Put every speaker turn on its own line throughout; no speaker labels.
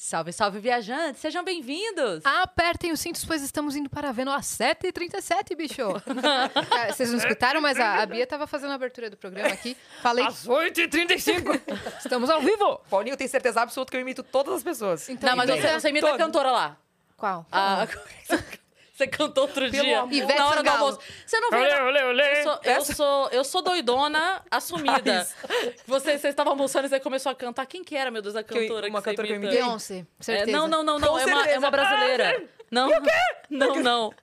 Salve, salve, viajantes! Sejam bem-vindos!
Ah, Apertem os cintos, pois estamos indo para a Vênus às 7h37, bicho! Ah, Vocês não escutaram, mas a, a Bia estava fazendo a abertura do programa aqui. Falei,
Às 8h35.
estamos ao vivo!
Paulinho, eu tenho certeza absoluta que eu imito todas as pessoas.
Então,
Não, mas
Ivete-
você, você imita a
Todo.
cantora lá.
Qual?
Ah, você cantou outro
Pelo
dia.
amor.
Ivete
na hora do
Sangalo.
almoço. Você não
Olê,
veio.
olê, olê.
Eu sou, eu,
Essa-
sou, eu sou doidona assumida. Você, você estava almoçando e você começou a cantar. Quem que era, meu Deus, a
eu-
cantora que,
uma
você
cantora que eu
imita?
imitei?
Beyoncé,
É,
certeza.
não, não, não, não.
Com
É uma, é uma
certeza.
brasileira. Não, não, não.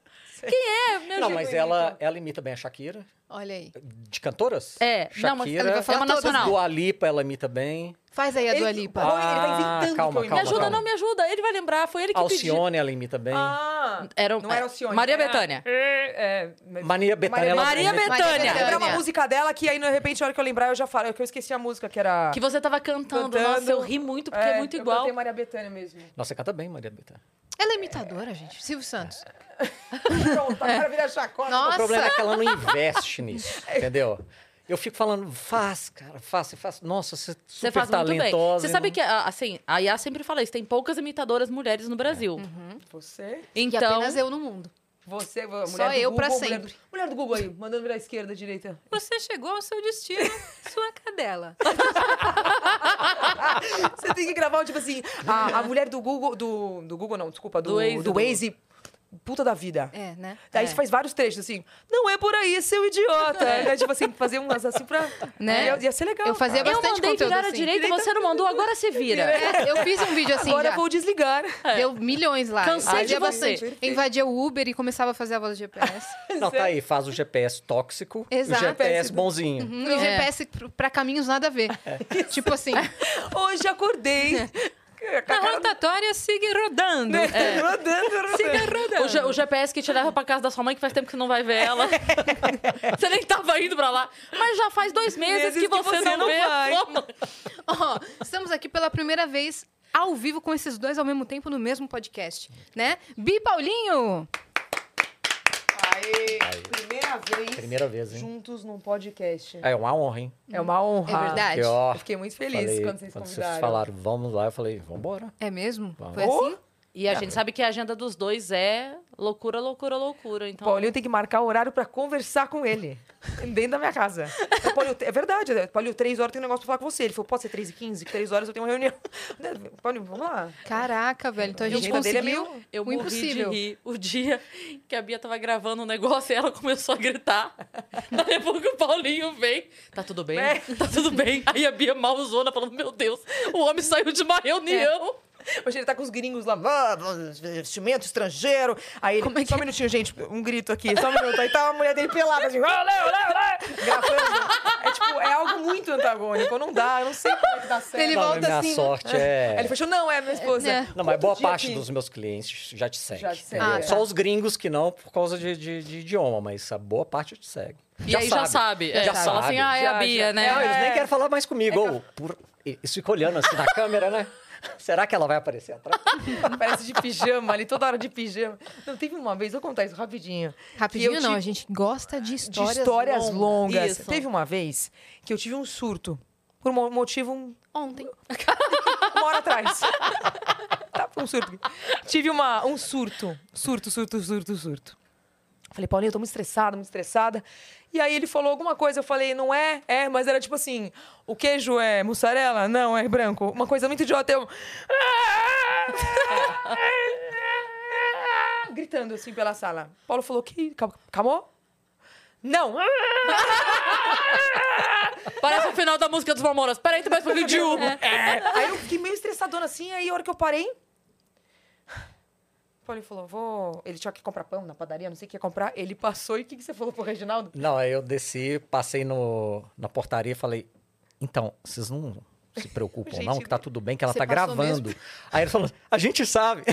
Quem é? Me ajuda.
Não, mas ela, ela imita bem a Shakira.
Olha aí.
De cantoras?
É,
Shakira.
não, mas ela vai falar
Ela-
todas.
nacional.
Dua Lipa, ela imita bem.
Faz aí a Dua
Ele-
Lipa.
Paulo, ele tá
Ah,
inventando
calma,
que eu
Me
calma,
ajuda,
calma.
não, me ajuda. Ele vai lembrar. Foi ele que pediu.
Alcione, ela imita bem.
Ah,
Era,
não era Alcione.
Maria
era-
Bethânia.
É, é, mas-
Maria Bethânia, ela
Maria
imita-
Bethânia.
Bethânia.
Eu lembrava
Bethânia.
uma música dela que aí, de repente, a hora que eu lembrar, eu já falo. É que eu esqueci a música, que era...
Que você tava cantando.
Cantando.
Nossa, eu ri muito porque é, muito
Eu
igual.
cantei Maria Bethânia mesmo.
Nossa, você canta bem, Maria Bethânia.
Ela é imitadora, gente. Silvio Santos.
Pronto, agora vira chacota.
O
Nossa.
problema é que ela não investe nisso, entendeu? Eu fico falando, faz, cara, faz, você faz. Nossa, você é
Você
super
faz muito bem.
talentosa.
Você
e
sabe
não-
que, ah, assim, a Iá sempre fala isso, tem poucas imitadoras mulheres no Brasil.
Você,
E
Então,
apenas eu no mundo.
você, a mulher
Só
do
eu
Google,
pra
mulher
sempre.
Do, mulher do Google aí, mandando virar esquerda, direita.
Você chegou ao seu destino, sua cadela.
Você tem que gravar, tipo assim, a, a mulher do Google, do, do Google não, desculpa, do,
Do Waze,
do
do-
Waze, puta da vida.
É, né?
Aí
É.
você faz vários trechos, assim, não é por aí, seu idiota. Né? Tipo assim, fazer umas assim pra...
Né?
Ia, ia ser legal.
Eu fazia
cara.
eu
bastante
mandei
conteúdo
virar à
assim.
direita, você não mandou, agora você vira.
É, eu fiz um vídeo assim
Agora
já.
eu vou desligar.
Deu milhões lá.
Cansei
Fazia
de você.
bastante. Eu Invadia o Uber e começava a fazer a voz do GPS.
Não, tá aí, faz o GPS tóxico
Exato.
e o GPS bonzinho.
Hum, E o GPS pro- pra caminhos nada a ver. Tipo assim.
Hoje acordei.
Na rotatória, siga rodando.
É. Rodando, rodando.
O, G- o GPS que te leva pra casa da sua mãe, que faz tempo que você não vai ver ela. você nem tava indo pra lá. Mas já faz dois meses que você, não, vê.
vai.
Pô,
Ó, estamos aqui pela primeira vez ao vivo com esses dois ao mesmo tempo no mesmo podcast, né? Bi Paulinho!
Aê, primeira vez.
Primeira vez, hein?
Juntos num podcast.
É uma honra, hein?
É uma honra.
É verdade.
Que, ó,
Eu fiquei muito feliz
falei-
quando vocês convidaram.
falaram, vamos lá, eu falei, vambora.
É mesmo?
Vamos.
Foi assim?
E a gente sabe que a agenda dos dois é loucura, loucura, loucura. Então,
Paulinho tem que marcar o horário pra conversar com ele. Dentro da minha casa. Eu, Paulinho, é verdade. né? Paulinho, três horas tem um negócio pra falar com você. Ele falou, pode ser três e quinze? Que três horas eu tenho uma reunião. Né, Paulinho, vamos lá.
Caraca, velho. Então a
Oh! A
gente
agenda dele é
conseguiu
meio-
eu
o
morri
impossível.
de rir o dia que a Bia tava gravando um negócio e ela começou a gritar. Daí a pouco o Paulinho vem. Tá tudo bem?
É.
Tá tudo bem. Aí a Bia malzona falando, meu Deus, o homem saiu de uma reunião.
Hoje ele tá com os gringos lá, "Ah, investimento estrangeiro. Aí ele, só um minutinho, gente, um grito aqui, só um minuto. Aí tá a mulher dele pelada, assim, olé, olé, olé, gravando. É tipo, é algo muito antagônico, não dá, eu não sei como é que dá certo.
Ele
não,
volta
minha
assim, né?
sorte é...
Aí ele fechou, não, é minha esposa.
É.
Não, mas
Outro
boa
dia
parte
que-
dos meus clientes já te segue.
Já te segue. é.
entendeu?
Ah, tá.
Só os gringos que não, por causa de, de- de idioma, mas a boa parte te segue.
E aí já sabe.
Já
é, Fala
sabe.
assim, ah, é a
Já,
Bia,
já.
né?
Não, eles
É.
nem querem falar mais comigo. Ou, por... Eles ficam olhando assim na câmera, né? Será que ela vai aparecer atrás?
Parece de pijama ali, toda hora de pijama. Não, teve uma vez, vou contar isso rapidinho. que
Rapidinho não,
eu tive-
a gente gosta de
de
histórias,
histórias longas.
Isso.
Teve uma vez que eu tive um surto, por um motivo um
Ontem.
uma hora atrás. tá um surto. Tive uma, um surto. Surto, surto, surto, surto. Falei, Paulinho, eu tô muito estressada, muito estressada. E aí ele falou alguma coisa, eu falei, não é? É, mas era tipo assim, o queijo é mussarela? Não, é branco. Uma coisa muito idiota, eu... Gritando assim pela sala. Paulo falou, que... cal- Calmou? Não!
Parece o final da música dos Mamoras. Peraí, tu mais um pouquinho de uma.
Aí eu fiquei meio estressadona assim, aí a hora que eu parei. O Paulinho falou, vou. Ele tinha que comprar pão na padaria, não sei o que ia comprar. Ele passou e o que, que você falou pro Reginaldo?
Não, aí eu desci, passei no, na portaria e falei, então, vocês não se preocupam
Gente,
não, que tá tudo bem, que ela
você
tá
passou
gravando. Aí ele falou, a gente sabe.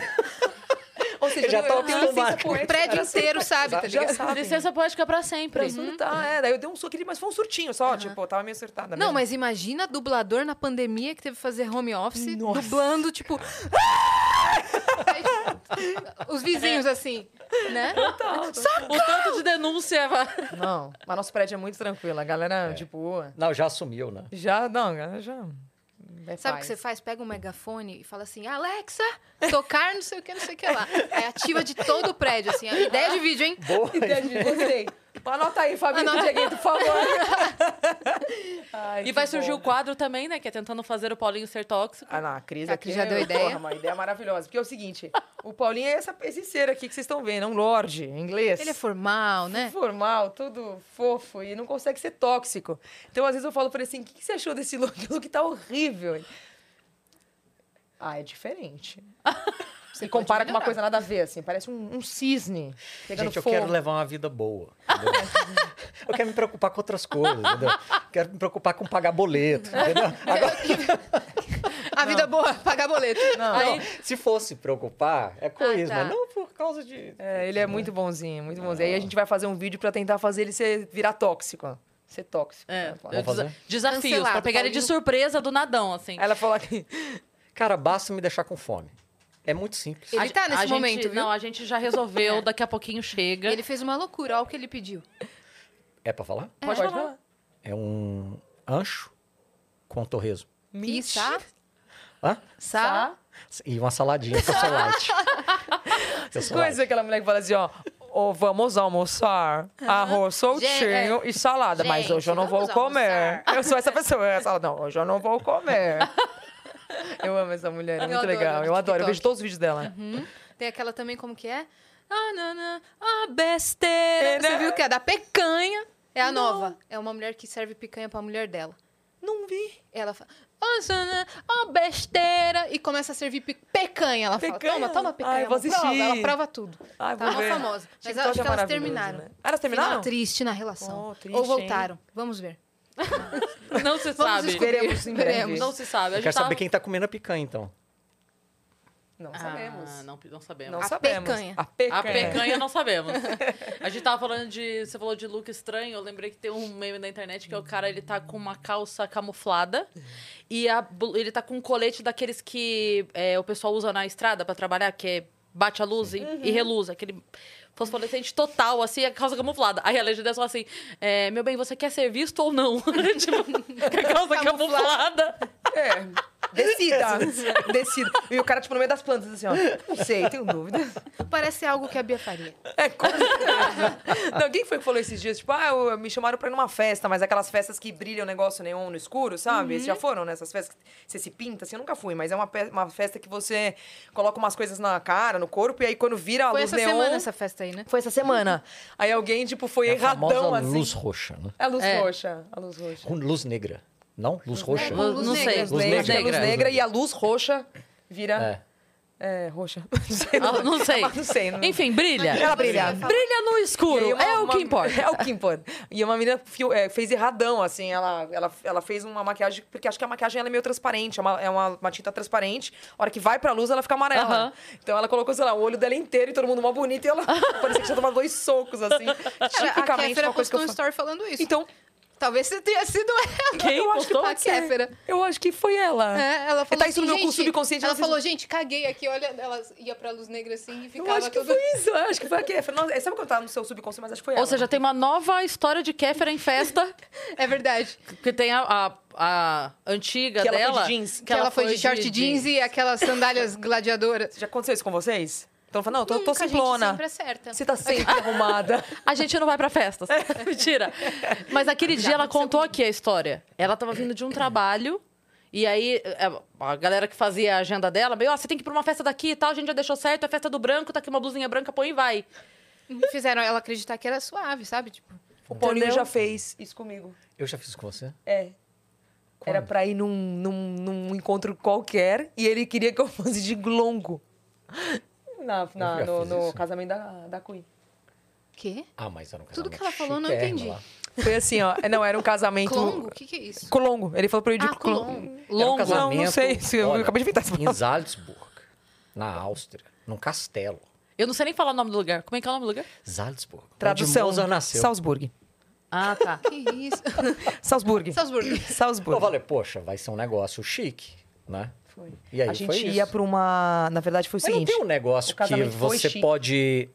Ou seja,
Já
eu,
tá
eu tenho licença
acostumado.
O
poética.
prédio
pra-
inteiro sabe, tá
Já
ligado?
sabe.
Licença poética pra sempre.
Pra surtar, é. Daí eu dei um soco ali, mas foi um surtinho só, tipo, eu tava meio surtada.
Não,
mesmo.
mas imagina dublador na pandemia que teve que fazer home office,
Nossa.
dublando, tipo... Aí, Os vizinhos, assim, né?
O tanto de denúncia. vai-
Não, É. mas nosso prédio é muito tranquilo. A galera, tipo,
Não, já assumiu, né?
já. Não, a galera já. É,
Sabe o que você faz? Pega um megafone e fala assim, Alexa, tocar não sei o que, não sei o que lá. Aí ativa de todo o prédio, assim. ó. Ideia de vídeo, hein?
Boa.
Entendi, gostei. Anota aí, Fabi, não cheguei, por favor. Ai,
E
que
vai surgir
bom.
o quadro também, né? Que é tentando fazer o Paulinho ser tóxico.
Ah, não, a Cris
A
aqui
Cris já
é-
deu ideia.
Porra, uma ideia maravilhosa. Porque é o seguinte, o Paulinho é essa, esse ser aqui que vocês estão vendo, é um lorde em inglês.
Ele é formal, né?
Formal, tudo fofo e não consegue ser tóxico. Então, às vezes, eu falo pra ele assim: o que, que você achou desse look? O look tá horrível. Ele, Ah, é diferente. Você compara com uma coisa nada a ver, assim, parece um, um cisne. Pegando
Gente, eu
fogo.
quero levar uma vida boa. entendeu? eu quero me preocupar com outras coisas, entendeu? Quero me preocupar com pagar boleto, entendeu? Agora,
A vida
é
boa, pagar boleto.
Não.
Aí-
se fosse preocupar, é com
Ah,
isso,
tá.
mas não por causa de...
É, ele é muito bonzinho, muito bonzinho.
Ah.
Aí a gente vai fazer um vídeo pra tentar fazer ele ser, virar tóxico. ó. Ser tóxico. né,
É,
Ela falou.
eu
Vamos fazer?
desa- desafios,
Cancelado,
pra pegar ele de
Paulinho.
surpresa do nadão, assim.
Ela falou que
Cara, basta me deixar com fome. É muito simples.
Ele
A-
tá
a
nesse
gente-
momento, viu? É.
Não, a gente já resolveu, daqui a pouquinho chega.
Ele fez uma loucura, olha o que ele pediu.
É pra falar?
Pode
pode
falar.
falar.
É um ancho com torresmo.
E sa,
Hã?
sa,
E uma saladinha socialite. socialite.
Conhece aquela mulher que fala assim, ó... "Ô, vamos almoçar arroz soltinho e salada. Mas
Gente,
hoje eu não vou
vamos
comer. Eu sou essa pessoa. Ela fala, não, hoje eu não vou comer. eu amo essa mulher, é
Eu
muito
adoro ela
legal.
no
Eu adoro,
TikTok.
eu vejo todos os vídeos dela.
Tem aquela também, como que é? Ah, nana, ah, besteira. Você viu que é da pecanha? É a nova. É uma mulher que serve picanha pra mulher dela.
Não vi.
Ela fala, ah, nana, ah, besteira. E começa a servir pe- pecanha. Ela
Pecanha?
fala, toma, toma pecanha.
Ai, eu vou
amor, prova.
assistir.
Ela prova tudo.
Ai,
tá
vou
uma
ver.
famosa. Mas
TikTok
eu acho
é
que elas
maravilhoso,
terminaram.
né? Ah, elas terminaram?
Final triste na relação.
Oh, triste,
Ou voltaram. Vamos ver.
Não se
Vamos
sabe.
escolher.
Veremos em breve.
Veremos.
Não se sabe. A
Eu
gente
quero
tava-
saber quem tá comendo a picanha, então.
Não
Ah,
sabemos.
não, não sabemos.
Não
A
sabemos.
pecanha.
A pecanha.
A pecanha não sabemos. A gente tava falando de. Você falou de look estranho. Eu lembrei que tem um meme na internet que é o cara ele tá com uma calça camuflada e a blu- ele tá com um colete daqueles que é, o pessoal usa na estrada pra trabalhar, que é bate a luz e, e
Uhum.
reluz, aquele fosforescente total, assim, a calça camuflada. Aí a legenda é só assim: é, Meu bem, você quer ser visto ou não? tipo, com a calça camuflada.
É. Decida. Decida. E o cara, tipo, no meio das plantas, assim, ó. Não sei, tenho dúvida.
Parece algo que a Bia faria.
É, com certeza. Não, quem foi que falou esses dias? Tipo, ah, eu- me chamaram pra ir numa festa, mas aquelas festas que brilham negócio neon no escuro, sabe?
Uhum.
Vocês já foram nessas festas que você se pinta? Assim, eu nunca fui, mas é uma, pe- uma festa que você coloca umas coisas na cara, no corpo, e aí quando vira a
Foi
luz
essa
neon...
semana essa festa aí, né?
Foi essa semana. Aí alguém, tipo, foi
É a
erradão,
famosa
assim.
luz roxa, né?
É a luz
É.
roxa. A luz roxa.
Com Luz negra. Não? Luz
É,
roxa.
com luz
Não sei. é
negra.
Luz,
Luz
negra, né?
negra.
luz negra e a luz roxa vira.
É.
É, roxa. Não
Ah,
sei.
não sei.
Não sei. não-
Enfim, brilha.
Ela É, brilha.
Brilha no escuro.
E aí uma-
é o
uma-
que importa.
É o que importa. E uma menina fio- é, fez erradão, assim. Ela, ela, ela fez uma maquiagem, porque acho que a maquiagem ela é meio transparente. É uma, é uma, uma tinta transparente. A hora que vai pra luz, ela fica amarela.
Aham.
Então ela colocou, sei lá, o olho dela inteiro e todo mundo mó bonito. E ela parecia que tinha tomado dois socos, assim.
Cara, a
Tipicamente,
Kéfera
uma coisa que
postou
eu
um
fa-
story falando isso.
Então,
Talvez você tenha sido ela.
Quem
eu acho que
postou?
a
pode ser.
Kéfera.
Eu acho que foi ela.
É, ela falou
Tá isso
assim,
no meu
gente,
subconsciente,
Ela
ela fez-
falou, gente, caguei aqui. Olha, ela ia pra luz negra assim e
Eu
ficava
acho que
todo-
foi isso. Eu acho que foi a Kéfera. Nossa, sabe quando tá no seu subconsciente, mas acho que foi ela.
Ou seja, tem uma nova história de Kéfera em festa,
É verdade.
que tem a, a- a antiga
Que ela foi
dela.
de jeans.
Que ela foi de short jeans e aquelas sandálias gladiadoras.
Já aconteceu isso com vocês? Então, fala, não, eu tô, tô
Nunca, a gente
simplona.
sempre é acerta.
Você tá sempre arrumada.
A gente não vai pra festas. Mentira. Mas aquele dia ela contou aqui a história. Ela tava vindo de um trabalho. E aí, é, a galera que fazia a agenda dela, meio, ó, você tem que ir pra uma festa daqui e tal, a gente já deixou certo, é festa do branco, tá aqui uma blusinha branca, põe e vai.
Fizeram ela acreditar que era suave, sabe? Tipo,
O Paulinho
Entendeu?
já fez isso comigo.
Eu já fiz isso com você?
É.
Quando?
Era pra ir num, num, num encontro qualquer e ele queria que eu fosse de glongo. Na, na-
já
no
fiz
no
isso.
casamento da, da Queen.
quê?
Ah, mas era um
Tudo
casamento
que ela falou, eu não
chiquérrimo
entendi.
lá.
Foi assim, ó. Não, era um casamento.
Clongo? O que que é isso?
Colongo. Ele falou pra eu ir de
Ah,
clon-
clongo.
Era um
Longo.
Não, não sei, se eu acabei de inventar essa
Em
palavra.
Salzburg, na Áustria, num castelo.
Eu não sei nem falar o nome do lugar. Como é que é o nome do lugar?
Salzburg.
Tradução.
Onde Mozart nasceu.
Salzburg.
Ah, tá.
Que isso?
Salzburg.
Salzburgo.
Eu
Salzburg.
falei, poxa, vai ser um negócio chique, né?
Foi.
E aí
a gente
foi
ia
isso.
pra uma. Na verdade, foi o
Mas não
seguinte.
tem um negócio
o
que
casamento foi
você
chique.
pode...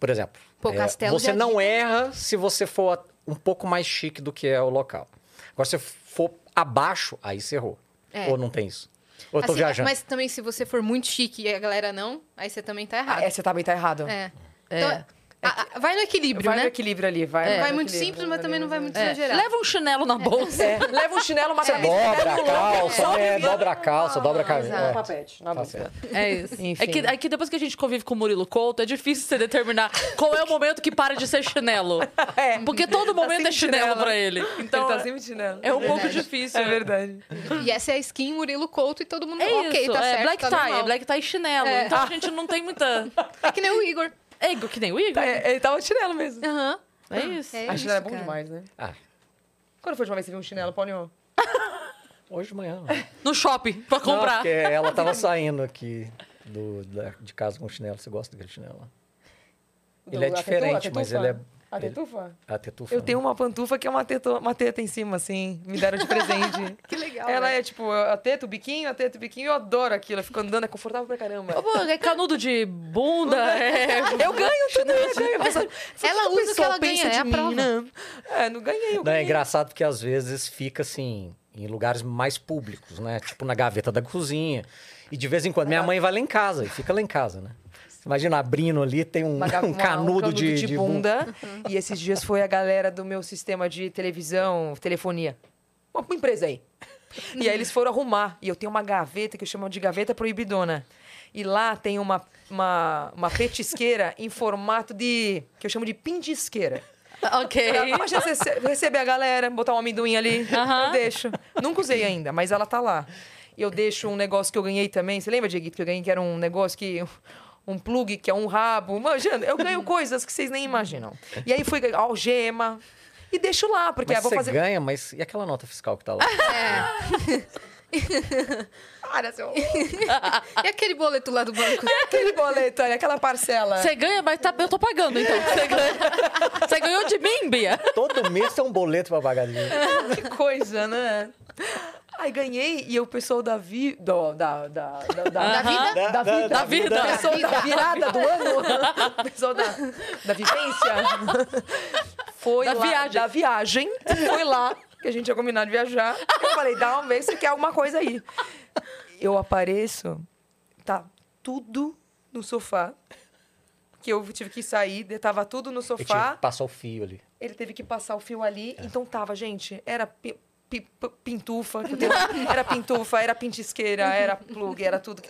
Por exemplo,
Pô,
é,
Castelo
você
já
não
diz.
erra se você for um pouco mais chique do que é o local. Agora, se for abaixo, aí você errou.
É.
Ou não tem isso? Ou eu tô
Assim,
viajando?
Mas também, se você for muito chique e a galera não, aí você também tá
Ah,
errado.
é, você também tá errado.
É.
É.
Então, a- a- vai no equilíbrio,
vai
né?
no equilíbrio ali, vai.
Vai
no
muito
equilíbrio,
simples, mas também não vai muito
É.
exagerado.
Leva um chinelo na bolsa.
É, leva um chinelo, uma camisa,
Dobra
pega
a
um longo,
calça,
sobe
é,
e anda
dobra a calça, dobra a camisa.
no
Exato.
é.
papete, na
Tá
bicicleta.
É isso.
Enfim.
É que, é que depois que a gente convive com o Murilo Couto, é difícil você determinar qual é o momento que para de ser chinelo.
É.
Porque todo momento
sem
é chinelo,
chinelo.
pra ele. Então,
Ele tá sempre chinelo.
é um pouco
verdade.
difícil.
É verdade.
E essa é a skin Murilo Couto e todo mundo,
É
ok,
isso,
tá
é
certo,
black
tá
tie,
normal.
é black tie e chinelo.
É.
Então a gente não tem muita.
É que nem o Igor.
É igual que nem o Igor.
Tá,
É,
é- ele tava de chinelo mesmo.
Aham.
isso.
É
a chinela é
isso,
bom
cara.
demais, né?
Ah,
Quando foi a última vez que você viu um chinelo, Paulinho?
hoje de manhã. não.
No shopping, pra
Não,
comprar.
porque ela tava saindo aqui do, da- de casa com chinelo. Você gosta daquele chinelo? Ele é
Do- a
diferente,
tetu- a
mas
tetufa?
ele é-
A
ele-
tetufa?
A tetufa.
Eu
né?
tenho uma pantufa que é uma, teto, uma teta em cima, assim. Me deram de presente.
Que legal.
Ela
né?
é tipo, a teta, o biquinho, a teta, o biquinho. Eu adoro aquilo. Eu fico andando, é confortável pra caramba.
Pô, é canudo de bunda, é.
Eu ganho tudo, eu tipo ganho. Mas,
Ela usa o que ela ganha, é a prova.
É, não ganhei. Eu
Não, é
ganhei.
engraçado porque às vezes fica assim, em lugares mais públicos, né? Tipo na gaveta da cozinha. E de vez em quando, minha mãe vai lá em casa e fica lá em casa, né? Imagina abrindo ali, tem um,
Uma ga-
um
uma-
canudo, de, de
tipo
bun-
bunda. E esses dias foi a galera do meu sistema de televisão, telefonia. Uma uma empresa aí. E aí eles foram arrumar. E eu tenho uma gaveta que eu chamo de gaveta proibidona. E lá tem uma, uma, uma petisqueira em formato de. que eu chamo de pindisqueira.
Ok.
Imagina você rece- receber a galera, botar um amendoim ali.
Aham.
Eu deixo. Nunca usei ainda, mas ela tá lá. E eu deixo um negócio que eu ganhei também. Você lembra, Dieguito, que eu ganhei que era um negócio que. Um plug que é um rabo. Imagina, eu ganho coisas que vocês nem imaginam. E aí fui ganhar algema. E deixo lá, porque eu
Mas
é, vou
você
fazer.
ganha, mas e aquela nota fiscal que tá lá?
Para, seu.
E aquele boleto lá do banco?
Aquele boleto, olha, aquela parcela.
Você ganha, mas tá, eu tô pagando, então. Você ganha- Você ganhou de mim, Bia?
Todo mês tem um boleto pra pagar. ali.
Que coisa, né? Aí ganhei e o pessoal da vi... do- da, da, da, da,
Aham.
Da-
da vida.
da vida.
O pessoal da virada do ano. O pessoal da, da vivência. Foi
Da
lá.
viagem.
Da viagem. Foi lá que a gente tinha combinado de viajar. Eu falei, dá um mês, você quer alguma coisa aí. Eu apareço, tá tudo no sofá. Que eu tive que sair, tava tudo no
Eu
sofá.
tive que passar o fio ali.
Ele teve que passar o fio ali, então tava, gente, era pi- pi- p- pintufa, que eu tenho- era pintufa, era pintisqueira, era plug, era tudo.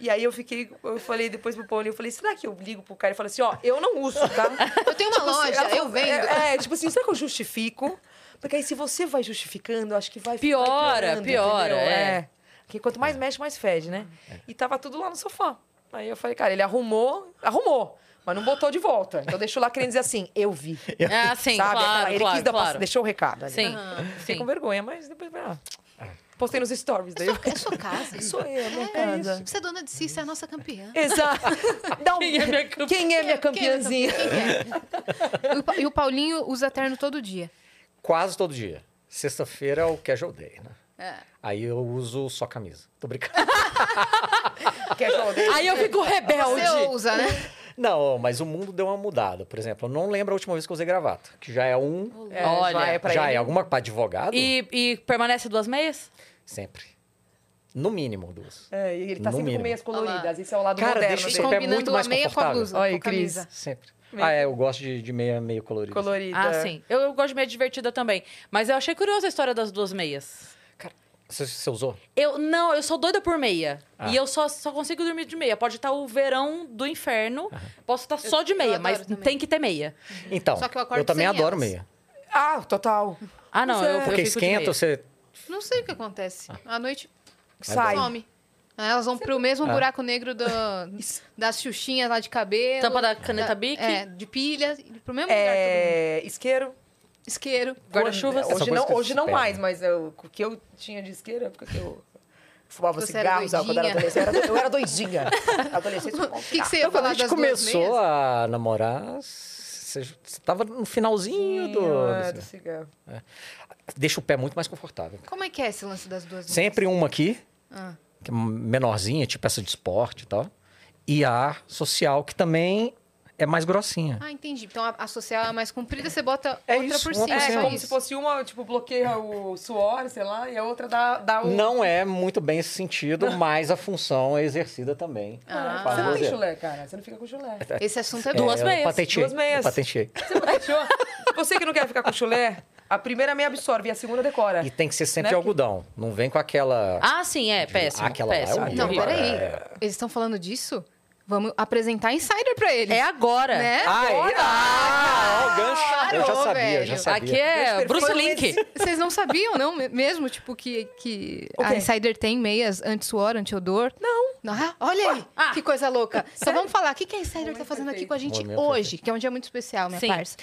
E aí eu fiquei, eu falei depois pro Paulinho, eu falei, será que eu ligo pro cara? Ele falou assim, ó, eu não uso, tá?
Eu tenho uma
assim,
loja,
ela
eu
falou,
vendo.
É, é, tipo assim, será que eu justifico? Porque aí se você vai justificando, acho que vai... vai
Piora,
piorando,
piora,
entendeu?
é.
Porque quanto mais mexe, mais fede, né? E tava tudo lá no sofá. Aí eu falei, cara, ele arrumou, arrumou, mas não botou de volta. Então deixou lá querendo dizer assim, eu vi.
Ah, sim,
Sabe?
claro,
assim, ele
claro,
quis dar pra-
claro.
deixou o recado ali.
Sim,
Fiquei com
sim.
vergonha, mas depois... Ah,
É.
postei nos stories daí.
É sua casa.
Sou eu, minha
É
casa.
isso. Você é dona de si, você é a nossa campeã.
Exato. Dá um-
Quem é minha campeã?
Quem é
então.
minha campeãzinha?
E o Pa- E o Paulinho usa terno todo dia.
Quase todo dia. Sexta-feira é o casual day, né?
É.
Aí eu uso só camisa. Tô brincando.
Quer jogar?
Aí eu fico rebelde.
Você usa, né?
Não, mas o mundo deu uma mudada. Por exemplo, eu não lembro a última vez que eu usei gravata, que já é um.
É,
Olha,
já é pra
já
ele.
é alguma para advogado?
E, e permanece duas meias?
Sempre. No mínimo duas.
É, e ele tá
No
sempre
mínimo.
com meias
Olha lá.
coloridas. Esse é o lado
Cara,
moderno
deixa
dele.
Sempre é muito
Combinando a
mais
meia com a
confortável.
blusa,
Olha aí,
com a
Cris.
camisa.
Sempre.
Meio.
Ah, é, eu gosto de, de meia meio colorida.
Colorida.
Ah, sim. Eu, eu gosto de meia divertida também. Mas eu achei curiosa a história das duas meias.
Cara, você, você usou?
Eu não, eu sou doida por meia.
Ah.
E eu só, só consigo dormir de meia. Pode estar o verão do inferno, posso estar só de meia,
adoro
mas
também.
tem que ter meia.
Então,
Só que eu
eu,
acordo
também
sem
adoro
elas.
meia.
Ah, total.
Ah, não,
Pois é.
eu, eu
Porque
fico de
esquenta,
meia.
você.
Não sei o que acontece. À noite,
Sai.
some. Aí elas vão pro mesmo
Ah.
buraco negro do, das xuxinhas lá de cabelo.
Tampa da caneta Bic?
É, de pilha, pro mesmo lugar todo mundo.
É, isqueiro.
Isqueiro.
Guarda-chuvas.
Essa
Hoje
coisa
não,
que eu
hoje não
espero.
mais, mas eu- o que eu tinha de isqueiro é porque eu fumava
Você era
cigarro, usava quando era
doidinha.
adolescente. Eu era, eu era doidinha. Adolescente, eu
O que, que
fumava
você ia
Então, quando
falar
a
das
gente
duas
começou
meias?
a namorar, você, você tava no finalzinho do.
cigarro.
do
É, do
cigarro.
cigarro.
Deixa o pé muito mais confortável.
Como é que é esse lance das duas meias?
Sempre uma aqui,
Ah.
que é menorzinha, tipo essa de esporte e tal. E a social, que também é é mais grossinha.
Ah, entendi. Então, a, associar a mais comprida, você bota
É
outra
isso,
por cima.
uma por
só
É,
cima.
como
isso.
se fosse uma, tipo, bloqueia o suor, sei lá, e a outra dá, dá o...
Não é muito bem esse sentido, mas a função é exercida também.
Ah.
Faz
Você não tem
você.
chulé, cara. Você não fica com chulé.
Esse assunto é bom.
Duas
é, eu
meias,
Patenteei,
duas meias.
eu patenteei.
Você não deixou? Você que não quer ficar com chulé, a primeira meia absorve e a segunda decora.
E tem que ser sempre
Né?
de algodão. Não vem com aquela.
Ah, sim, é. Péssimo.
aquela lá é
péssimo.
horrível.
Não,
horrível.
Então, peraí. Eles estão falando disso? Vamos apresentar Insider pra eles.
É agora.
Né?
Ah, é? Ah, ó, o gancho. eu já
Parou,
sabia, eu já
velho.
sabia.
Aqui é Bruce Link.
Vocês não sabiam, não? Me- Mesmo, tipo, que, que
O
a
quê?
Insider tem meias anti-suor, anti-odor?
Não.
Ah, olha aí, que coisa louca. Então vamos falar, o que, que a Insider tá fazendo aqui
perfeito.
com a gente
Momento
hoje? Que é um dia muito especial, minha
Sim.
parça.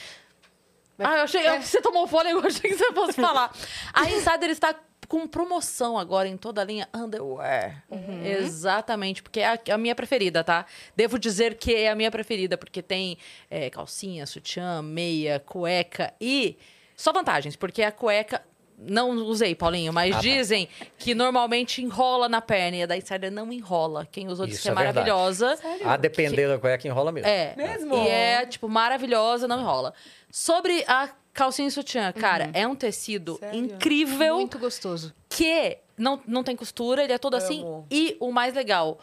Ah, eu achei.
é.
eu- Você tomou fôlego, eu achei que você fosse falar. A Insider está com promoção agora em toda a linha underwear.
Uhum.
Exatamente, porque é a, a minha preferida, tá? Devo dizer que é a minha preferida, porque tem é, calcinha, sutiã, meia, cueca e. Só vantagens, porque a cueca. Não usei, Paulinho, mas
Ah, tá.
dizem que normalmente enrola na perna e a da Insider não enrola. Quem usou disse
Isso
que é,
é verdade.
maravilhosa.
A depender da cueca enrola mesmo.
É.
Mesmo?
E é, tipo, maravilhosa, não enrola. Sobre a calcinha e sutiã, cara, é um tecido
Uhum. Sério?
incrível
Muito gostoso.
que não, não tem costura, ele é todo assim.
Amo.
E o mais legal.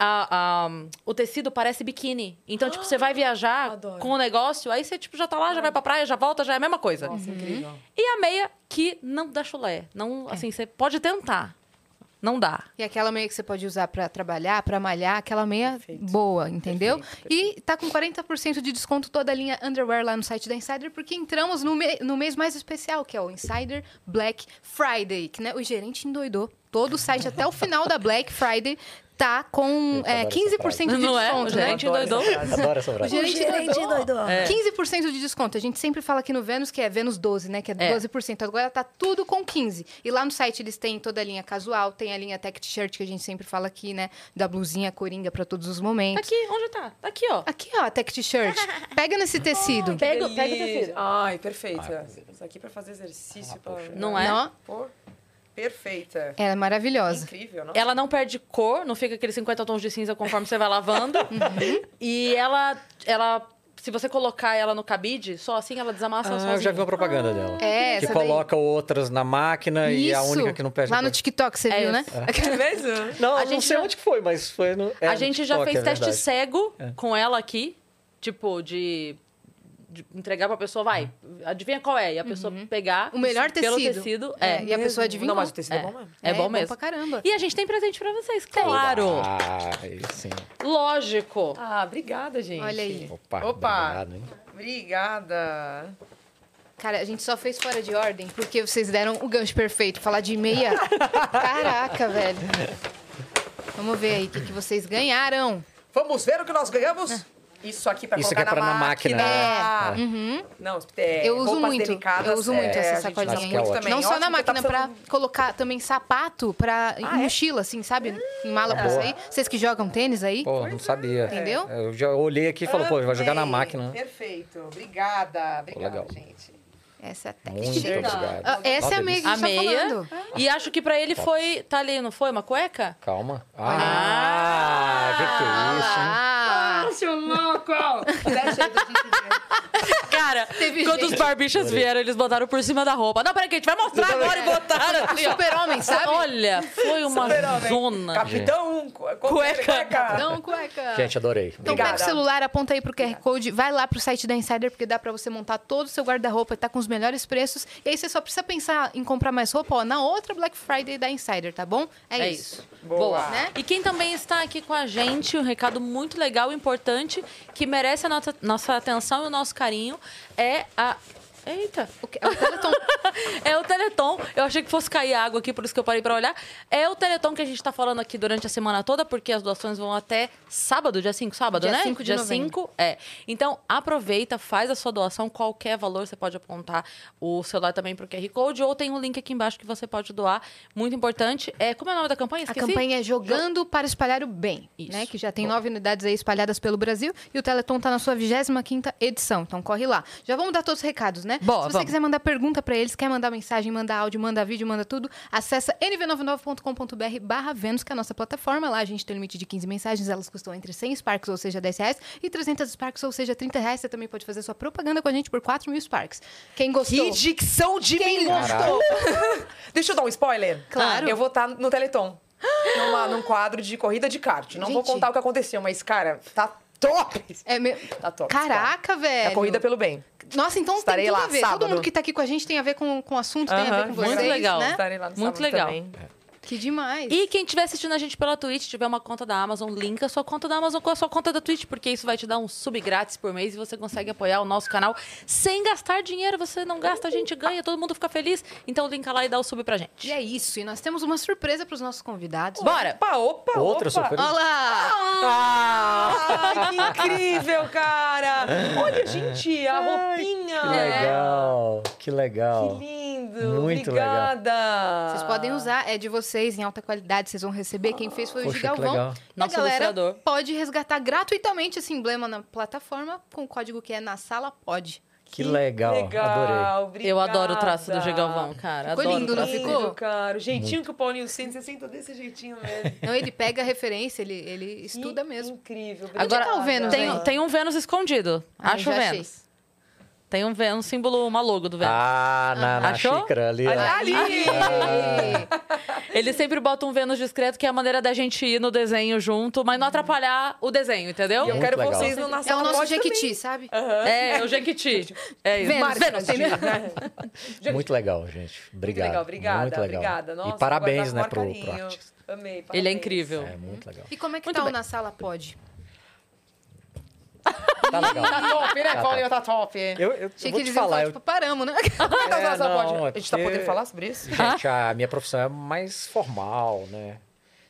a- a- o tecido parece biquíni. Então, tipo, você vai viajar
Adoro.
com o negócio, aí você, tipo, já tá lá, já vai pra praia, já volta, já é a mesma coisa.
Nossa, incrível.
E a meia que não dá chulé.
É.
Não, assim, você pode tentar. Não dá.
E aquela meia que você pode usar pra trabalhar, pra malhar, aquela meia boa, entendeu? E tá com 40% de desconto toda a linha underwear lá no site da Insider, porque entramos no, me- no mês mais especial, que é o Insider Black Friday, que né, o gerente endoidou todo o site até o final da Black Friday tá com
Eu
é,
adoro essa
15% de
frase. Não é?
desconto,
Eu
né?
Gente,
Adoro essa
doidão.
frase.
Adoro essa frase.
gerente, doidou.
É.
15% de desconto. A gente sempre fala aqui no Vênus que é Vênus 12, né? Que é
É.
12%. Agora tá tudo com 15%. E lá no site eles têm toda a linha casual, tem a linha tech t-shirt que a gente sempre fala aqui, né? Da blusinha coringa pra todos os
Tá
momentos.
aqui, onde tá? Tá aqui, ó.
Aqui, ó, a tech t-shirt. Pega nesse tecido.
Pega-
Que
pega o
delícia.
tecido.
Ai, perfeita. Isso aqui pra fazer exercício.
Ah,
pra-
poxa.
Não é?
Não?
Pô, perfeita.
Ela é maravilhosa.
Incrível, não?
Ela não perde cor, não fica aqueles 50 tons de cinza conforme você vai lavando. E ela, ela, se você colocar ela no cabide, só assim ela desamassa
Ah,
sozinha.
eu já vi uma propaganda dela.
É,
que
essa daí.
coloca outras na máquina e a única que não perde.
Lá
na
no
cueca.
TikTok, você
É
viu, né?
essa.
É mesmo?
Não,
A
eu não
gente
sei
já-
onde que foi, mas foi no. é
a
no
gente já
TikTok,
fez
é
teste
verdade.
cego com ela aqui, tipo, de, de entregar pra pessoa, vai, adivinha qual é? E a pessoa pegar.
O melhor
pelo
tecido.
tecido. É.
E a pessoa adivinhou.
Não, mas o tecido é,
É.
bom mesmo.
É, bom
pra
mesmo.
caramba.
E a gente tem presente pra vocês, claro.
Ah, aí sim.
Lógico.
Ah, obrigada, gente.
Olha aí.
Opa,
Opa.
obrigado, hein?
Obrigada.
Cara, a gente só fez fora de ordem porque vocês deram o gancho perfeito. Falar de meia. Caraca, velho. Vamos ver aí o que, que vocês ganharam.
Vamos ver o que nós ganhamos? Ah. Isso aqui pra
Isso
colocar
aqui é pra
na,
na máquina. É.
máquina. Ah.
Uhum.
Não, é,
Eu uso
roupas
muito.
delicadas,
Eu uso
é,
muito
a
essa
gente
sacolinha
usa
aí.
muito
também.
Não só
Ótimo
na
que tá
máquina, pra
precisando- Ah, é?
colocar também sapato pra em mochila, assim, sabe? Em mala
Tá
pra
Boa.
sair. Vocês que jogam tênis aí.
Pô, não sabia. É,
Entendeu?
Eu já olhei aqui e falei, pô, vai jogar na
Amei.
máquina. né?
Perfeito. Obrigada. Obrigada,
legal.
gente.
Essa é a
Muito
técnica.
obrigado.
Ah, Essa é a meia que a
A
gente tá
meia.
falando.
E acho que pra ele foi. Tá ali, não foi? Uma cueca?
Calma. Ah, que que é isso, hein?
Ah,
seu louco! Deixa eu
Cara,
Teve
quando
gente-
os barbichas vieram, eles botaram por cima da roupa. Não, peraí, que a gente vai mostrar agora e botaram assim, ó.
super-homem, sabe?
Olha, foi uma
Super-homem.
zona.
Capitão, cu- cueca.
Não, cueca.
Gente, adorei.
Então
Obrigado.
pega o celular, aponta aí pro QR Code, vai lá pro site da Insider, porque dá pra você montar todo o seu guarda-roupa, tá com os melhores preços. E aí você só precisa pensar em comprar mais roupa, ó, na outra Black Friday da Insider, tá bom? É,
É
isso.
isso.
Boa.
Né?
E quem também está aqui com a gente, um recado muito legal, importante, que merece a nossa, nossa atenção e o nosso carinho, é a. Eita!
O que- é o Teleton.
É o Teleton. Eu achei que fosse cair água aqui, por isso que eu parei pra olhar. É o Teleton que a gente tá falando aqui durante a semana toda, porque as doações vão até sábado, dia 5, sábado,
Dia
né?
5 de
dia
novembro.
5, é. Então, aproveita, faz a sua doação, qualquer valor, você pode apontar o celular também pro QR Code, ou tem um link aqui embaixo que você pode doar. Muito importante. É, como é o nome da campanha?
A
Esqueci.
campanha é Jogando para Espalhar o Bem,
Isso.
né? Que já tem nove unidades aí espalhadas pelo Brasil e o Teleton tá na sua 25ª edição, então corre lá. Já vamos dar todos os recados, né? né?
Boa,
Se você
vamos.
quiser mandar pergunta pra eles, quer mandar mensagem, mandar áudio, manda vídeo, manda tudo, acessa nv99.com.br barra Vênus, que é a nossa plataforma. Lá a gente tem um limite de 15 mensagens, elas custam entre 100 Sparks, ou seja, 10 reais, e 300 Sparks, ou seja, 30 reais. Você também pode fazer sua propaganda com a gente por 4 mil Sparks. Quem gostou...
Que dicção de
Quem
menino! Deixa eu dar um spoiler.
Claro.
Eu vou estar no Teleton. Numa- num quadro de corrida de kart. Não vou
Gente.
contar o que aconteceu, mas, cara, tá top!
É meu...
Tá top.
Caraca,
É
velho!
a corrida pelo bem.
Nossa, então
Estarei
tem tudo
lá,
a ver.
sábado.
Todo mundo que tá aqui com a gente tem a ver com, com o assunto, tem a
Aham,
ver com
muito
vocês,
legal.
né?
Estarei lá no
Muito
sábado
legal.
também.
Que demais.
E quem estiver assistindo a gente pela Twitch, tiver uma conta da Amazon, linka a sua conta da Amazon com a sua conta da Twitch, porque isso vai te dar um sub grátis por mês e você consegue apoiar o nosso canal sem gastar dinheiro. Você não gasta, a gente ganha, todo mundo fica feliz. Então linka lá e dá o sub pra
E
gente.
é isso. E nós temos uma surpresa para os nossos convidados.
Bora!
Opa, opa,
Outra
opa.
surpresa.
Olá!
Ah, que incrível, cara! Olha, gente, a roupinha!
Que legal, que legal.
Que lindo!
Muito legal.
Obrigada!
Vocês podem usar, é de vocês em alta qualidade, vocês vão receber. Quem fez foi o
Poxa,
Gil
que
Galvão.
legal.
E A
Nosso
galera
ilustrador.
pode resgatar gratuitamente esse emblema na plataforma com o código que é na sala pode.
Que legal, adorei.
Eu adoro o traço do G. Galvão,
Obrigada.
cara.
Ficou
adoro o
lindo, não
traço
ficou?
dele.
Lindo, cara. O jeitinho que o Paulinho sente, você senta desse jeitinho mesmo.
Então ele pega a referência, ele, ele estuda
Que
mesmo.
Incrível.
Agora
tá o Vênus
tem,
aí?
tem um Vênus escondido.
Ah,
Acho o
já achei.
Vênus. Tem um Vênus, símbolo, uma logo do Vênus.
Ah, na, na
Achou?
xícara ali. ó.
Ali!
É
Eles sempre botam um Vênus discreto, que é a maneira da gente ir no desenho junto, mas não atrapalhar o desenho, entendeu?
Eu
Muito
quero
legal.
vocês no Nação
É o nosso Jequiti, sabe?
É, o Jequiti. É isso.
Vênus.
Vênus.
né?
Muito legal, gente. Obrigado.
Muito legal, obrigada.
Muito legal.
Obrigada. Nossa,
e parabéns, né,
guardar com
pro,
o maior
pro
carinho.
artista.
Amei, parabéns.
Ele é incrível.
É, muito legal.
E como é que
Muito
tá o
bem.
na sala pode?
Tá legal.
Tá top, né,
tá.
Paulinho? Tá top.
Eu, eu
Achei que
vou te
eles iam falar,
falar. eu-
tipo, paramos, né?
Tá, tá, tá,
não,
pode.
é
A gente tá
porque-
podendo falar sobre isso?
Gente, a minha profissão é mais formal, né?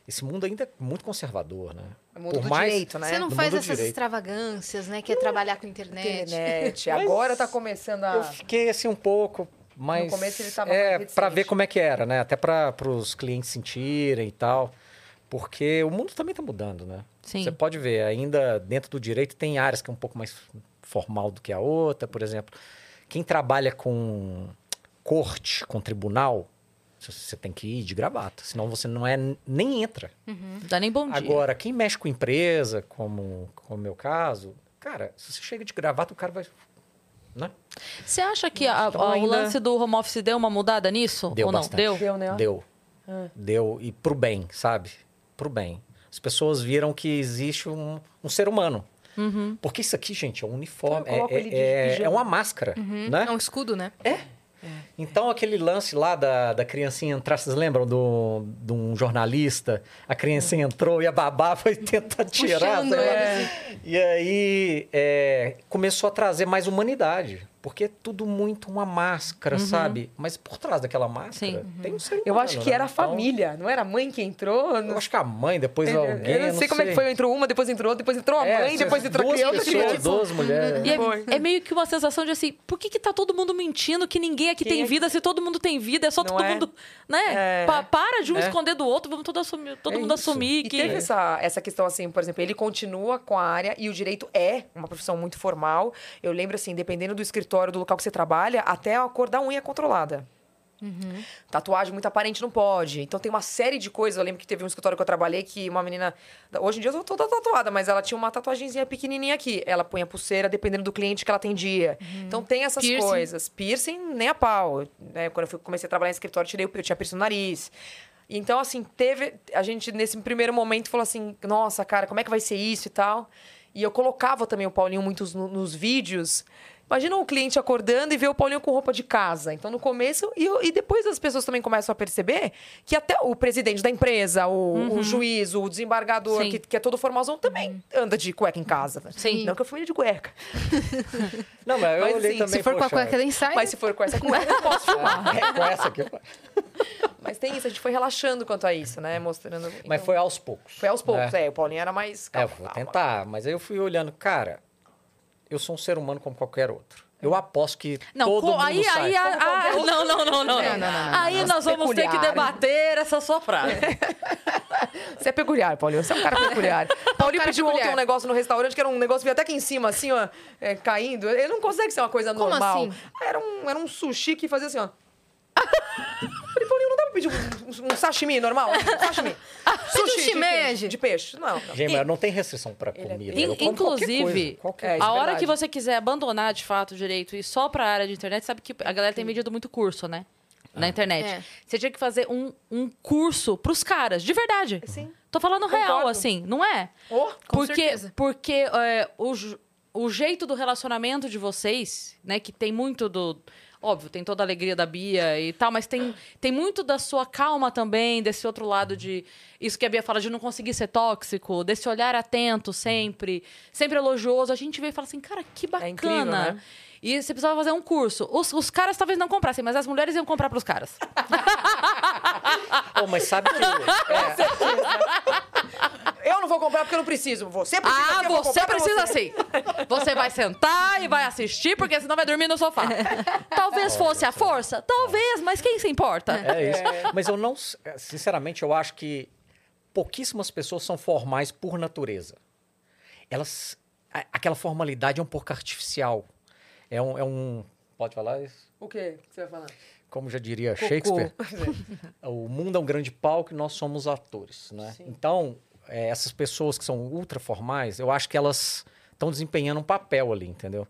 Esse mundo ainda é muito conservador, né?
É mundo do direito, né?
Você não
Do
faz
mundo
essas
direito.
extravagâncias, né? Que é trabalhar com internet.
Internet. Agora tá começando a...
Eu fiquei assim um pouco, mas
No começo ele tava mais
é
reticente.
para ver como é que era, né? Até para os clientes sentirem e tal. Porque o mundo também tá mudando, né?
Sim.
Você pode ver, ainda dentro do direito tem áreas que é um pouco mais formal do que a outra, por exemplo. Quem trabalha com corte, com tribunal, você tem que ir de gravata, senão você não é nem entra.
Não Uhum. dá nem bom dia.
Agora, quem mexe com empresa, como, como é o meu caso, cara, se você chega de gravata, o cara vai. Né?
Você acha que a-
Então
a- o
ainda-
lance do home office deu uma mudada nisso?
Deu
Ou não?
bastante.
Deu?
Deu, né?
Deu. Deu. E pro bem, sabe? Pro bem. As pessoas viram que existe um, um ser humano.
Uhum.
Porque isso aqui, gente, é um uniforme.
Eu coloco
é,
ele de
é-
pijama.
é uma máscara,
Uhum.
né?
É um escudo, né?
Então, aquele lance lá da, da criancinha entrar, vocês lembram do, de um jornalista? A criancinha entrou e a babá foi tentar tirar.
Puxando é.
sei lá.
eles.
E aí é, começou a trazer mais humanidade. Porque é tudo muito uma máscara, sabe? Mas por trás daquela máscara
Sim.
tem um ser humano.
Uhum. Eu acho que
né?
era a
Então,
família, não era a mãe que entrou?
Eu
Não...
acho que a mãe, depois
Eu
alguém.
não sei como é que foi. Entrou uma, depois entrou outra, depois entrou a
É,
mãe, depois entrou a
duas
criança. Uhum.
pessoas,
criança.
duas mulheres.
E
Foi.
é, é meio que uma sensação de assim, por que, que tá todo mundo mentindo que ninguém aqui
Quem
tem
é que-
vida, se todo mundo tem vida, é só
Não
todo
é?
mundo, né?
É.
Pa- para de um
É.
esconder do outro, vamos todo, assumir, todo
É
mundo
isso.
assumir
E
que...
teve essa, essa questão assim, por exemplo, ele continua com a área e o direito é uma profissão muito formal. Eu lembro assim, dependendo do escritório, do local que você trabalha, até a cor da unha é controlada. Tatuagem muito aparente não pode. Então tem uma série de coisas. Eu lembro que teve um escritório que eu trabalhei que uma menina. Hoje em dia eu sou toda tatuada, mas ela tinha uma tatuagemzinha pequenininha aqui. Ela põe a pulseira dependendo do cliente que ela atendia. Então tem essas
Piercing.
coisas. Piercing, nem a pau. né? Quando eu fui- comecei a trabalhar em escritório, eu tirei o- eu tinha piercing no nariz. Então, assim, teve. A gente, nesse primeiro momento, falou assim: nossa, cara, como é que vai ser isso e tal? E eu colocava também o Paulinho muitos no- nos vídeos. Imagina um cliente acordando e ver o Paulinho com roupa de casa. Então, no começo, e, eu- e depois as pessoas também começam a perceber que até o presidente da empresa, o, o juiz, o desembargador,
Uhum. Sim. Uhum.
que, que é todo formalzão, também anda de cueca em casa.
Sim.
Não que a família de cueca.
Não, mas eu
Mas,
olhei
assim,
também.
Se for com a
poxa,
cueca né? da ensaio,
Mas se for com essa cueca, eu posso fumar.
é, com essa aqui.
Mas tem isso, a gente foi relaxando quanto a isso, né? Mostrando.
Mas
então-
foi aos poucos.
Foi aos poucos,
né?
é. O Paulinho era mais.
É,
Calma,
eu vou
calma.
tentar. Mas aí eu fui olhando, cara, eu sou um ser humano como qualquer outro. Eu aposto que
Não,
todo
co-
mundo
aí,
sai.
aí, ah, ah, não, não, não, não, não.
não, não, não,
Aí nós vamos ter que
peculiar.
debater essa sua frase.
Você é peculiar, Paulinho. Você é um cara peculiar. Paulinho
cara
pediu ontem
peculiar.
um negócio no restaurante, que era um negócio que veio até aqui em cima, assim, ó, é, caindo. Ele não consegue ser uma coisa
Como
normal.
assim?
Ah, Era, um, era um sushi que fazia assim, ó. Falei, Paulinho, não dá pra pedir um, um- um sashimi normal? Um sashimi.
um shimeji.
de, de peixe. Não.
Gente, mas não tem restrição pra comida. eu
In-
como qualquer
inclusive,
coisa, qualquer-
É, isso
a
é
hora
verdade.
que você quiser abandonar de fato o direito e ir só pra área de internet, sabe que a galera tem vendido muito curso, né? Na
Ah.
internet.
É.
Você tinha que fazer um, um curso pros caras, de verdade.
Sim.
Tô falando real,
Concordo.
assim, não é?
Oh,
Com
porque
certeza.
porque é, o, ju- o jeito do relacionamento de vocês, né, que tem muito do. Óbvio, tem toda a alegria da Bia e tal, mas tem, tem muito da sua calma também, desse outro lado de. Isso que a Bia fala de não conseguir ser tóxico, desse olhar atento sempre, sempre elogioso. A gente vê e fala assim, cara, que bacana.
incrível, né?
E você precisava fazer um curso. Os, os caras talvez não comprassem, mas as mulheres iam comprar pros caras.
Pô, mas sabe que... é,
Eu não vou comprar porque eu não preciso. Você precisa.
Ah,
sim, eu vou
você
comprar pra
precisa
você.
sim. Você vai sentar e vai assistir, porque senão vai dormir no sofá. Talvez fosse a força? Talvez, mas quem se importa?
É isso. Mas eu não. Sinceramente, eu acho que pouquíssimas pessoas são formais por natureza. Elas. a- Aquela formalidade é um pouco artificial. É um. é um- pode falar isso?
O quê? que você vai falar?
Como já diria Shakespeare, o mundo é um grande palco e nós somos atores. Né? Então, é, essas pessoas que são ultra formais, eu acho que elas estão desempenhando um papel ali, entendeu?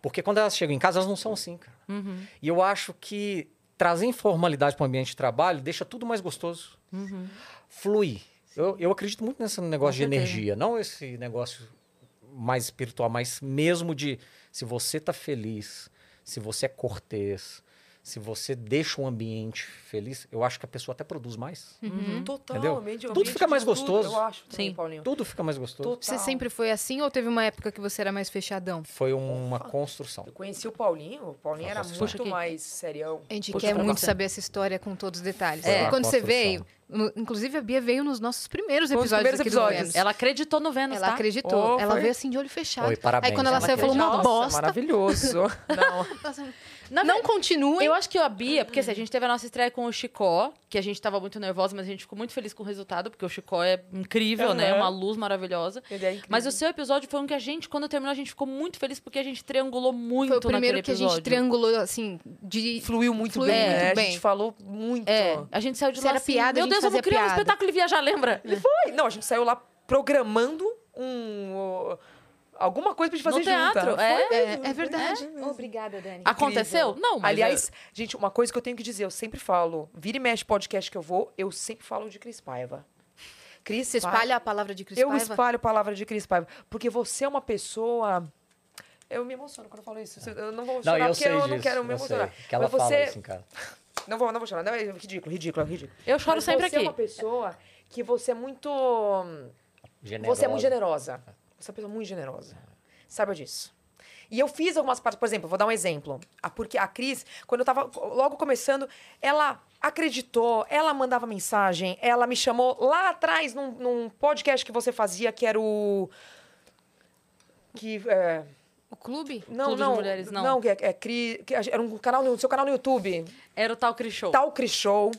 Porque quando elas chegam em casa, elas não são assim, cara.
Uhum.
E eu acho que trazer informalidade para o ambiente de trabalho deixa tudo mais gostoso.
Uhum.
Flui. Eu, eu acredito muito nesse negócio de
certeza.
energia, não esse negócio mais espiritual, mas mesmo de se você tá feliz, se você é cortês, se você deixa o ambiente feliz, eu acho que a pessoa até produz mais.
Totalmente. o
Entendeu? Tudo
ambiente
fica mais
de tudo,
gostoso.
Eu acho. também,
Sim.
Paulinho.
Tudo fica mais gostoso.
Total.
Você sempre foi assim ou teve uma época que você era mais fechadão?
Foi uma construção.
Eu conheci o Paulinho. O Paulinho era
Puxa
muito
aqui.
mais serião.
A gente
Puxa
quer
pra
muito
você.
saber essa história com todos os detalhes.
É.
E quando você
Construção.
veio, no- inclusive a Bia veio nos nossos primeiros
Foi um dos
episódios
primeiros
aqui
episódios.
do Vênus.
Ela acreditou no Vênus,
É. Ela
tá?
acreditou,
Oh,
ela
foi? né,
veio assim de olho fechado.
Oi, parabéns,
Aí quando ela
ela
saiu, falou
acreditou.
uma
Nossa,
bosta.
Maravilhoso. Não.
Na
Não continue.
Eu acho que a Bia, porque assim, a gente teve a nossa estreia com o Chicó, que a gente tava muito nervosa, mas a gente ficou muito feliz com o resultado, porque o Chicó é incrível, né?
Aham.
Uma luz maravilhosa.
Ele é incrível.
Mas o seu episódio foi um que a gente, quando terminou, a gente ficou muito feliz porque a gente triangulou muito
Foi o
naquele
primeiro que a
episódio.
gente triangulou, assim, de.
fluiu muito
Fluiu
bem,
muito
né?
bem.
A gente falou muito.
É, a gente saiu de
Se
lá
era
assim,
piada, a
meu
gente
Deus, vamos
fazia
criar um
piada."
espetáculo e viajar, lembra?
Foi. Não, a gente saiu lá programando um... ó, Alguma coisa pra gente
No
fazer
teatro,
junta.
é.
Foi mesmo,
É, é verdade.
foi mesmo.
Obrigada, Dani.
Aconteceu? Não, mas
é.
Aliás, gente, uma coisa que eu tenho que dizer, eu sempre falo, vira e mexe podcast que eu vou, eu sempre falo de Cris Paiva. Cris
Você
Paiva-
espalha a palavra de Cris
Eu
Paiva?
espalho a palavra de Cris Paiva. Porque você é uma pessoa. Eu me emociono quando eu falo isso. Eu não vou
Não,
chorar
eu
porque
sei
eu
disso.
não quero me
eu sei,
emocionar.
Que ela
Mas você.
fala assim, cara.
Não vou, não vou chorar. Não, é ridículo, ridículo, é ridículo.
eu choro
Mas
sempre
Você é uma
aqui.
pessoa que você é muito. Você é muito generosa. Você é uma pessoa muito generosa. Saiba disso. E eu fiz algumas partes, por exemplo, vou dar um exemplo. A, porque a Cris, quando eu tava logo começando, ela acreditou, ela mandava mensagem, ela me chamou lá atrás num, num podcast que você fazia, que era o. Que. é,
O clube?
não,
Clube de
não,
mulheres, não.
que é, é Cris. que a gente- era um canal no seu canal no YouTube.
Era o tal Cris Show.
Tal Cris Show.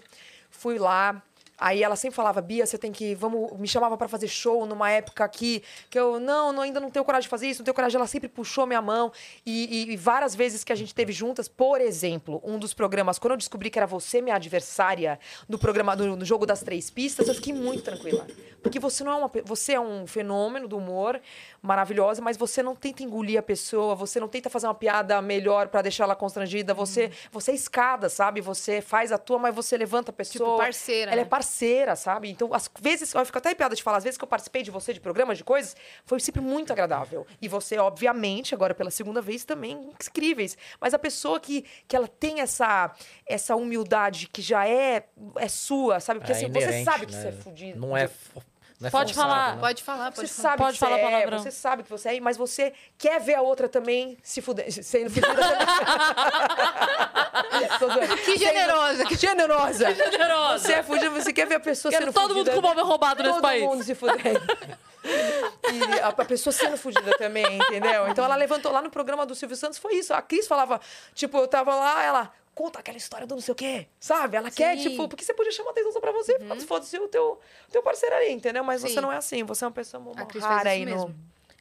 Fui lá. Aí ela sempre falava, Bia, você tem que. Vamos, me chamava pra fazer show numa época que, que eu não, não, ainda não tenho coragem de fazer isso, não tenho coragem. Ela sempre puxou minha mão. E, e- e várias vezes que a gente teve juntas, por exemplo, um dos programas, quando eu descobri que era você minha adversária no programa do no jogo das três pistas, eu fiquei muito tranquila. Porque você não é uma. pe- Você é um fenômeno do humor maravilhosa, mas você não tenta engolir a pessoa, você não tenta fazer uma piada melhor pra deixar ela constrangida. Você, você é escada, sabe? Você faz a tua, mas você levanta a pessoa.
parceira,
Ela é
né?
parceira, sabe? Então, às vezes, eu fico até arrepiada de falar, às vezes que eu participei de você, de programas, de coisas, foi sempre muito agradável. E você, obviamente, agora pela segunda vez, também incríveis. Mas a pessoa que, que ela tem essa, essa humildade que já é, é sua, sabe? Porque
É
assim, você
inerente,
sabe que
né?
você é fudido.
Não é, fo- não é
Pode
forçado,
falar,
né?
Pode falar,
Você
pode falar.
sabe
Pode
que
falar
você
palavrão.
É, você sabe que você é, mas você quer ver a outra também se fuder, sendo fudida também. Tô zoando.
Que generosa.
Que generosa.
Generosa.
Você é fudida, você quer ver a pessoa
Quero
sendo
todo mundo
fudida.
com o móvel roubado nesse
Todo
país.
mundo se fudendo. E a, a pessoa sendo fudida também, entendeu? Então ela levantou lá no programa do Silvio Santos, foi isso. A Cris falava, tipo, eu tava lá, ela conta aquela história do não sei o quê, sabe? Ela quer,
Sim. Uhum.
tipo, porque você podia chamar atenção só pra você, foda-se o teu, teu parceiro ali, entendeu? Mas
Sim.
você não é assim, você é uma pessoa mó-
A Cris faz
rara
isso
aí
mesmo.
no...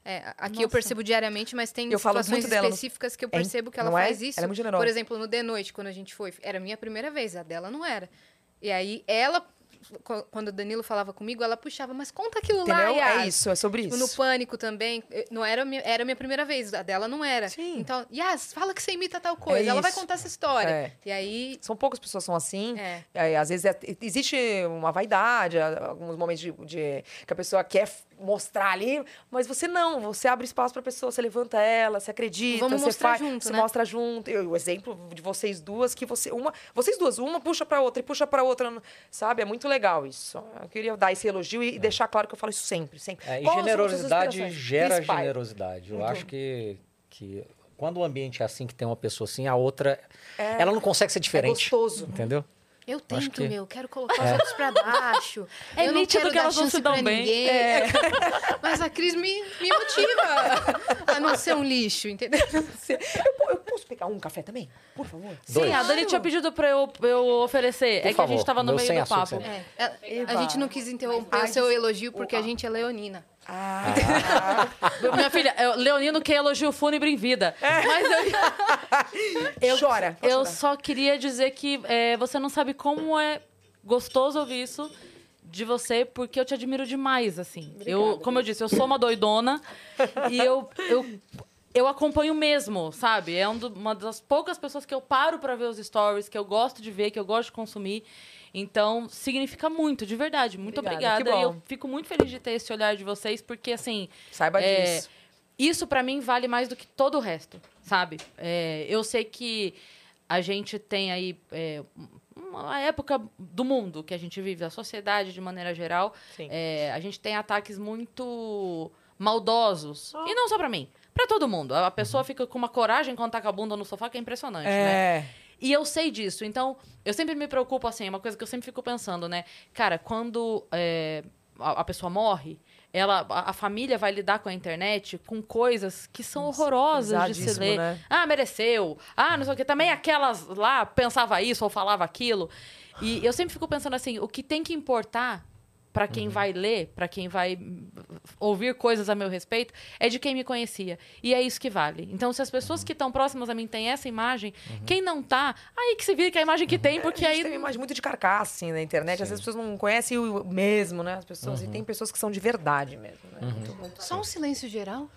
É, a- aqui eu
Nossa.
percebo diariamente, mas tem
Eu falo
situações
muito dela no-
específicas que eu
É,
percebo que ela
não é?
faz isso.
Ela é muito generosa.
Por exemplo, no The Noite, quando a gente foi, era a minha primeira vez, a dela não era. E aí ela, co- quando o Danilo falava comigo, ela puxava, mas conta aquilo lá,
Entendeu?
Yas.
É isso, é sobre
Tipo,
isso.
no pânico também, eu- não era a minha, era a minha primeira vez, a dela não era.
Sim.
Então, Yas, fala que você imita tal coisa, ela vai
isso.
contar essa história.
É.
E aí,
São poucas pessoas que são assim.
É.
É, às vezes é- existe uma vaidade, a- alguns momentos de, de- que a pessoa quer f- mostrar ali, mas você não, você abre espaço pra pessoa, você levanta ela, você acredita,
Vamos
você
mostrar
faz,
junto,
você
né?
mostra junto. Eu- o exemplo de vocês duas que você uma, vocês duas, uma puxa pra outra e puxa pra outra, sabe? É muito legal isso. Eu queria dar esse elogio e deixar claro que eu falo isso sempre, sempre.
É, e
Qual são as suas
generosidade
inspirações?
gera
Inspire.
generosidade. Eu acho que, que quando o ambiente é assim, que tem uma pessoa assim, a outra. Ela não consegue ser
É
diferente.
gostoso.
entendeu?
eu
Acho
tento,
que-
meu, quero colocar os outros pra baixo.
É
eu não
nítido
quero
que
dar
elas não
chance
se dão
pra
bem.
ninguém. Mas a Cris me, me motiva a não ser um lixo, entendeu?
Você- Eu, eu posso pegar um café também? Por favor.
Sim,
Dois.
a Dani tinha pedido pra eu, eu oferecer.
Por
é que a
favor,
gente tava no
meu
meio
sem
do
açúcar,
papo.
né?
É, ela- a
Eva.
gente não quis interromper o
Mas-
seu elogio porque a gente é leonina.
Ah,
Minha filha, eu- Leonino quer elogio fúnebre em vida. Mas eu,
chora.
eu só queria dizer que é, você não sabe como é gostoso ouvir isso de você, porque eu te admiro demais, assim. eu, como eu disse, eu sou uma doidona e eu, eu, eu acompanho mesmo, sabe? É um do- uma das poucas pessoas que eu paro pra ver os stories, que eu gosto de ver, que eu gosto de consumir. Então, significa muito, de verdade. Muito
Obrigada,
obrigada.
que
E
bom.
eu fico muito feliz de ter esse olhar de vocês, porque, assim,
Saiba
É,
disso.
isso pra mim vale mais do que todo o resto, sabe? É, eu sei que a gente tem aí é, uma época do mundo que a gente vive, da sociedade de maneira geral,
Sim.
é, a gente tem ataques muito maldosos e não só pra mim, pra todo mundo. A pessoa fica com uma coragem quando tá com a bunda no sofá que é impressionante, né? E eu sei disso. Então, eu sempre me preocupo, assim, é uma coisa que eu sempre fico pensando, né? Cara, quando é, a, a pessoa morre, ela, a, a família vai lidar com a internet com coisas que são horrorosas de se
pesadíssimo,
ler.
né?
Ah, mereceu. Ah, não sei o quê. Também aquelas lá pensava isso ou falava aquilo. E eu sempre fico pensando assim, o que tem que importar pra quem vai ler, pra quem vai hum, ouvir coisas a meu respeito, é de quem me conhecia. E é isso que vale. Então, se as pessoas que estão próximas a mim têm essa imagem, quem não tá, aí que se vira que é a imagem que tem, porque
Porque a gente
aí
tem uma imagem muito de carcaça, assim, na internet. Às vezes as pessoas não conhecem o mesmo, né? As pessoas.
Uhum.
E tem pessoas que são de verdade mesmo, né? Muito bom.
Só um silência geral?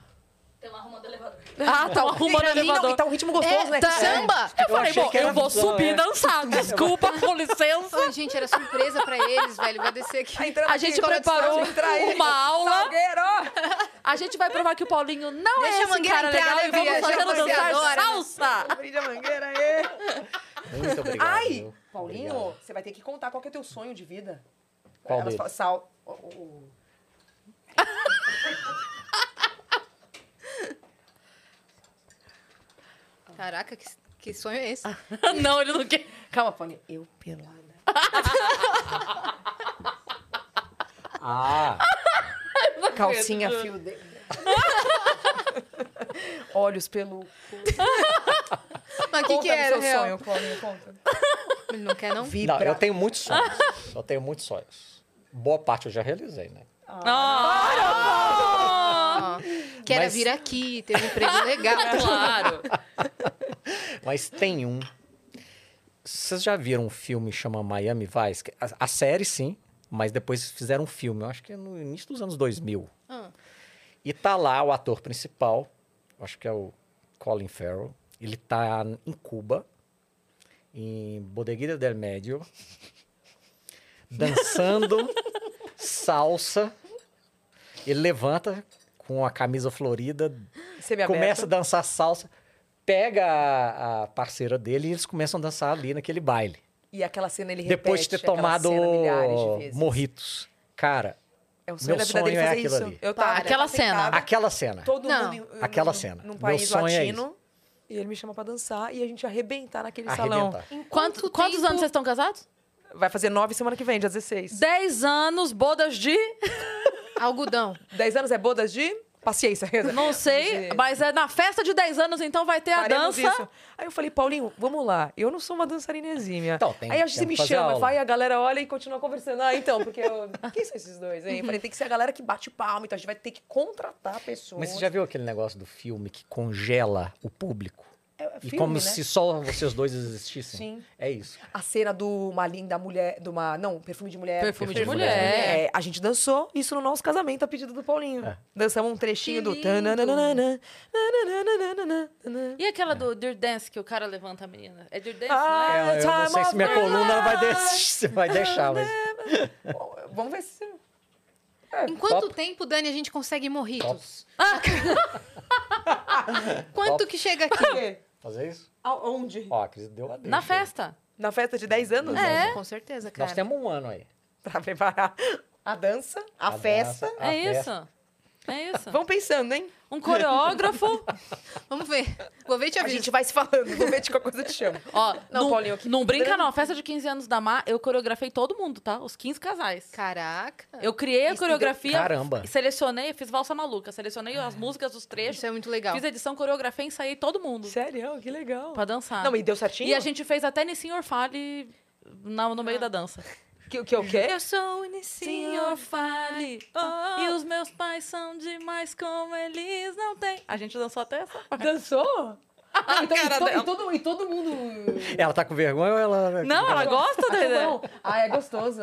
Ah, tá.
arrumando
e,
elevador.
Não, e tá um ritmo gostoso,
É,
né?
tá- Samba!
Eu falei,
achei
bom,
que era
eu vou
visão,
subir e
é.
dançar. Desculpa, com licença.
Ai, gente, era surpresa pra eles, velho. Vai descer aqui.
Tá entrando
A
aqui,
gente
cola de
preparou
sorte, entra aí.
uma aula.
Salgueiro!
A gente vai provar que o Paulinho não
Deixa
é
a
esse
mangueira
cara legal
entrar, né,
e vamos
Bia? Já
fazendo
você
dançar
adora, né?
salsa.
Abrir a mangueira aí.
Muito obrigado.
Ai!
viu?
Paulinho,
Obrigado.
você vai ter que contar qual que é o teu sonho de vida.
Qual
Elas
deles?
falam, sal. o- o-
Caraca, que, que sonho é esse?
Não, ele não quer.
Calma, Paulinho. Eu pelada.
Ah!
Calcinha fio dele. Olhos pelo.
Mas o que,
Conta
que
do
era,
seu
real?
sonho, Paulinho, conta.
Ele não quer, não?
Vibra.
Não, eu tenho muitos sonhos. eu tenho muitos sonhos. Boa parte eu já realizei, né?
Que era
Mas-
vir aqui, ter um emprego legal.
Claro.
Mas tem um. Vocês já viram um filme que chama Miami Vice? Que- A, a série, sim, mas depois fizeram um filme, eu acho que é no início dos anos 2000.
Ah.
E tá lá o ator principal, eu acho que é o Colin Farrell. Ele tá em Cuba, em Bodeguita del Médio, dançando salsa. Ele levanta com a camisa florida,
Você me
começa a dançar salsa, pega a, a parceira dele e eles começam a dançar ali naquele baile.
E aquela cena ele
Depois de
repete
ter
aquela
tomado
cena milhares de vezes.
morritos. Cara,
É o
Meu
sonho da vida dele
sonho é
fazer
aquilo
isso.
ali.
Eu tava,
Para.
Aquela
eu tava
cena.
sentada,
aquela cena.
Todo
Não.
mundo em-
Aquela
num-
cena.
Num
Meu
país
sonho é
latino. e ele me chama pra dançar e a gente arrebentar naquele salão.
Arrebentar.
Em
Quanto-
quanto
quantos
tempo-
anos vocês estão casados?
Vai fazer nove semana que vem, dia 16.
Dez anos, bodas de.
Algodão.
10 anos é bodas de paciência.
Não sei, mas é na festa de 10 anos, então vai ter a
Faremos
dança.
isso. Aí eu falei, Paulinho, vamos lá. Eu não sou uma dançarina exímia.
Então, tem-
Aí a gente
tem
me
que fazer
chama,
aula.
vai, a galera olha e continua conversando. Ah, então, porque eu... quem são esses dois, hein? Eu falei, tem que ser a galera que bate palma, então a gente vai ter que contratar pessoas.
Mas você já viu aquele negócio do filme que congela o público?
É, é
e
filme,
como
né?
se só vocês dois existissem?
Sim.
É isso.
A cena do uma linda mulher, de uma... Não, perfume de mulher.
Perfume de
Perfume de
mulher.
É, a gente dançou isso no nosso casamento a pedido do Paulinho.
É.
Dançamos um trechinho
Que
do.
lindo.
tananana, nananana, nananana.
E aquela do Dear Dance que o cara levanta a menina? É Dear Dance,
Ah,
né?
É, eu não
time
sei
of
se minha
my
coluna vai,
life.
des- vai deixar, mas
Bom, Vamos ver se.
Em quanto
top.
tempo, Dani, a gente consegue
top.
morritos? Quanto que chega aqui?
Fazer isso?
Aonde?
Ó, a Cris deu a deixa.
Na festa.
Na festa de 10 anos?
É. Com certeza, cara.
Nós temos um ano aí.
Pra preparar a dança, a,
dança.
festa.
A
é
festa.
isso. É isso.
Vão pensando, hein?
Um coreógrafo.
Vamos ver. Vou ver e te
A
aviso.
gente vai se falando. Vou ver de qual coisa eu te chamo.
Ó,
Não,
não,
Paulinho, que
não brinca
grande-
não. Festa de 15 anos da Mar, eu coreografei todo mundo, tá? Os 15 casais.
Caraca.
Eu criei a
Isso deu-
coreografia,
Caramba.
selecionei, fiz valsa maluca, selecionei as músicas, os trechos,
Isso é muito legal.
fiz edição, coreografei, ensaiei todo mundo
Sério, que legal.
pra dançar.
é Não, Ah. um e deu certinho?
E a gente fez até Nissin Orfale na- no meio da dança.
Que, que o quê?
Eu sou o Nissin Orfale
oh.
e os meus pais são demais como eles não têm. A gente dançou até essa parte.
Dançou? Ah, então,
cara
e, to- e
dela.
todo, e todo mundo.
Ela tá com vergonha ou ela...
Não, ela gosta
Ah,
da
é
ideia.
bom. Ah, é gostoso.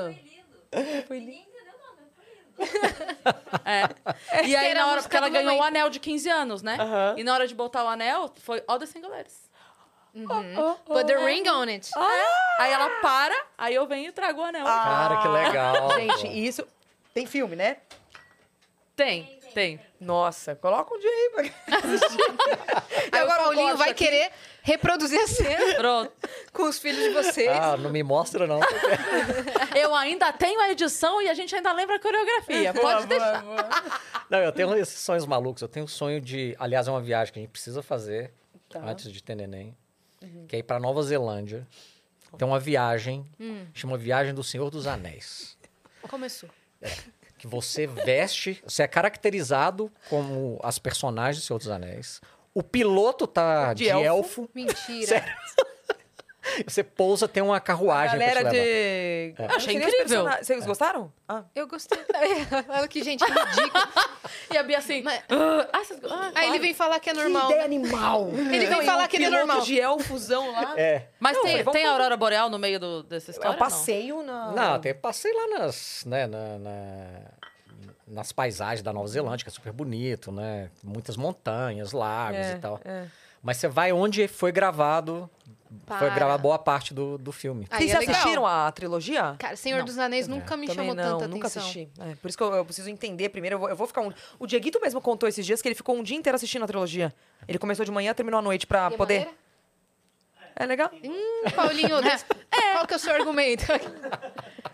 É. E aí,
era a
na hora,
música
porque ela
do
ganhou o
momento.
anel de 15 anos, né?
Aham.
E na hora de botar o anel, foi All the Single Ladies.
Oh, oh.
Put the ring on it.
Aí ela para, aí eu venho e trago o anel.
Cara, que legal.
Ah, Gente,
pô.
isso. Tem filme, né?
Tem, tem.
Nossa, coloca um dia aí pra
Aí o
Agora eu
Paulinho
gosto
vai
aqui.
querer reproduzir a cena
Pronto.
com os filhos de vocês.
Ah, não me mostra, não.
Eu ainda tenho a edição e a gente ainda lembra a coreografia. Pode deixar.
Não, eu tenho esses sonhos malucos. Eu tenho um sonho de. Aliás, é uma viagem que a gente precisa fazer
Tá. Uhum.
antes de ter neném. Que é ir pra Nova Zelândia. Tem uma viagem,
Hum.
chama Viagem do Senhor dos Anéis.
Começou.
Que você veste, você é caracterizado como as personagens do Senhor dos Anéis. O piloto tá
De
de,
elfo.
elfo.
Mentira.
Sério. Você pousa, tem uma carruagem pra te
Galera
levar. É.
de. Eu
Achei
não sei nem os
incrível.
personagens. Vocês gostaram? Ah.
Eu gostei. É, Ah, Olha que gente ridícula.
E a Bia assim.
Mas-
"Ah, ah, vocês- ah,
Aí ele
claro."
vem falar que é
Que
normal.
ideia
né?
animal!
Ele vem falar que ele é normal.
de elfosão lá. É,
É.
Mas
Não,
tem,
mas vamos
tem
fazer-
Aurora Boreal no meio do, dessa
É
história?
um passeio na...
Não, tem, passei lá nas, né, na- na- nas paisagens da Nova Zelândia, que é super bonito, né? Muitas montanhas, lagos
É,
e tal.
é.
Mas você vai onde foi gravado. Foi
Para.
gravar boa parte do, do filme.
Aí
Vocês
é legal.
assistiram a trilogia?
Cara, Senhor
Não.
dos Anéis nunca me
Também
chamou
não,
tanta
nunca
atenção.
assisti. É, por isso que eu, eu preciso entender primeiro. Eu vou, eu vou ficar um. O Dieguito mesmo contou esses dias que ele ficou um dia inteiro assistindo a trilogia. Ele começou de manhã, terminou à noite pra
E é
poder.
maneira?
É legal?
Hum, Paulinho, né? Qual que é o seu argumento?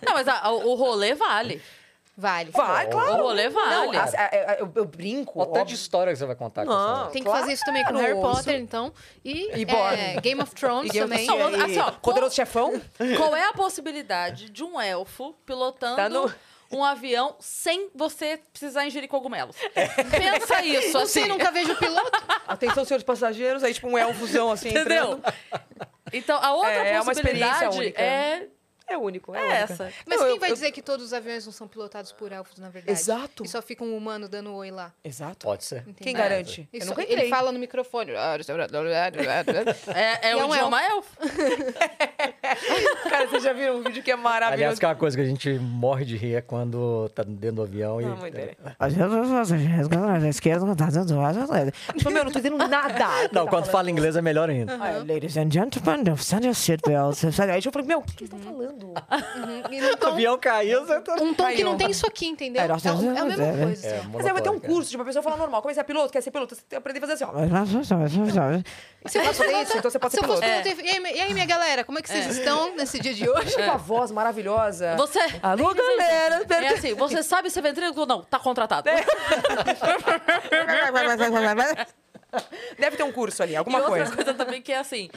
Não, mas a- o rolê vale.
Vale.
Vai,
O
claro.
rolê vale.
Não, a- a- a- eu, eu brinco.
Qual tanto de
óbvio.
história que você vai contar com
Não.
essa
Tem que
Claro,
fazer isso também com Harry Potter,
isso.
então. E,
E
é,
Borne.
Game of Thrones
E eu-
também.
Não,
e-
assim, ó,
Poderoso chefão?
Qual é a possibilidade de um elfo pilotando
Tá no-
um avião sem você precisar ingerir cogumelos?
É.
Pensa isso,
Não sei,
assim.
nunca vejo o piloto.
Atenção, senhores passageiros. Aí, tipo, um elfozão assim.
Entendeu?
entrando.
Então, a outra
né? É, é uma
possibilidade
experiência única.
é,
É único. É,
é
única.
essa.
Mas
Não,
quem
eu-
vai
eu-
dizer que todos os aviões não são pilotados por elfos, na verdade?
Exato.
E só fica um humano dando oi lá.
Exato.
Pode ser.
entendeu?
Quem garante?
Isso, é,
eu nunca entrei.
ele fala no microfone.
É, é
E é
o
um
idioma elfo.
Cara, vocês já viram um vídeo que é
Aliás,
maravilhoso?
que é uma coisa que a gente morre de rir é quando tá dentro do avião
Não,
e.
muito interessante.
Ladies
Tipo, meu, eu não tô entendendo nada.
Não, quando fala inglês é melhor ainda.
and gentlemen, don't send your seatbelts.
Aí eu falei, meu, o que, que eles estão falando?
E num
O
tom,
avião caiu, você tá.
um tom que não
Caiu.
tem isso aqui, entendeu?
É,
É,
nós
o- é a
temos-
mesma
é,
coisa. assim.
Mas aí vai ter um curso de uma pessoa falar normal. Como é que você é piloto? Quer ser piloto? Você tem que aprender a fazer assim, ó.
Se eu fosse
Isso, então você pode
Se
ser
eu fosse
piloto.
perguntar, e, aí, mi- e aí, minha galera, como é que vocês estão nesse dia de hoje?
Com a voz maravilhosa.
Você...
Alô, galera!
É assim, você sabe se é ventríloco ou não? Tá contratado.
Monopoly.
Deve ter um curso ali,
E
alguma
outra
coisa.
coisa também que é assim.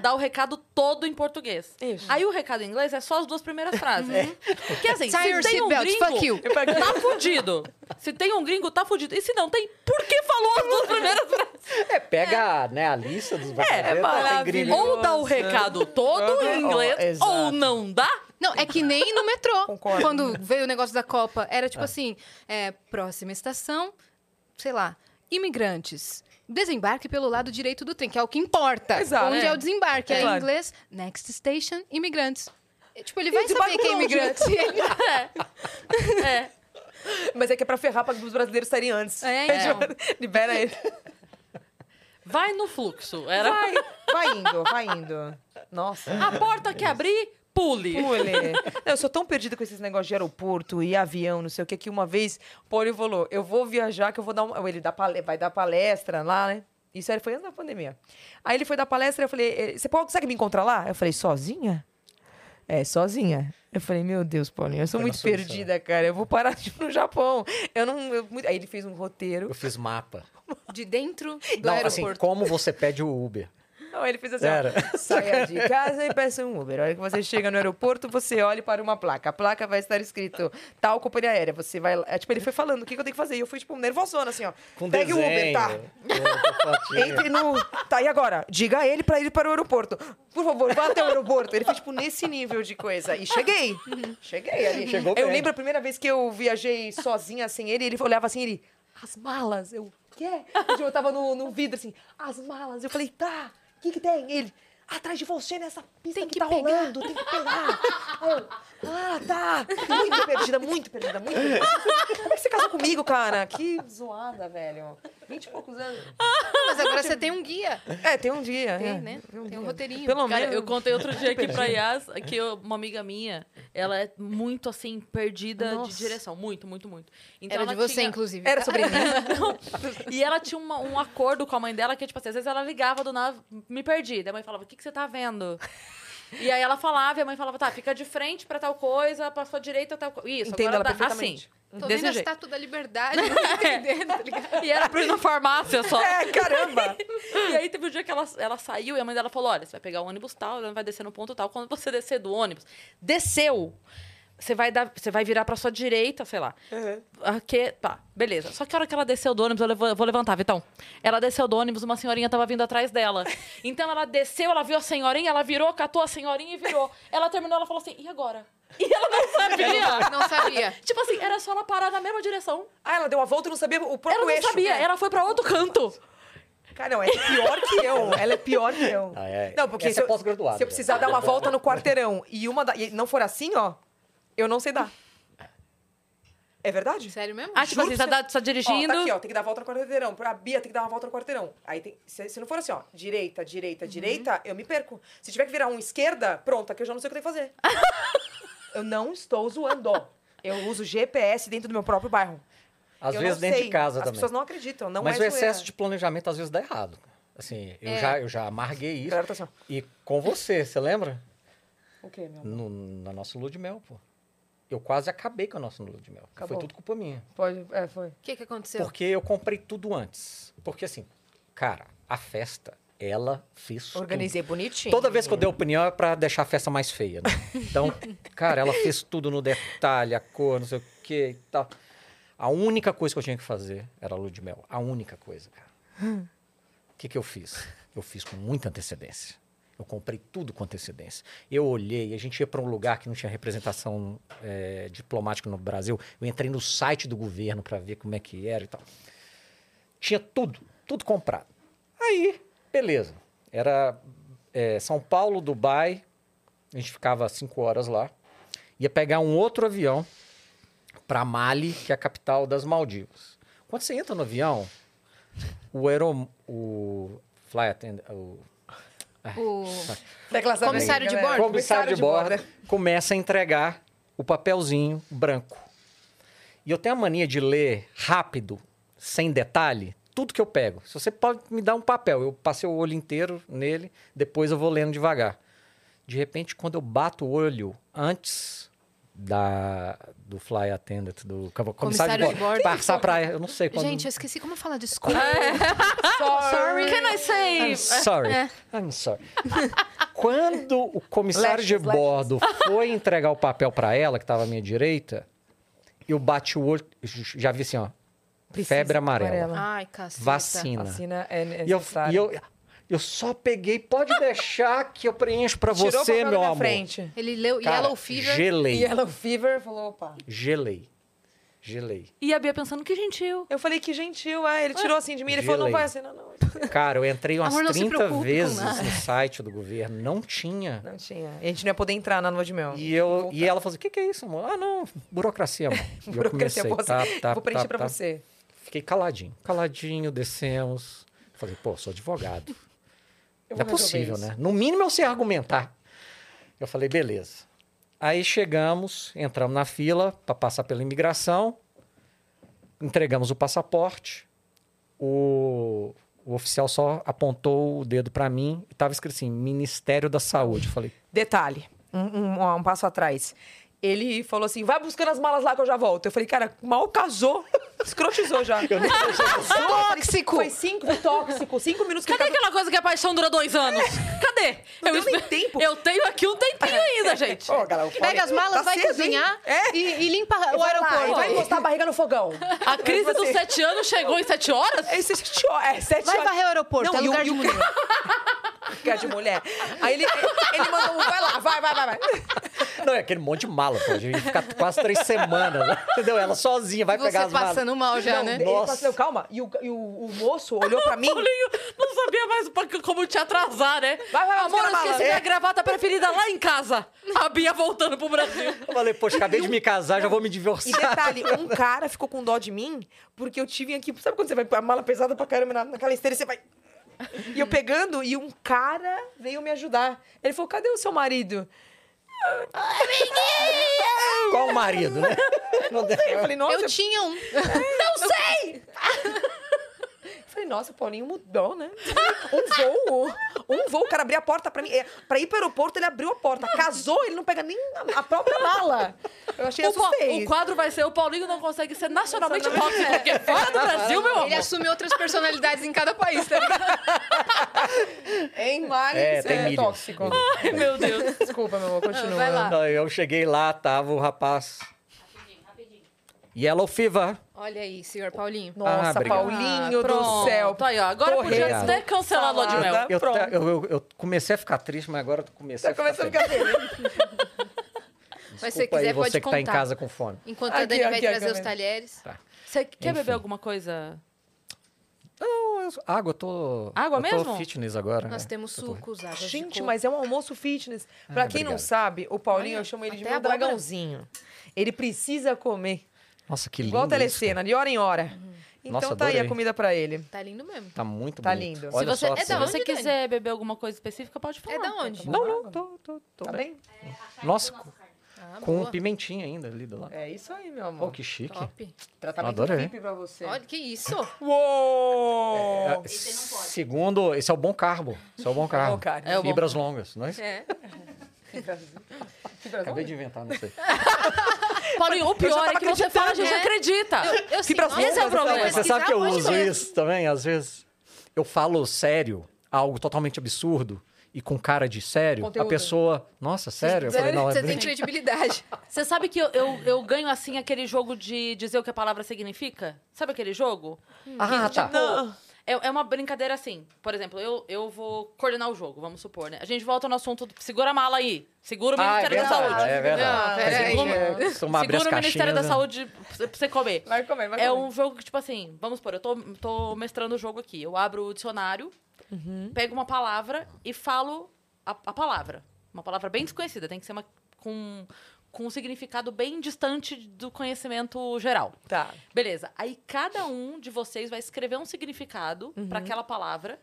dá o recado todo em português.
Isso.
Aí o recado em inglês é só as duas primeiras frases. Porque assim,
Tie your
se tem um
seatbelt,
gringo,
fuck you.
tá fudido. Se tem um gringo, tá fudido. E se não tem, por que falou as duas primeiras frases?
É, pega né, a lista
É,
dos brasileiros.
maravilhoso.
tem gringo.
Ou dá o recado todo em
Ó,
inglês,
exato.
ou não dá.
Não, é que nem no metrô.
Concordo.
Quando veio o negócio da Copa, era tipo assim: é, próxima estação, sei lá, imigrantes. Desembarque pelo lado direito do trem, que é o que importa.
Exato.
Onde é,
É.
o desembarque? É,
Claro.
em inglês, next station, imigrantes. É, tipo, ele vai
desembarque
saber que é
pra onde,
imigrante.
É.
Mas é que é pra ferrar pra os brasileiros estarem antes.
É, então.
tipo, Libera ele.
Vai no fluxo. Era
Vai, vai indo, vai indo. Nossa.
a porta que abrir, pule.
Pule. Não, eu sou tão perdida com esses negócios de aeroporto e avião, não sei o que, que uma vez o Paulo falou: eu vou viajar, que eu vou dar uma. Ele dá pale- vai dar palestra lá, né? Isso aí foi antes da pandemia. Aí ele foi dar palestra eu falei: eh, você pode- consegue me encontrar lá? Eu falei: sozinha? É, sozinha. Eu falei, meu Deus, Paulinho, eu sou
Foi
muito
na solução.
perdida, cara. Eu vou parar tipo, no Japão. Eu não. eu- muito- Aí ele fez um roteiro.
Eu fiz mapa.
De dentro do
não, assim,
aeroporto.
como você pede o Uber.
Não, ele fez assim,
Era.
ó, saia de casa e peça um Uber. A hora que você chega no aeroporto, você olha para uma placa. A placa vai estar escrito tal companhia aérea. Você vai lá. É, Tipo, ele foi falando o que, que eu tenho que fazer. E eu fui, tipo, nervosona, assim, ó.
Com
Pegue o Uber,
desenho.
tá. Entre no... Tá, e agora? Diga a ele para ir para o aeroporto. Por favor, vá até o aeroporto. Ele foi, tipo, nesse nível de coisa. E cheguei. Cheguei ali.
Chegou
eu
bem.
lembro a primeira vez que eu viajei sozinha, sem ele, ele olhava assim, ele... As malas, eu... Quê? Eu tava no, no vidro, assim, as malas. Eu falei, tá, o que que tem? Ele... Atrás de você nessa pista que,
que
tá
pegar."
rolando, tem que pegar. Aí eu, ah, tá. Muito perdida, muito perdida, muito perdida. Como é que você casou comigo, cara? Que zoada, velho. Vinte e poucos anos.
Mas agora você tem um guia.
É, tem um dia. é.
Tem, né? Tem um roteirinho.
Pelo
Cara,
menos.
eu contei outro dia aqui pra Yas que eu- uma amiga minha, ela é muito assim, perdida de direção. Muito, muito, muito. Então,
Era
ela
de você,
tinha-
inclusive.
Era sobre mim.
Não. E ela tinha uma- um acordo com a mãe dela que, tipo assim, às vezes ela ligava do nada, me perdi. Daí a mãe falava, o que, que você tá vendo? E aí ela falava, e a mãe falava, tá, fica de frente pra tal coisa, pra sua direita tal coisa. Isso,
Entendo
agora
ela
dá-
perfeitamente.
Assim,
Tô
desse
vendo a
jeito.
estátua da liberdade. não entendendo, tá ligado?
E era pra ir na farmácia só.
É, caramba.
E aí teve um dia que ela, ela saiu e a mãe dela falou: olha, você vai pegar o ônibus tal, ela vai descer no ponto tal. Quando você descer do ônibus, desceu. Você vai, dar, você vai virar pra sua direita, sei lá. Aqui, pá, beleza. Só que a hora que ela desceu do ônibus, eu levo- vou levantar, Vitão. Ela desceu do ônibus, uma senhorinha tava vindo atrás dela. Então ela desceu, ela viu a senhorinha, ela virou, catou a senhorinha e virou. Ela terminou, ela falou assim: e agora? E ela não sabia.
Não sabia.
tipo assim, era só ela parar na mesma direção.
Ah, ela deu uma volta e não sabia o
Ela
próprio
não
eixo. né?
sabia, ela foi pra outro canto.
Cara, não, ela é pior que eu. Ela é pior que eu.
Ah, é.
Não, porque
Essa
se
é
eu,
pós-graduada
se eu
já.
precisar dar uma volta no quarteirão e uma da, e não for assim, ó, eu não sei dar. É verdade?
Sério mesmo?
Ah, tipo
Juro
assim,
pra
você
você.
tá, tá dirigindo.
Ó, tá aqui, ó, tem que dar a volta no quarteirão. Pra Bia, tem que dar uma volta no quarteirão. Aí tem, se, se não for assim, ó, direita, direita, direita, eu me perco. Se tiver que virar um esquerda, pronto, aqui eu já não sei o que eu tenho que fazer. eu não estou zoando. Eu uso GPS dentro do meu próprio bairro.
Às
Eu
vezes
não
dentro
sei.
de casa
As
também.
pessoas não acreditam, não é
Mas o
zoeira.
excesso de planejamento às vezes dá errado. Assim, eu, já, eu já amarguei isso.
Galera tá assim, ó.
E com você, você lembra?
O quê, meu?
No, na nossa lua de mel, pô. Eu quase acabei com a nossa lua de mel.
Acabou.
Foi tudo culpa minha.
Pode, é, foi.
O que, que aconteceu?
Porque eu comprei tudo antes. Porque assim, cara, a festa, ela fez
Organizei
tudo.
bonitinho.
Toda vez que eu dei opinião é pra deixar a festa mais feia, né? Então, cara, ela fez tudo no detalhe, a cor, não sei o que e tal. A única coisa que eu tinha que fazer era a lua de mel. A única coisa, cara. O que, que eu fiz? Eu fiz com muita antecedência. Eu comprei tudo com antecedência. Eu olhei, a gente ia para um lugar que não tinha representação eh, diplomática no Brasil. Eu entrei no site do governo para ver como é que era e tal. Tinha tudo, tudo comprado. Aí, beleza. Era eh, São Paulo, Dubai. A gente ficava cinco horas lá. Ia pegar um outro avião para Mali, que é a capital das Maldivas. Quando você entra no avião, o aerom... O fly attendant... O
O...
Declaração
Comissário de bordo?
comissário de bordo né? começa a entregar o papelzinho branco. E eu tenho a mania de ler rápido, sem detalhe, tudo que eu pego. Se você pode me dar um papel, eu passei o olho inteiro nele, depois eu vou lendo devagar. De repente, quando eu bato o olho antes, da, do fly attendant, do cava-
Comissário
comissário de
de
bordo,
bordo.
passar pra eu não sei quando...
Gente, eu esqueci como falar, desculpa.
Sorry. Can I say?
I'm sorry.
É.
I'm sorry. Quando o comissário de
Lashes, lashes.
bordo foi entregar o papel pra ela, que estava à minha direita, eu bati o olho, já vi assim, ó, febre amarela.
Ai, caceta.
vacina.
Vacina é
E eu,
necessária.
e eu, eu só peguei, pode deixar que eu preencho pra
Tirou o
você,
papel da
meu
minha
amor.
frente.
Ele leu
Cara,
Yellow Fever.
Gelei,
né? E ela, fever, falou, opa.
gelei, gelei.
E a Bia pensando que gentil.
Eu falei, que gentil, é. Ele tirou assim de mim, ele falou, não
Gelei.
vai assinar, não.
Cara, eu entrei umas
Amor, não se
30
preocupe com
vezes
nada.
no site do governo, não tinha.
Não tinha. E a gente não ia poder entrar na lua de mel.
E, eu, e ela falou assim, o que, que é isso, amor? Ah, não, burocracia, amor. E eu
Burocracia,
comecei,
posso-
tá, tá,
Vou preencher
tá,
pra
tá.
você.
Fiquei caladinho, caladinho, descemos. Falei, pô, sou advogado.
Eu
Não é
vou resolver
possível,
isso.
né? No mínimo eu sei argumentar. Eu falei, beleza. Aí chegamos, entramos na fila para passar pela imigração, entregamos o passaporte, o, o oficial só apontou o dedo para mim e estava escrito assim, Ministério da Saúde. Eu falei,
Detalhe, um, um- um passo atrás. Ele falou assim, vai buscando as malas lá que eu já volto. Eu falei, cara, mal casou, escrotizou já.
Tóxico!
Foi cinco, foi tóxico. Cinco minutos que
Cadê
ele
aquela coisa que a paixão dura dois anos? Cadê?
Não
eu
deu nem
espe-
tempo.
Eu tenho aqui um tempinho ainda, gente.
tava... Ó, galera, o
Pega as malas,
Tá
vai
cedo, hein?
cozinhar
tá- É.
e, e limpa
Vai
o
lá,
aeroporto.
Vai encostar a barriga no fogão.
A crise dos sete anos chegou em sete horas?
É sete horas. É, sete
Vai
horas.
varrer o aeroporto, é
e o-
lugar
e
de
o-
mulher.
lugar é de mulher. Aí ele, ele mandou um, vai lá, vai, vai, vai. vai.
não, é aquele monte de mala, pô. A gente ia ficar quase três semanas, né? entendeu? Ela sozinha vai
E
pegar
você
as malas.
passando mal já,
Não,
né?
ele
Nossa.
passou, calma. E o, e o- o moço olhou pra mim.
Paulinho, não sabia mais pra- como te atrasar, né?
Vai, vai, vai,
Amor,
fica
eu
na
esqueci
mala.
minha gravata preferida lá em casa. A Bia voltando pro Brasil.
Eu falei, poxa, acabei de me casar, já vou me
E
divorciar.
detalhe, um cara ficou com dó de mim, porque eu tive aqui. Sabe quando você vai com a mala pesada pra caramba na, naquela esteira e você vai. E eu pegando, e um cara veio me ajudar. Ele falou: cadê o seu marido? "Ah,
Qual o marido, né? Não deu.
Eu falei, nossa,
Eu
eu
tinha um.
falei, nossa, Paulinho mudou, né? Um voo. Um voo, o cara abriu a porta pra mim. É, Pra ir pro aeroporto, ele abriu a porta. Casou, ele não pega nem a, a própria mala. Eu achei
O, pa-
assustei.
o quadro vai ser o Paulinho não consegue ser nacionalmente tóxico, porque fora do Brasil, meu amor.
Ele assume outras personalidades em cada país, tá ligado?
Hein, Mari?
É,
Isso
tem milhas.
tóxico.
Ai, meu Deus.
Desculpa, meu amor, continua.
Vai lá.
Não, eu cheguei lá, tava o rapaz. Yellow Fever.
Olha aí, senhor Paulinho.
Ah,
Nossa,
obrigado.
Paulinho do
Pronto.
céu.
Tá aí, ó. Agora podia
Torresmo.
até cancelar a lua de mel.
Salada.
Eu,
Ah, pronto.
tá- eu, eu- eu comecei a ficar triste, mas agora eu comecei
Tá
a ficar
começando a
feliz.
ficar feliz.
Mas se você
Desculpa aí,
quiser,
você
pode
que tá
contar.
em casa com fome.
Enquanto
Aqui,
a Dani vai
aqui, aqui,
trazer os
aqui.
talheres.
Você quer
Enfim.
beber alguma coisa?
Não, eu- água, eu tô.
Água
eu
mesmo?
Tô fitness agora.
Nós
né?
temos
Eu tô-
sucos, ah, águas de
Gente,
coco.
mas é um almoço fitness. Pra
Ah,
quem não
obrigado.
sabe, o Paulinho,
Olha,
eu chamo ele de
até
meu
agora.
dragãozinho. Ele precisa comer.
Nossa, que lindo.
igual
isso, cara.
telecena, de hora em hora. Então
Nossa,
tá aí a
adorei.
comida pra ele.
Tá lindo mesmo.
Tá muito
Tá
bonito.
lindo. Se
Olha
você-
só
é
assim.
da
Se
onde,
quiser beber alguma coisa específica, pode falar.
É da onde?
Não, não, tô, tô, tô
Tá
bem.
bem?
Nossa, com,
Ah,
com
boa. Tá
pimentinha ainda ali do lado.
É isso aí, meu
Pô,
amor.
que chique.
Top.
Tratamento
Adorei.
VIP pra você.
Olha, que isso.
Uou!
É, Segundo, esse é o bom carbo. Esse é o bom carbo.
carbo.
É o bom
Fibras longas, não é isso?
É.
Acabei de inventar, não sei.
Paulinho, o pior é
tava
que você fala, a gente
né?"
acreditando,
acredita.
Eu sei.
Fibras longas,
Esse é o
eu tava-
problema.
Mas você sabe que eu
Pesquisar
uso
hoje mesmo.
isso também, às vezes. Eu falo sério, algo totalmente absurdo, e com cara de sério,
Conteúdo.
a pessoa, nossa, sério? Eu falei, não, é
Você tem
brincadeira.
credibilidade.
Você sabe que eu, eu, eu ganho, assim, aquele jogo de dizer o que a palavra significa? Sabe aquele jogo?
Ah, tá.
Não.
É, é uma brincadeira assim. Por exemplo, eu, eu vou coordenar o jogo, vamos supor, né? A gente volta no assunto. do- Segura a mala aí. Segura o
Ah, é
Ministério da
verdade,
Saúde.
é verdade.
Não,
a gente
peraí.
é costuma abrir as
Segura o Ministério da
caixinhas, né?
Saúde pra você comer.
Vai comer, vai comer.
É um jogo que, tipo assim, vamos supor, eu tô, tô mestrando o jogo aqui. Eu abro o dicionário, pego uma palavra e falo a, a palavra. Uma palavra bem desconhecida, tem que ser uma com, com um significado bem distante do conhecimento geral.
Tá.
Beleza. Aí cada um de vocês vai escrever um significado pra aquela palavra.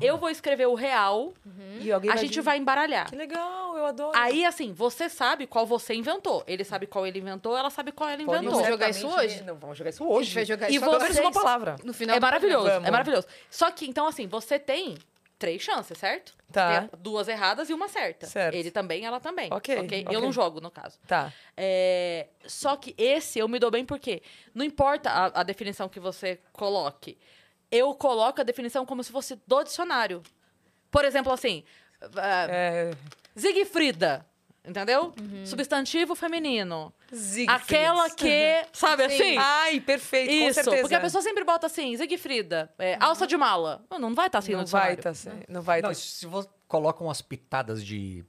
Eu vou escrever o real,
E alguém
Hum? a gente vai embaralhar.
Que legal, eu adoro.
Aí, assim, você sabe qual você inventou. Ele sabe qual ele inventou, ela sabe qual ela
Paulinho,
inventou.
Vamos jogar isso
certamente-
hoje?
Não, vamos jogar isso
A gente
hoje.
vai jogar
E
isso
Pelo menos
vocês-
uma palavra.
No final
é
do programa.
maravilhoso,
Vamos.
é maravilhoso. Só que, então, assim, você tem três chances, certo?
Tá.
Tem duas erradas e uma certa.
Certo.
Ele também, ela também.
Ok, ok.
Eu não jogo, no caso.
Tá.
É, só que esse eu me dou bem porque não importa a, a definição que você coloque. Eu coloco a definição como se fosse do dicionário. Por exemplo, assim, ah,
É... Uhum.
Siegfrieda, entendeu? Substantivo feminino.
Zig
Aquela
Fritz.
que, sabe assim?
Ai, perfeito, com
Isso,
certeza.
porque a pessoa sempre bota assim, Siegfrieda, é, alça de mala. Não, não vai estar assim
não
no
vai
dicionário.
tá, se- não vai
Não,
tá-
se você coloca umas pitadas de,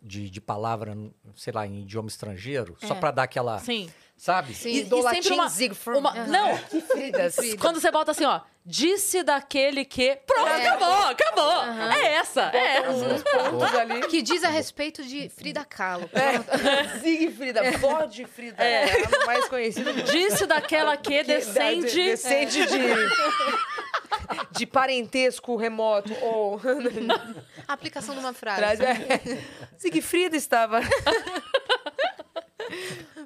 de, de palavra, sei lá, em idioma estrangeiro, só pra dar aquela.
É. Sim.
Sabe? Né?
Sim.
E- e
Idolatim
sempre uma-
Siegfried.
uma-
Uhum.
Aham.
Não,
É.
Fridas.
Quando você bota assim, ó, disse daquele que. Pronto,
É.
acabou, acabou. É essa, é essa.
Uns pontos ali.
Que diz a respeito de Frida Kahlo.
É. Siegfrieda, vó de Frida,
É.
É a mais conhecida do
Disse daquela que descende.
Descende de... De parentesco remoto ou...
A aplicação de uma
Traz-
frase.
é. Siegfrieda estava...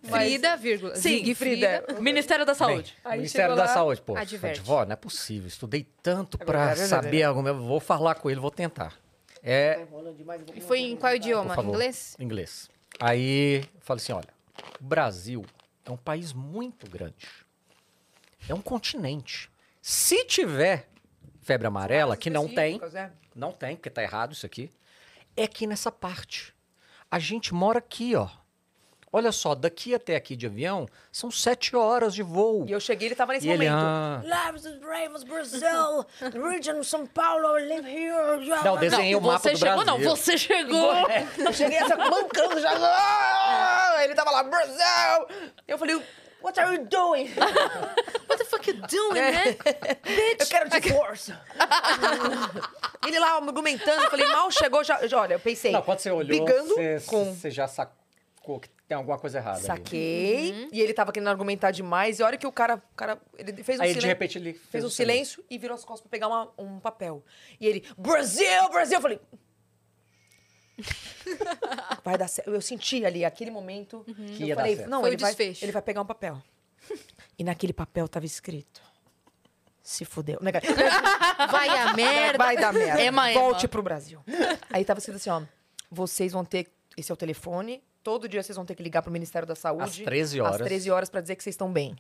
Frida, vírgula.
Sim,
Siegfrieda.
Ministério da Saúde.
Aí
Ministério
chegou
da
lá-
Saúde, pô.
Adverte.
Vó, não é possível. Estudei tanto
É
pra
verdade, é verdade.
saber alguma coisa. Vou falar com ele, vou tentar. É
E foi em qual idioma?
Por favor.
Inglês?
inglês. Aí eu falei assim: olha, o Brasil é um país muito grande. É um continente. Se tiver febre amarela, que não tem,
É.
não tem, porque tá errado isso aqui, é aqui nessa parte. A gente mora aqui, ó. Olha só, daqui até aqui de avião são sete horas de voo.
E eu cheguei, ele tava nesse
E ele,
momento.
ah,
Lives and Ravens, Brazil, region of São Paulo, I live here.
Não, desenhei o mapa
você
do
chegou,
Brasil. É,
não, você chegou.
Eu cheguei essa bancando já. Ah, Ele tava lá, Brasil! Eu falei, what are you doing? É.
What the fuck you doing, né?
Eu quero divórcio. Ele lá argumentando, eu falei, mal chegou, já. já- Olha, eu pensei.
Não, quando você olhou,
brigando
você,
com.
você já sacou que tem alguma coisa errada. ali.
Saquei. E ele tava querendo argumentar demais. E a hora que o cara. O cara ele fez um
Aí, de
silêncio.
repente, ele
fez,
fez
um
um
silêncio, e virou as costas pra pegar uma- um papel. E ele, Brasil, Brasil! Eu falei. "Hum." Vai dar certo. Eu senti ali, aquele momento.
Que
eu
ia dar
falei,
certo.
Não,
Foi o
ele, vai,
desfecho.
ele vai pegar um papel. E naquele papel tava escrito. Se fudeu. Né, cara?
Vai a merda.
Vai dar merda.
Ema, ema.
Volte pro Brasil. Aí tava escrito assim, ó. Vocês vão ter... Esse é o telefone. Todo dia vocês vão ter que ligar pro Ministério da Saúde.
Às 13 horas.
Às 13 horas pra dizer que vocês estão bem.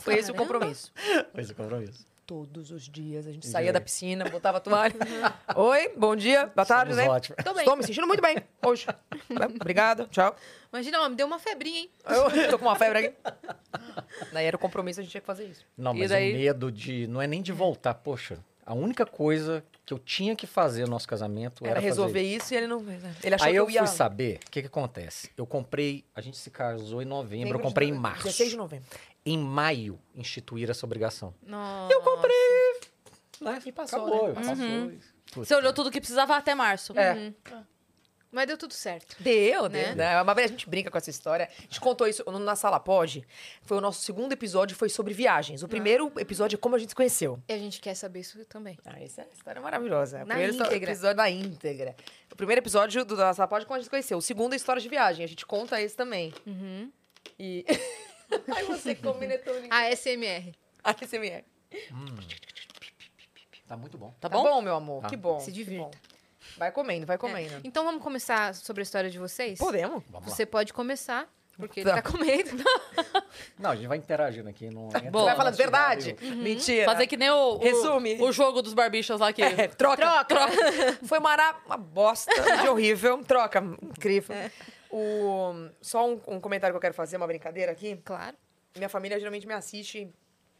Foi esse o compromisso.
Mas o compromisso.
Todos os dias a gente
Entendi.
saía da piscina, botava a toalha. Oi, bom dia, boa tarde,
Somos
né?
ótimos.
Tô bem.
Estou me sentindo muito bem hoje. Obrigado, tchau.
Imagina, ó, me deu uma febrinha, hein?
Eu tô com uma febre aqui. Daí era o compromisso, a gente tinha que fazer isso.
Não,
E
mas
daí?
o medo de. Não é nem de voltar. Poxa, a única coisa que eu tinha que fazer no nosso casamento era,
Era resolver
fazer
isso e ele não... né? Ele achou
Aí
que
eu
eu
fui
ia...
saber o que, que acontece. Eu comprei. A gente se casou em novembro, eu comprei em março.
16 de novembro.
Em maio, instituir essa obrigação.
Nossa. Eu comprei.
Né? Uhum. E
passou,
Acabou, passou. Putz.
Você olhou tudo que precisava até março.
É.
Uhum.
Mas deu tudo certo.
Deu,
Né?
né? Uma vez a gente brinca com essa história. A gente contou isso no- na Sala Pod. Foi o nosso segundo episódio, foi sobre viagens. O primeiro episódio é como a gente se conheceu.
E a gente quer saber isso também.
Ah, essa história é maravilhosa. O
Na
primeiro esto-
íntegra.
episódio na íntegra. O primeiro episódio do da Sala Pod é como a gente se conheceu. O segundo é história de viagem. A gente conta esse também.
Uhum.
E...
Tá
Ai, você combina tão lindo.
A SMR.
Ai, você me é.
Tá muito bom.
Tá
Tá bom,
bom?
meu amor?
Tá.
Que bom.
Se
que
divirta.
bom. Vai comendo, vai
É.
comendo.
Então vamos começar sobre a história de vocês?
né? Podemos.
Vamos lá.
Você pode começar, porque ele
Tá.
tá comendo.
Não, a gente vai interagindo aqui. Não entra
bom.
no
Você vai falando
nosso horário.
verdade? Mentira.
Uhum. Fazer que nem o, o,
Resume.
o jogo dos barbichas lá que.
É, troca. Foi mara... uma bosta de horrível. Troca, incrível.
É.
O... Só um, um comentário que eu quero fazer, uma brincadeira aqui.
Claro.
Minha família geralmente me assiste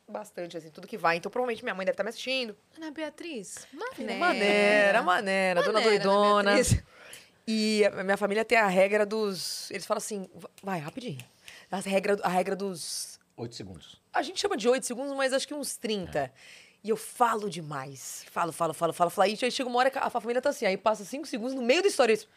bastante, assim, tudo que vai. Então, provavelmente, minha mãe deve estar me assistindo.
Ana Beatriz,
é
maneira.
Maneira, maneira, dona
É. Maneira, né, dona
doidona.
Beatriz.
E a minha família tem a regra dos... Eles falam assim, "Va- vai, rapidinho. A regra, a regra dos...
Oito segundos.
A gente chama de 8 segundos, mas acho que uns
É.
30. E eu falo demais. Falo, falo, falo, falo, falo. E aí chega uma hora que a a família tá assim. Aí passa 5 segundos no meio da história. Isso.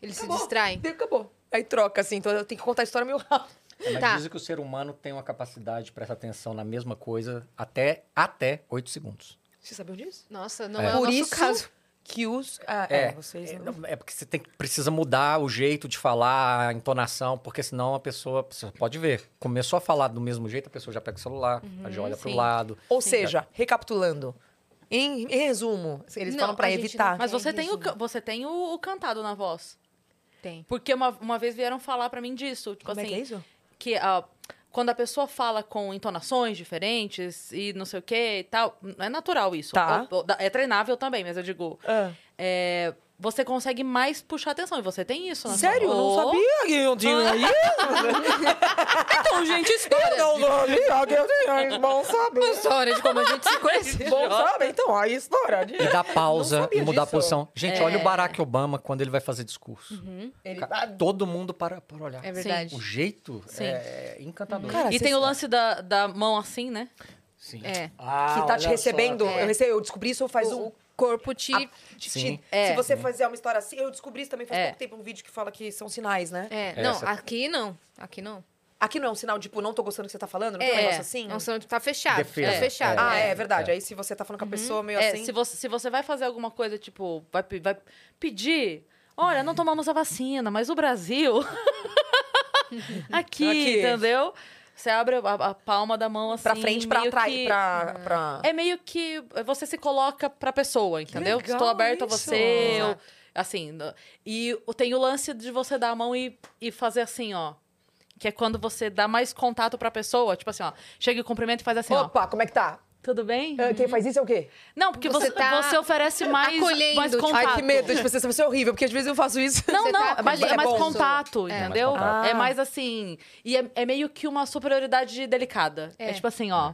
Ele se
Acabou.
distrai.
Daí Acabou. Aí troca, assim. Então eu tenho que contar a história meio rápido.
É, Mas
Tá.
dizem que o ser humano tem uma capacidade de prestar atenção na mesma coisa até, até 8 segundos.
Você sabia disso?
Nossa, não
É.
é, o
Por
nosso
isso
caso.
que os... Ah, é,
É,
vocês...
é,
não-
não, é porque você tem que- precisa mudar o jeito de falar, a entonação, porque senão a pessoa, você pode ver, começou a falar do mesmo jeito, a pessoa já pega o celular, já olha pro
sim.
lado.
Ou seja, recapitulando. Em, em resumo, eles
Não,
falam pra
a gente não
evitar.
Mas
É,
você tem, o,
resumo.
ca- você tem o, o cantado na voz.
Tem.
Porque uma, uma vez vieram falar pra mim disso. Tipo
Como é
assim,
que é isso?
que ah, quando a pessoa fala com entonações diferentes e não sei o que e tal, não é natural isso.
Tá.
Ou- ou- é treinável também, mas eu digo,
Ah.
é, você consegue mais puxar atenção e você tem isso. Na
Sério? Eu
sua...
não
Oh,
sabia que eu tinha isso.
Então, gente,
Eu
história.
não sabia que eu tinha isso. Bom saber.
História de como a gente se
Ah,
conheceu.
Bom saber. Então, a história de...
E dar pausa e
sabia
mudar a
disso.
posição. Gente, olha o Barack Obama quando ele vai fazer discurso.
Ele-
Ca- Todo mundo para para olhar.
É verdade.
O jeito
Sim.
é encantador.
Cara,
E
vocês-
tem o lance da, da mão assim, né?
Sim.
É.
Ah,
que tá
olha
te
só.
recebendo.
É.
Eu, recebi, eu descobri isso faz um...
O corpo te...
te-
Sim.
É.
Se você fizer uma história assim... Eu descobri isso também faz
É.
pouco tempo, um vídeo que fala que são sinais, né?
É,
É,
não,
essa-
aqui não. Aqui não.
Aqui não é um sinal, tipo, não tô gostando do que você tá
é
falando? Não tem um negócio assim?
Não, senão tá fechado.
Defesa,
Tá fechado.
Ah, é,
É.
verdade.
É.
Aí se você tá falando com a pessoa meio
É,
assim...
se, você, se você vai fazer alguma coisa, tipo, vai, pe- vai pedir. Olha, não tomamos a vacina, mas o Brasil. aqui,
Aqui.
entendeu? Você abre a, a palma da mão assim.
Pra frente, pra
meio
atrair,
que-
pra... pra...
É meio que você se coloca pra pessoa, entendeu?
legal
Estou aberto
isso.
a você. eu- assim, no- e o- tem o lance de você dar a mão e, e fazer assim, ó. Que é quando você dá mais contato pra pessoa. Tipo assim, ó. Chega e cumprimenta e faz assim, ó.
Opa, como é que tá?
Tudo bem?
Ah, Quem faz isso é o quê?
Não, porque
Você
você,
tá
você oferece mais,
acolhendo,
mais
tipo,
contato.
Ai, que medo de você ser é horrível, porque às vezes eu faço isso.
Não,
Você
não,
tá
é mais,
acolhendo
é mais
a pessoa.
contato,
É.
entendeu?
Mais contato.
É
Ah.
mais assim. E é, é meio que uma superioridade delicada. É,
É.
tipo assim, ó.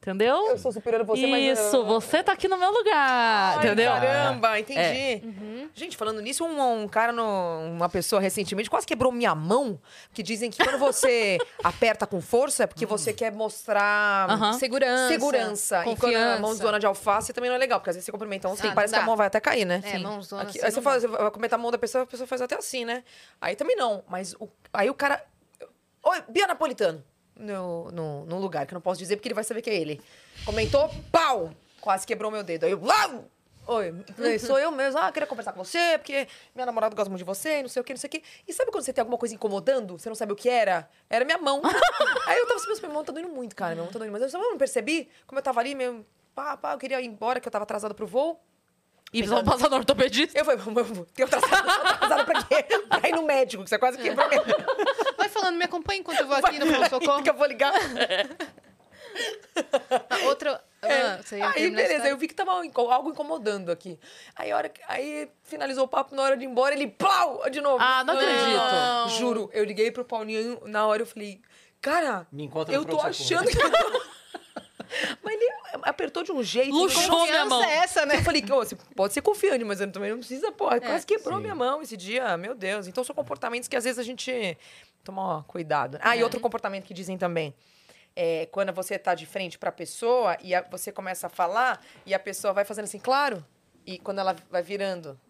Entendeu?
Eu sou superior a você, mas...
Isso, você tá aqui no meu lugar,
Ai,
entendeu?
Caramba, entendi. Gente, falando nisso, um, um cara, no- uma pessoa recentemente quase quebrou minha mão, que dizem que quando você aperta com força é porque você quer mostrar
Aham.
Segurança.
segurança. E quando
confiança.
a mãozona de alface também não é legal, porque às vezes você cumprimenta um, assim,
não
parece que a
dá.
mão vai até cair, né?
É, mãozona
Aqui-
assim
aí você,
não
fala,
dá.
você vai comentar a mão da pessoa, a pessoa faz até assim, né? Aí também não, mas o- aí o cara... Oi, Bia Napolitano. No, no, num lugar que eu não posso dizer, porque ele vai saber que é ele. Comentou, pau! Quase quebrou meu dedo. Aí eu, uau! Oi, sou eu mesmo. Ah, eu queria conversar com você, porque minha namorada gosta muito de você, não sei o que, não sei o que. E sabe quando você tem alguma coisa incomodando? Você não sabe o que era? Era minha mão. Aí eu tava assim, "Nossa, minha mão tá doendo muito, cara. Minha mão tá doendo. Mas eu só não percebi, como eu tava ali, meio... Pá, pá, eu queria ir embora, que eu tava atrasada pro voo.
E vão passar no ortopedista.
Eu falei, vamos, vamos. Tenho atrasado, um atrasado pra quê? Pra ir no médico, que você quase quebrou minha mão.
Vai falando, me acompanha enquanto eu vou aqui no pronto-socorro.
Que eu vou ligar.
Ah, Outra... Ah, você ia
É. Aí,
terminar a
beleza,
história?
eu vi que tava inco- algo incomodando aqui. Aí, a hora, que- aí finalizou o papo, na hora de ir embora, ele plau! De novo.
Ah, não
Não.
acredito.
Juro, eu liguei pro Paulinho na hora, eu falei, cara,
Me encontra no
eu tô
pronto-socorro.
achando que. eu tô- Mas ele apertou de um jeito.
Luxou.
não-
Show, minha mão.
Confiança é essa, né?
Eu falei, "Ô, você pode ser confiante, mas eu também não precisa, porra.
É.
Quase quebrou minha mão esse dia, meu Deus. Então são comportamentos que às vezes a gente toma cuidado.
É.
Ah, e outro comportamento que dizem também. É, quando você tá de frente pra pessoa e a- você começa a falar e a pessoa vai fazendo assim, claro. E quando ela vai virando,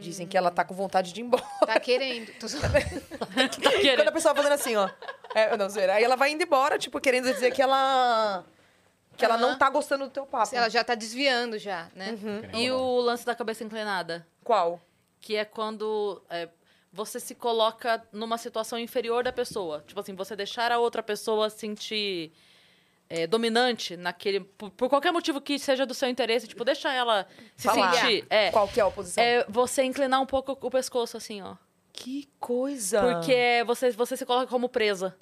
dizem que ela tá com vontade de ir embora.
Tá querendo. Tô só-
Tá
Quando a
querendo.
pessoa vai fazendo assim, ó. É, não, zoeira. Aí ela vai indo embora, tipo, querendo dizer que ela. Que ela não
Aham.
tá gostando do teu papo.
Ela já tá desviando já, né?
Tá
E o lance da cabeça inclinada?
Qual?
Que é quando é, você se coloca numa situação inferior da pessoa. Tipo assim, você deixar a outra pessoa sentir é, dominante naquele. Por, por qualquer motivo que seja do seu interesse, tipo, deixa ela se
Falar.
sentir. É,
Qual que é a oposição?
é você inclinar um pouco o pescoço, assim, ó.
Que coisa!
Porque é você, você se coloca como presa.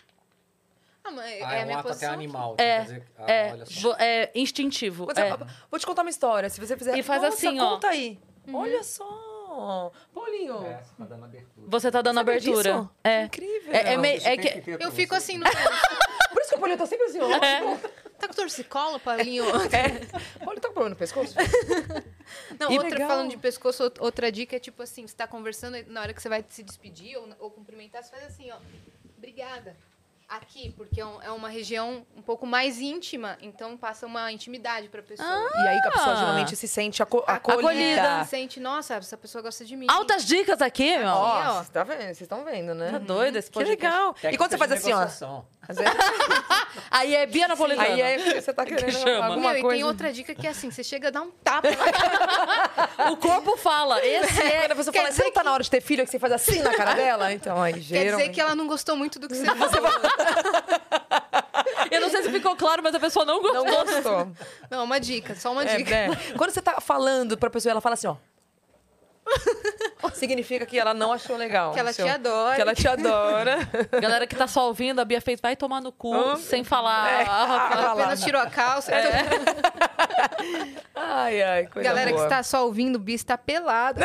Ah, mas
Ah,
é
é,
a
um
minha
ato até
posição.
animal.
É,
quer dizer, ah,
é,
olha só.
vo- é instintivo.
Mas,
é.
ah, Vou te contar uma história. Se você fizer.
E faz
Nossa,
assim, ó.
conta aí. Olha só. Paulinho.
É, você tá dando abertura.
Você tá dando
sabe
abertura.
disso?
É.
Incrível.
É, é, meio-
Você
é
tem
que.
ter pra
Eu fico
você.
assim no canto.
Por isso que o Paulinho tá sempre assim, ó.
É.
Tá com torcicolo, Paulinho?
É. Paulinho tá com problema no pescoço?
Não,
Que
outra
legal.
falando de pescoço, out- outra dica é tipo assim, você tá conversando, na hora que você vai se despedir ou, ou cumprimentar, você faz assim, ó. Obrigada. Aqui, porque é, um- é uma região um pouco mais íntima, então passa uma intimidade pra pessoa.
E aí que a pessoa geralmente se sente aco Ah, acolhida.
Ah. Acolhida.
Sente, nossa, essa pessoa gosta de mim.
Altas dicas aqui, meu.
Ó,
Aí, ó.
vocês tá vendo- vocês estão vendo, né?
Tá doido esse
Que
podcast.
legal. E quando você faz
Técnicas
assim,
de
ó.
negociação.
às vezes-
Aí é Bia Napolitana.
Aí é, você tá querendo
chama.
alguma
Meu, e
coisa.
tem outra dica que é assim, você chega a dar um tapa. na cara.
O corpo fala. Esse é.
Quando a pessoa
Quer
fala, você
dizer
não tá na hora de ter filho, que você faz assim na cara dela? Então, aí,
Quer dizer
geralmente...
que ela não gostou muito do que você falou.
Eu não sei se ficou claro, mas a pessoa não
é
gostou.
um
Não gostou.
Não, uma dica, só uma
É,
dica.
né? Quando você tá falando pra pessoa, ela fala assim, ó. Significa que ela não achou legal.
Que ela
o seu-
te adora.
Que ela te adora.
Galera que tá só ouvindo, a Bia fez vai tomar no cu,
Hum.
sem falar.
Ah,
Ela
lá.
apenas tirou a calça.
lá. Ai, ai, É, coisa
Galera que tá
boa.
está só ouvindo, o Bi está pelado.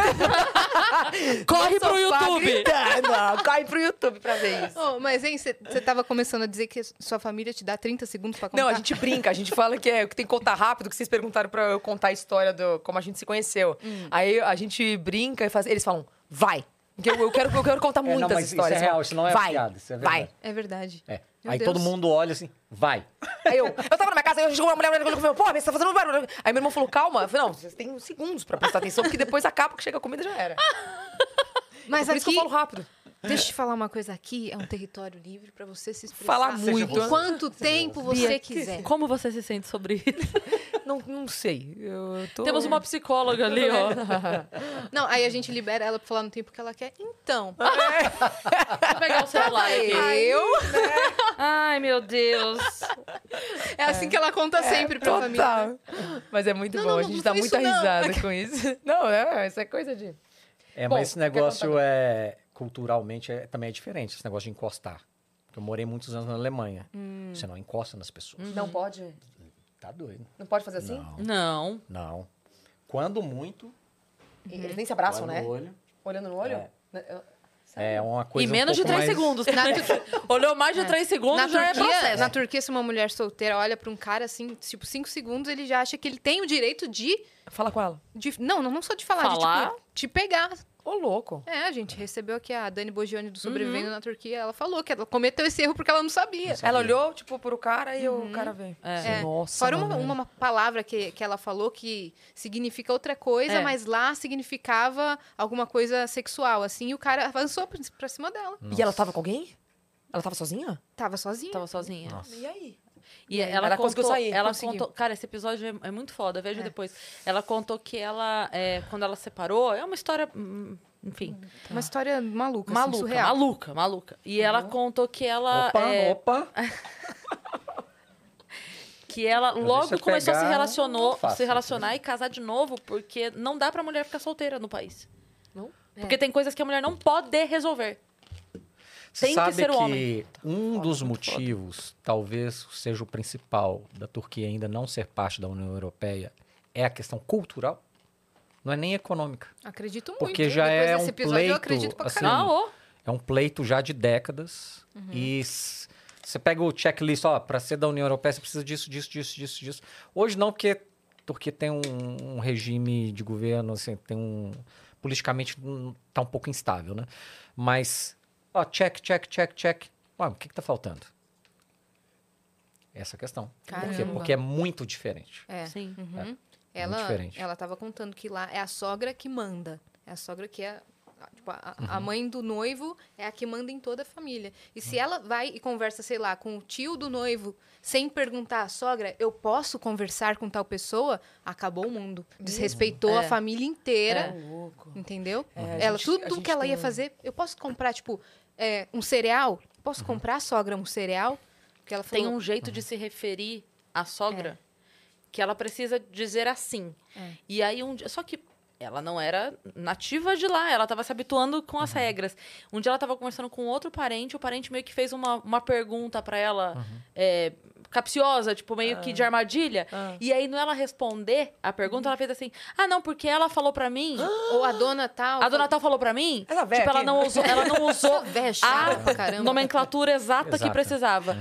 Corre pro
Sofá
YouTube!
gritando. Corre pro YouTube pra ver isso.
Ô, mas, hein, você estava começando a dizer que sua família te dá 30 segundos pra contar?
Não, a gente brinca, a gente fala que é que tem que contar rápido, que vocês perguntaram pra eu contar a história do como a gente se conheceu. Aí a gente brinca e faz, eles falam, vai. Porque eu, eu quero, eu quero contar
não,
muitas
mas isso
histórias.
é real, isso não é
vai,
piada, isso é
vai.
verdade.
É verdade.
É.
Meu
Aí
Deus.
todo mundo olha assim, vai.
Aí eu, eu tava na minha casa, aí eu chegou uma mulher, mulher, falou, pô, mas você tá fazendo barulho. Aí meu irmão falou, calma. Eu falei, não, vocês têm uns segundos pra prestar atenção, porque depois acaba que chega a comida já era. É
Mas
Por
aqui,
isso que eu falo rápido.
deixa eu te falar uma coisa aqui, é um território livre pra você se expressar.
Falar
Seja
muito.
você.
Quanto tempo você
Bia,
quiser.
Como você se sente sobre isso?
Não, não sei. Eu tô...
Temos uma psicóloga ali, ó.
Não, aí a gente libera ela pra falar no tempo que ela quer. Então,
Vou pegar o celular aqui.
eu...
Ai, meu Deus.
É assim que ela conta sempre pra família. né?
Total. Mas é muito
Não,
bom,
não,
a
não,
gente
não
dá
foi
muita
isso, não.
risada com isso. Não, é, isso é coisa de.
É,
Bom,
mas esse
quer
negócio
contar?
é culturalmente é- também é diferente, esse negócio de encostar. Porque Eu morei muitos anos na Alemanha. Você não encosta nas pessoas.
Não pode?
Tá doido.
Não pode fazer assim?
Não,
Não.
não. Quando muito,
Eles nem se abraçam,
olha
né?
no olho.
Olhando no olho?
É.
Na- eu-
É uma coisa
e
um
menos de
pouco
3
mais-
segundos. Olhou mais de 3 segundos,
Na
já é
Turquia,
processo.
na Turquia, se uma mulher solteira olha pra um cara assim, tipo, cinco segundos, ele já acha que ele tem o direito de.
Fala com ela.
de- não, não não só de falar, de
Falar?
tipo, te pegar.
Ô, louco.
É, a gente recebeu aqui a Dani Bogione do Sobrevivendo
Uhum.
na Turquia. Ela falou que ela cometeu esse erro porque ela não sabia.
Ela olhou, tipo, pro cara e o cara veio.
É.
É,
Nossa.
Fora uma,
mano.
uma palavra que, que ela falou que significa outra coisa,
É.
mas lá significava alguma coisa sexual, assim, e o cara avançou pra- pra cima dela.
E ela tava com alguém? Ela tava sozinha?
Tava sozinha.
Tava sozinha.
E aí?
E ela,
Ela
contou,
conseguiu sair,
Ela
conseguiu.
contou. Cara, esse episódio é- é muito foda, veja depois. Ela contou que ela, é, quando ela separou, é uma história. hum, Enfim,
tá.
Uma história maluca, assim,
maluca,
surreal. Uhum.
maluca, maluca. E ela contou que ela.
Opa,
é,
opa.
que ela logo
eu
começou a se,
pegar,
relacionou,
não faço,
se relacionar e casar de novo, porque não dá pra mulher ficar solteira no país.
Não?
É.
Porque tem coisas que a mulher não pode resolver.
Você
Tem que
sabe
ser o homem.
um
Tá Foda,
dos
muito foda.
motivos, talvez seja o principal, da Turquia ainda não ser parte da União Europeia é a questão cultural, não é nem econômica.
Acredito muito.
Porque
hein?
já
Depois
é
desse
um
episódio, eu
pleito,
acredito pra
assim,
caralho.
Ah, ô.
É um pleito já de décadas. E s- você pega o checklist, ó, para ser da União Europeia você precisa disso, disso, disso, disso, disso. Hoje não, porque a Turquia tem um, um regime de governo, assim, tem um. Politicamente hum, tá um pouco instável, né? Mas, ó, check, check, check, check. Ué, o que que tá faltando? Essa questão. Por quê?
Caramba.
Porque é muito diferente.
É.
Sim.
Uhum. Ela,
diferente.
ela tava contando que lá é a sogra que manda. É a sogra que é. a- tipo, a, a
Uhum.
mãe do noivo é a que manda em toda a família. E se ela vai e conversa, sei lá, com o tio do noivo, sem perguntar à sogra, eu posso conversar com tal pessoa? Acabou o mundo. Desrespeitou a
É.
família inteira.
louco.
Entendeu?
É, a
ela,
gente- a
tudo
gente
que ela
tem
ia
um-
fazer, eu posso comprar, tipo, é, um cereal? Posso
Uhum.
comprar, sogra, um cereal? Porque ela falou,
Tem um jeito de se referir à sogra que ela precisa dizer assim.
É.
E aí um dia. Só que ela não era nativa de lá, ela estava se habituando com as regras. Um dia ela estava conversando com outro parente, o parente meio que fez uma, uma pergunta para ela é, capciosa, tipo, meio que de armadilha.
Ah.
E aí, não ela responder a pergunta, ela fez assim: Ah, não, porque ela falou para mim.
ou a dona tal.
um- A dona Tal falou pra mim,
Essa véia
tipo, ela
aqui.
não usou, ela não usou
véia chata pra
a
caramba.
nomenclatura exata, que
Exata.
precisava.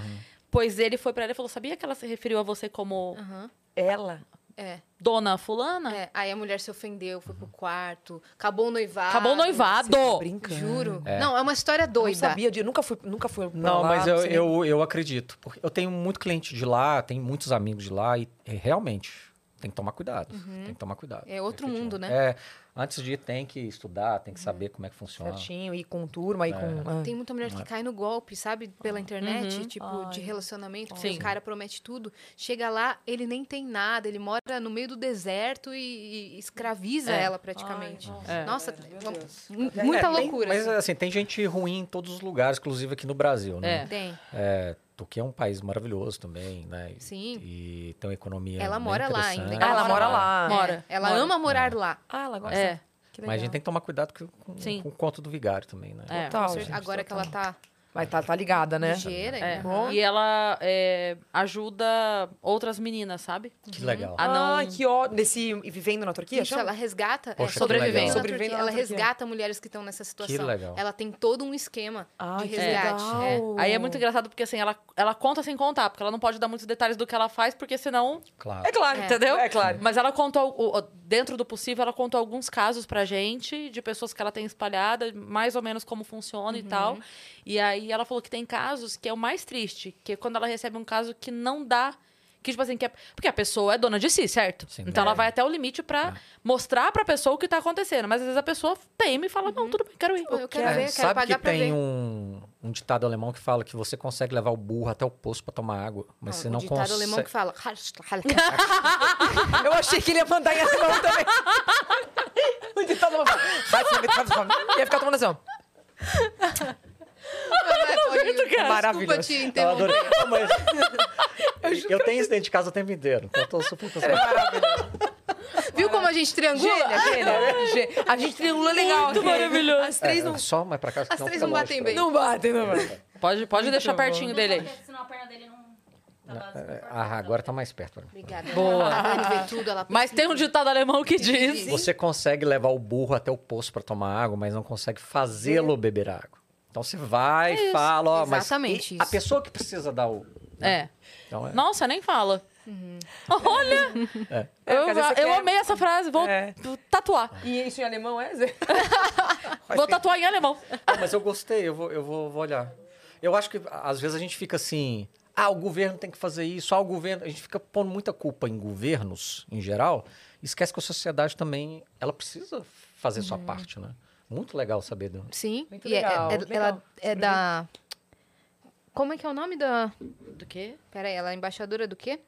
Pois ele foi pra ela e falou: "Sabia que ela se referiu a você como
Aham,
Ela?
É,
dona fulana?"
é. Aí a mulher se ofendeu, foi pro quarto, acabou o noivado.
Acabou o noivado.
Brincando.
Juro. Não, é uma história
Eu não
doida.
sabia, de, nunca fui, nunca fui pra
Não,
lá,
mas eu,
sei nem-
eu, eu acredito. Porque eu tenho muito cliente de lá, tenho muitos amigos de lá e é, realmente tem que tomar cuidado. Tem que tomar cuidado.
É outro
efetivamente.
mundo, né?
É, antes de ir, tem que estudar, tem que saber como é que funciona.
Certinho, e com turma,
É.
e com... ah.
Tem muita mulher que cai no golpe, sabe? Pela internet, tipo, de relacionamento. que
Uhum. Sim.
O cara promete tudo. Chega lá, ele nem tem nada. Ele mora no meio do deserto e, e escraviza
É.
ela praticamente.
Ai,
É.
nossa, vamos- mu-
É,
muita
tem-
loucura.
mas
assim.
assim, tem gente ruim em todos os lugares, inclusive aqui no Brasil, né?
É.
Tem.
É, Turquia é um país maravilhoso também, né? E-
Sim.
E tem uma economia.
Ela
bem
mora lá ainda.
interessante.
Ah, ela mora lá.
Mora.
Ela
Mora.
ama morar lá.
Ah, ela gosta.
É,
Que
Mas a gente tem que tomar cuidado com, com-
Sim.
com o conto do vigário também, né?
é.
Total,
Cer-
gente,
Agora que ela
total.
tá
Mas tá, tá ligada, né?
ligeira.
É.
né?
Bom.
E ela é, ajuda outras meninas, sabe?
Que legal.
Uhum.
Ah, não.
Ai, que ódio. Nesse Vivendo na Turquia?
Isso,
chama?
ela é resgata.
Poxa, que
sobrevivendo.
sobrevivendo.
Sobrevivendo é na
Ela
Turquia.
resgata mulheres que estão nessa situação.
legal.
Ela tem todo um esquema
Ai,
de
que
resgate.
legal.
é.
Aí é muito engraçado porque assim, ela, ela conta sem contar, porque ela não pode dar muitos detalhes do que ela faz, porque senão.
Claro.
É claro,
É.
entendeu? É claro.
Mas ela contou, o- o- dentro do possível, ela contou alguns casos pra gente de pessoas que ela tem espalhada, mais ou menos como funciona e tal. E aí ela falou que tem casos que é o mais triste, que é quando ela recebe um caso que não dá. Que, tipo assim, que é- porque a pessoa é dona de si, certo?
Sim,
então ela
é.
vai até o limite pra mostrar pra pessoa o que tá acontecendo. Mas às vezes a pessoa teme e fala: Não, tudo bem, quero ir.
Eu quero
É,
ver, quero
sabe
pagar
que
pra ver.
tem um, um ditado alemão que fala que você consegue levar o burro até o poço pra tomar água, mas você
Ah, o
não
ditado
consegue.
alemão que fala.
Eu achei que ele ia mandar em alemão também. O
tá
ditado alemão. Vai, vai, vai, vai. Ia ficar tomando assim, ó.
Desculpa
Maravilhoso.
te
Eu
interromper.
adorei. Não, mas- eu tenho isso dentro de casa o tempo inteiro, então eu tô super
É
concentrado.
maravilhoso.
Viu como a gente triangula? Ah,
Gênia, gênia, gênia. A né? gente triangula legal.
Muito
aqui.
É. maravilhoso.
As três não...
É, Só mais pra cá,
As
senão
três
fica né?
não
longe
batem
pra
bem.
mim.
Não batem, não batem.
Pode, pode deixar
bom.
pertinho dele aí.
Senão a perna dele não. Tá
É, Ah, agora tá mais perto pra mim.
Obrigada.
Boa.
A Dani vê tudo, ela
Mas tem um ditado alemão que diz.
Você consegue levar o burro até o poço pra tomar água, mas não consegue
Hum.
fazê-lo beber água. Então você vai, fala, ó, mas
É Exatamente
e a
isso.
pessoa que precisa dar o.
É.
Então é.
Nossa, nem fala. Olha!
É,
eu
porque às vezes
eu
você quer-
amei essa frase. Vou
É.
tatuar.
E isso em alemão é, Zé?
Vou tatuar em alemão.
Ah, mas eu gostei, eu vou, eu vou, vou olhar. Eu acho que às vezes a gente fica assim, ah, o governo tem que fazer isso, ah, o governo. A gente fica pondo muita culpa em governos, em geral, e esquece que a sociedade também ela precisa fazer
Uhum.
sua parte, né? Muito legal saber. Do...
Sim.
Muito
e é- é-
legal,
é-
legal.
ela é da. Como é que é o nome da.
Do quê?
Peraí, ela é embaixadora do quê?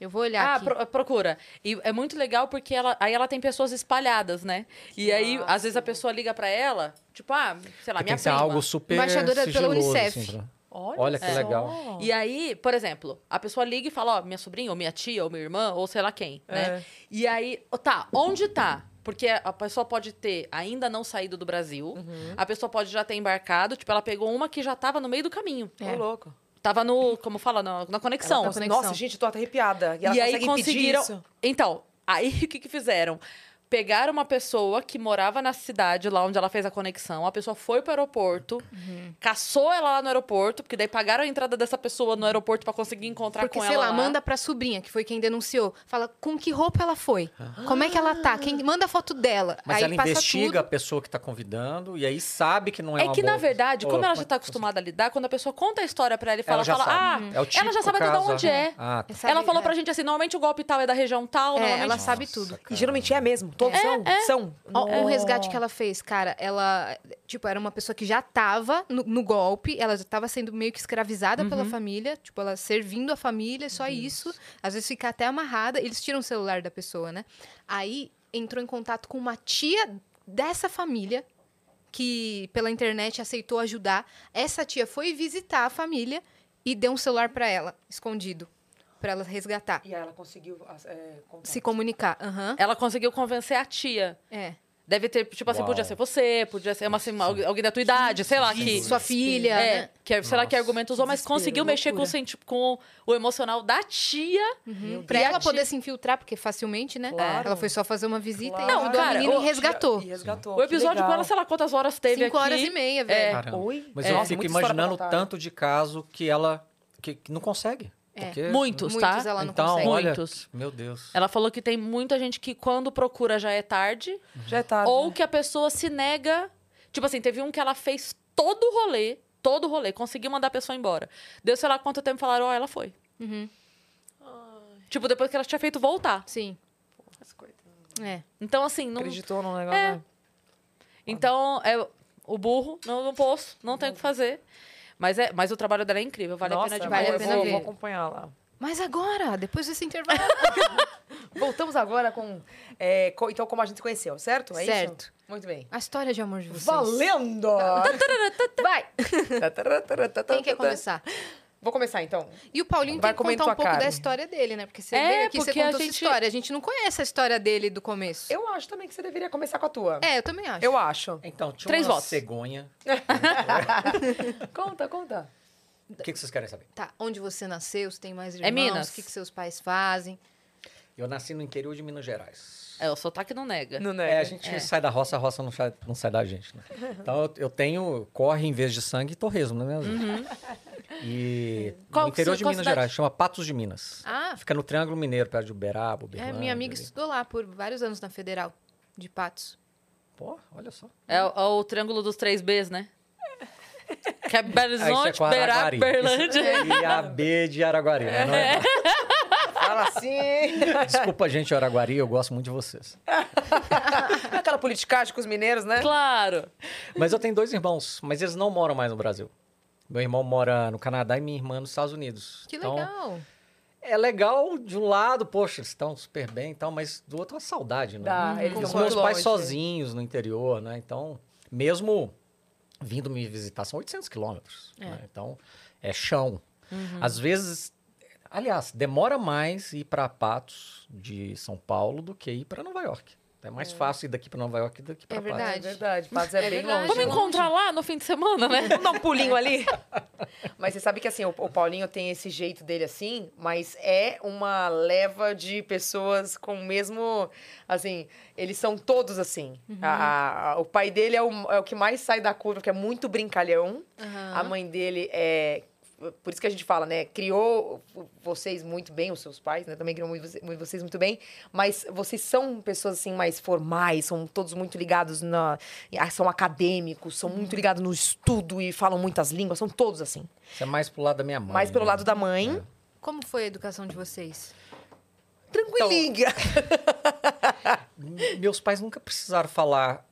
Eu vou olhar
Ah,
aqui.
pro- procura. E é muito legal porque ela, aí ela tem pessoas espalhadas, né? E aí, às vezes, a pessoa liga pra ela, tipo, ah, sei lá,
Porque tem
minha
que ser
prima.
algo super.
Embaixadora pela
sigiloso,
Unicef.
assim, pra-
Olha,
Olha que
só.
legal.
E aí, por exemplo, a pessoa liga e fala, ó, minha sobrinha, ou minha tia, ou minha irmã, ou sei lá quem, né?
É.
E aí, ó, tá, onde tá? Porque a pessoa pode ter ainda não saído do Brasil,
Uhum.
a pessoa pode já ter embarcado, tipo, ela pegou uma que já tava no meio do caminho.
Ô, louco.
Tava no, como fala, na, na conexão.
Ela É. tá Conexão.
Nossa, gente, eu tô até arrepiada. E, ela
e aí
consegue impedir
conseguiram.
isso?
Então, aí o que, que fizeram? Pegaram uma pessoa que morava na cidade, lá onde ela fez a conexão. A pessoa foi pro aeroporto, caçou ela lá no aeroporto, porque daí pagaram a entrada dessa pessoa no aeroporto pra conseguir encontrar
Porque,
com
sei
ela.
lá, manda pra sobrinha, que foi quem denunciou. Fala com que roupa ela foi. Como é que ela tá? Quem manda a foto dela.
Mas
aí
ela
passa
investiga a
tudo.
pessoa que tá convidando e aí sabe que não é
É
uma
que, na
boa-
verdade,
Ô,
como ela já
mas-
tá acostumada a lidar, quando a pessoa conta a história pra ela e fala,
Ela já
fala,
sabe.
ah,
É o
ela já
típico
sabe até de
caso,
onde
é.
é.
Ah,
É, sabe-
ela falou
é.
pra gente assim, normalmente o golpe tal é da região tal,
É,
normalmente...
ela sabe tudo.
E geralmente é mesmo. Todos são. São.
Ó, O
É.
resgate que ela fez, cara, ela, tipo, era uma pessoa que já tava no, no golpe, ela já tava sendo meio que escravizada pela família, tipo, ela servindo a família, só isso. Às vezes fica até amarrada, eles tiram o celular da pessoa, né? Aí entrou em contato com uma tia dessa família, que pela internet aceitou ajudar. Essa tia foi visitar a família e deu um celular pra ela, escondido, pra ela resgatar,
E aí ela conseguiu as- é, contar.
se comunicar. Aham.
Ela conseguiu convencer a tia.
É.
Deve ter, tipo assim,
Uau.
podia ser você, podia ser uma, assim, algu- alguém da tua idade, sei lá. Que,
Sua filha,
É,
né?
que, sei lá que
Nossa,
argumento usou, mas
desespero,
conseguiu mexer com, o
loucura.
senti- com o emocional da tia.
Uhum.
Meu
Pra
Deus.
ela poder se infiltrar, porque facilmente, né?
Claro.
Ela foi só fazer uma visita
Claro.
e ajudou
Não, cara,
a menina
o-
e resgatou.
Ah, E resgatou.
o episódio com ela, sei lá quantas horas teve
Cinco
aqui.
horas e meia, velho.
Caramba.
Oi?
Mas
É.
eu
Nossa,
fico
muita história pra
imaginando o
contar.
tanto de caso que ela que, que não consegue.
É.
Porque-
Muitos,
Muitos
tá?
ela não
então,
consegue.
olha,
Muitos.
meu Deus.
Ela falou que tem muita gente que quando procura já é tarde,
Já é tarde.
ou
né?
que a pessoa se nega. Tipo assim, teve um que ela fez todo o rolê, todo o rolê, conseguiu mandar a pessoa embora. Deu sei lá quanto tempo falaram, ó, ela foi.
Uhum.
Tipo, depois que ela tinha feito voltar.
Sim. É.
Então, assim, não,
Acreditou num negócio.
É.
né?
Então, é o burro, não, não posso, não tem o que fazer. Mas, é, mas o trabalho dela é incrível, vale
Nossa,
a pena
vale
demais.
a
eu
pena
vou,
ver.
vou acompanhar lá.
Mas agora, depois desse intervalo.
Voltamos agora com, é, co- Então, como a gente se conheceu, certo? É
Certo.
isso? Muito bem. Tá,
a história de amor de vocês.
Valendo! Tá,
Vai! Quem quer começar?
Vou começar então.
E o Paulinho
tá, Vai
tem que
comendo
contar um
tua
pouco
carne.
da história dele, né? Porque você
É,
veio aqui, você
porque a
contou sua
gente-
história. A gente não conhece a história dele do começo.
Eu acho também que você deveria começar com a tua.
É, eu também acho.
Eu acho.
Então, tinha
Três
uma
votos.
cegonha.
Conta, conta.
O que, que vocês querem saber?
Tá, onde você nasceu, se tem mais
É
irmãos,
Minas.
o que, que seus pais fazem.
Eu nasci no interior de Minas Gerais.
É, o sotaque não nega.
Não né?
É,
nega.
a gente sai da roça, a roça não sai, não sai da gente, né? Então eu, eu tenho corre em vez de sangue e torresmo, não é mesmo? E
Qual
no interior
ci-
de
qual
Minas
cidade?
Gerais, chama Patos de Minas.
Ah.
Fica no Triângulo Mineiro, perto de Uberaba,
É,
Uberlândia.
minha amiga
ali.
estudou lá por vários anos na Federal de Patos.
Pô, olha só.
É, o- é o triângulo dos três Bs, né? Que é Belo
Ah, isso é
Horizonte,
com
Berá,
Araguari.
Berlândia.
E a B de Araguari, né? Não é-
Fala assim.
Desculpa, gente, de Araguari, eu gosto muito de vocês.
Aquela politicagem com os mineiros, né?
Claro.
Mas eu tenho dois irmãos, mas eles não moram mais no Brasil. Meu irmão mora no Canadá e minha irmã nos Estados Unidos.
Que
Então,
legal.
É legal de um lado, poxa, eles estão super bem e tal, mas do outro é uma saudade, né?
Dá, eles
Os
tão
meus
muito
pais
longe.
sozinhos no interior, né? Então, mesmo vindo me visitar, são 800 quilômetros. né? Então, é chão. Às vezes, aliás, demora mais ir para Patos de São Paulo do que ir para Nova York. É mais fácil ir daqui para Nova York do que para Patos.
verdade.
É verdade, mas é,
É
bem
Vamos
verdade.
longe.
Gente.
encontrar lá no fim de semana, né?
Vamos dar um pulinho ali? mas você sabe que assim, o, o Paulinho tem esse jeito dele assim, mas é uma leva de pessoas com o mesmo. Assim, eles são todos assim. A- a- a- o pai dele é o, é o que mais sai da curva, porque é muito brincalhão.
Aham.
A mãe dele é. Por isso que a gente fala, né? Criou vocês muito bem, os seus pais, né? Também criou muito você- muito vocês muito bem. Mas vocês são pessoas, assim, mais formais, são todos muito ligados na... ah, São acadêmicos, são muito ligados no estudo e falam muitas línguas. São todos assim.
Isso é mais pro lado da minha mãe.
mais pelo
né?
lado da mãe,
Como foi a educação de vocês?
tranquilinha.
M- Meus pais nunca precisaram falar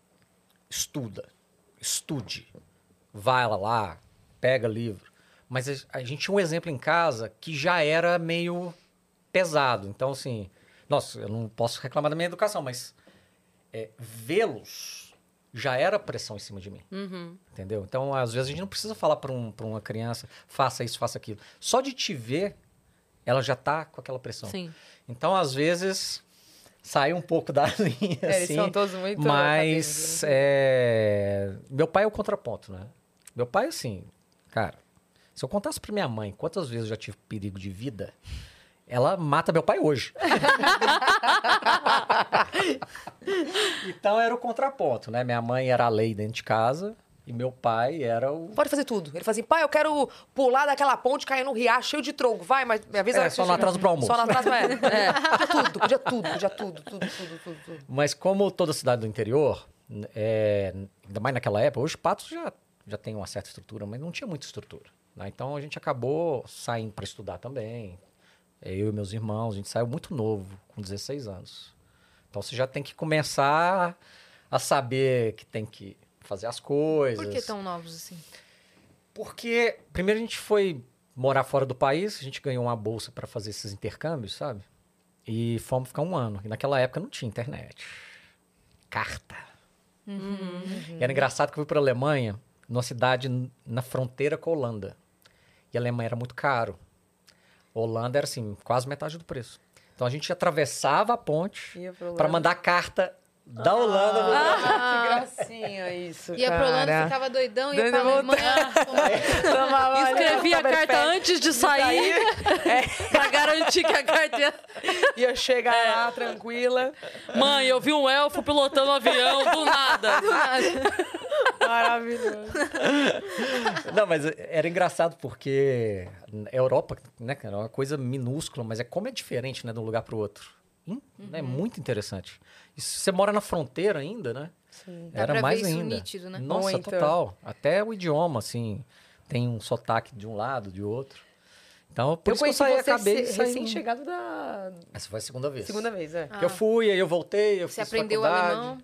estuda, estude, vai lá, lá pega livro. Mas a, a gente tinha um exemplo em casa que já era meio pesado. Então, assim, nossa, eu não posso reclamar da minha educação, mas é, vê-los já era pressão em cima de mim.
Uhum,
Entendeu? Então, às vezes, a gente não precisa falar para um, pra uma criança, faça isso, faça aquilo. Só de te ver, ela já tá com aquela pressão.
Sim.
Então, às vezes, sai um pouco da linha,
É, eles
assim.
são todos muito
mas,
né?
né?
é, meu pai é o contraponto, né? Meu pai, assim, cara, se eu contasse pra minha mãe quantas vezes eu já tive perigo de vida, ela mata meu pai hoje. então, era o contraponto, né? Minha mãe era a lei dentro de casa e meu pai era o...
Pode fazer tudo. Ele fala assim, pai, eu quero pular daquela ponte, cair no riacho, cheio de tronco. Vai, mas me avisa... a
É,
hora que
só
você
no
chegar."
atraso pro almoço.
Só no atraso, é. é. Podia tudo, podia tudo, podia tudo, tudo, tudo, tudo, tudo.
Mas como toda cidade do interior, n- é, ainda mais naquela época, hoje Patos já, já tem uma certa estrutura, mas não tinha muita estrutura. né? Então a gente acabou saindo para estudar também. É, Eu e meus irmãos, a gente saiu muito novo, com 16 anos. Então você já tem que começar a saber que tem que fazer as coisas.
Por que tão novos assim?
Porque primeiro a gente foi morar fora do país, a gente ganhou uma bolsa para fazer esses intercâmbios, sabe? E fomos ficar um ano. E naquela época não tinha internet. Carta. E era engraçado que eu fui para Alemanha, numa cidade n- na fronteira com a Holanda. E a Alemanha era muito caro. A Holanda era assim, quase metade do preço. Então a gente atravessava a ponte
Ia pro
para
lado.
mandar carta da Holanda. pro Brasil.
Ah,
que gracinha isso,
Ia pro Holanda, ficava doidão, ia
Doido
pra
e voltava.
É,
Alemanha.
Tomava-
Escrevi a
tomava
carta
café.
antes de sair pra garantir que a carta ia...
Ia chegar
É.
lá, tranquila.
Mãe, eu vi um elfo pilotando um avião do nada.
Maravilhoso.
Não, mas era engraçado porque na Europa, né, cara, é uma coisa minúscula, mas é como é diferente, né, de um lugar pro outro. Hum, É
Uhum.
muito interessante. E se você mora na fronteira ainda, né?
Dá
Era
pra
mais
ver isso
ainda.
nítido, né?
Nossa,
Muito.
total. Até o idioma, assim, tem um sotaque de um lado, de outro. Então, por isso que eu saí, acabei
rec-
saindo.
recém-chegado da
Essa foi a segunda vez.
segunda vez, é.
Que eu fui, aí eu voltei, eu
Ah. Você
fiz
aprendeu
faculdade.
alemão?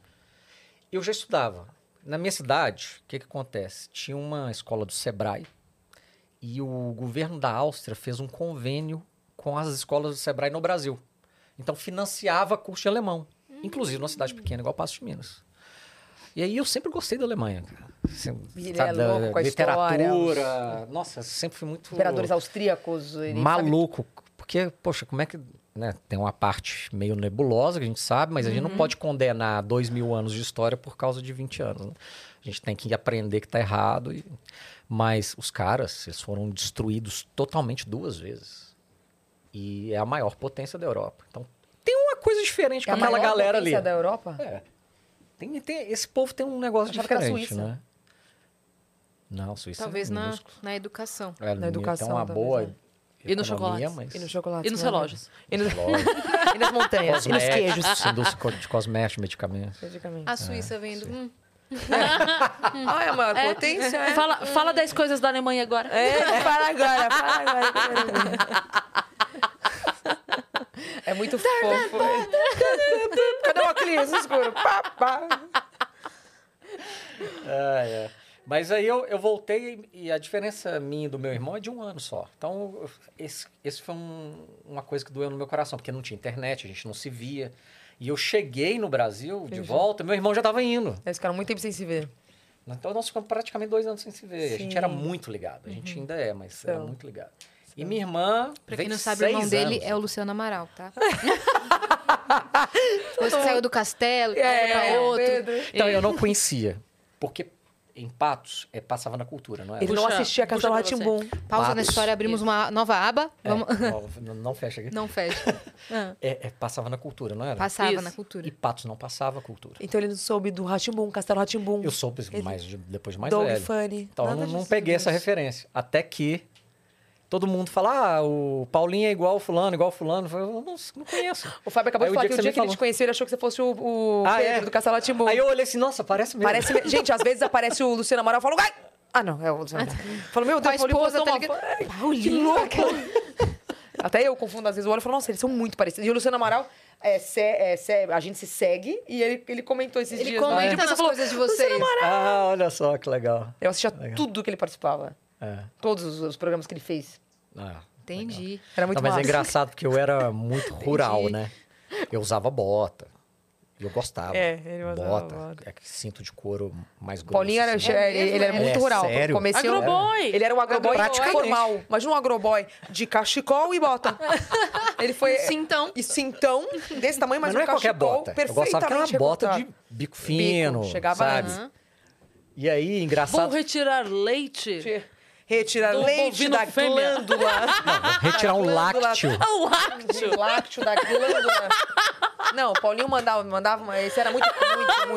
Eu já estudava. Na minha cidade, o que, que acontece? Tinha uma escola do Sebrae e o governo da Áustria fez um convênio com as escolas do Sebrae no Brasil. Então, financiava curso de
Hum.
alemão, inclusive numa cidade pequena, igual Passo de Minas. E aí, eu sempre gostei da Alemanha, cara. assim,
Ele
sabe,
é louco com a história,
literatura. Nossa, sempre fui muito
Imperadores austríacos. Ele
maluco. Porque, poxa, como é que. Né, tem uma parte meio nebulosa que a gente sabe, mas a
Uhum.
gente não pode condenar dois mil anos de história por causa de 20 anos. né? A gente tem que aprender que tá errado. e- Mas os caras, eles foram destruídos totalmente duas vezes. E é a maior potência da Europa. Então tem uma coisa diferente com
sabe... É a
aquela
maior
galera ali.
potência da Europa?
É. Tem, tem- esse povo tem um negócio
Achava que era
diferente,
Suíça.
né? Não, Suíça
Talvez
é
na,
minúsculo.
na educação.
É, tem
educação,
uma
talvez,
boa
né?
E no
economia,
chocolate.
mas-
E no chocolate.
E nos
né?
relógios.
E, nos-
Lógico.
e nas
É,
montanhas. e nos queijos.
Cosméticos, indústria co- de cosméticos, medicamentos.
Praticamente.
A Suíça vendo. hum,
Ah, é uma potência. É.
Fala, fala 10 coisas da Alemanha agora.
É, fala agora, fala agora, fala agora.
É muito
Tá,
fofo.
Cadê o óculos escuro? Pá, pá.
É, é. Mas aí eu, eu voltei e a diferença minha e do meu irmão é de um ano só. Então, eu- esse, esse foi um- uma coisa que doeu no meu coração, porque não tinha internet, a gente não se via. E eu cheguei no Brasil de volta, meu irmão já estava indo.
Eles ficaram muito tempo sem se ver.
Então nós ficamos praticamente dois anos sem se ver. A gente
Sim.
era muito ligado. A gente ainda é, mas era
São.
muito ligado. E minha irmã.
Uhum. Então. Pra
vem
quem não sabe, o irmão
seis
dele
anos.
é o Luciano Amaral, tá? Depois que saiu do castelo,
É,
é, pra outro.
Então eu não conhecia. Porque em Patos é, passava na cultura, não é?
Ele não
Puxa-
assistia a
puxa
Castelo
pra você.
Ratimbum.
Pausa na
Patos.
história, abrimos uma nova aba.
É,
Vamos...
não, não fecha aqui.
Não fecha. Ah,
É, é, passava na cultura, não era?
Passava
Isso.
na cultura.
E Patos não passava a cultura.
Então ele não soube do Ratimbum, Castelo Ratimbum.
Eu soube mais de- depois de mais
Doug
velho.
Funny.
Então eu
nada
não, não
disso,
peguei
disso.
essa referência. Até que todo mundo fala, ah, o Paulinho é igual o fulano, igual o fulano. Eu falei, "Eu não, não conheço.
O Fábio acabou
Aí
de
o
falar que
dia que
o
você
dia
me
que ele
falou.
te conheceu, ele achou que você fosse o, o
Ah,
Pedro
é?
do Castelo Ratimbum.
Aí eu olhei assim, nossa, parece mesmo.
Parece... Gente, às vezes aparece o Luciano Amaral e fala... "Ai!" Ah, não, é o Luciano Amaral. Falou, meu
Com a
Deus, Paulinho,
esposa,
postou
tá
uma...
ligado?
foto. Que
Paulinho.
louco! Até eu confundo, às vezes, eu olho e falo, nossa, eles são muito parecidos. E o Luciano Amaral, é, se- é, se- a gente se segue e ele, ele comentou esses
Ele
dias. né?
comenta
Depois eu
nas
falo,
coisas de vocês.
Ah, olha só que legal.
Eu assistia
Legal.
tudo que ele participava.
É.
Todos os, os programas que ele fez.
Ah,
Entendi.
Era muito
Não, mas
massa.
é engraçado porque eu era muito rural, né? Eu usava bota. E eu gostava.
É, ele usava
bota.
bota.
É que cinto de couro mais grosso.
Paulinho era,
assim.
ele, ele era
É
muito rural.
sério?
Comecei
Agroboy!
Ele era um agroboy
Praticamente.
formal. Imagina um agroboy de cachecol e bota. Ele foi...
Cintão.
E cintão, desse tamanho, mas,
Mas não
um
é qualquer
cachecol
bota. Eu
perfeitamente
gostava que era uma bota de
recortado.
bico fino,
chegava-
sabe?
Aham.
E aí,
Vou
engraçado...
retirar leite.
Te- Retira
Do
leite
bovino
da
fêmea.
glândula.
Vou retirar um
Glândula.
lácteo.
Ah, o lácteo.
De lácteo da glândula. Não, Paulinho mandava, mandava uma... Esse era muito, muito,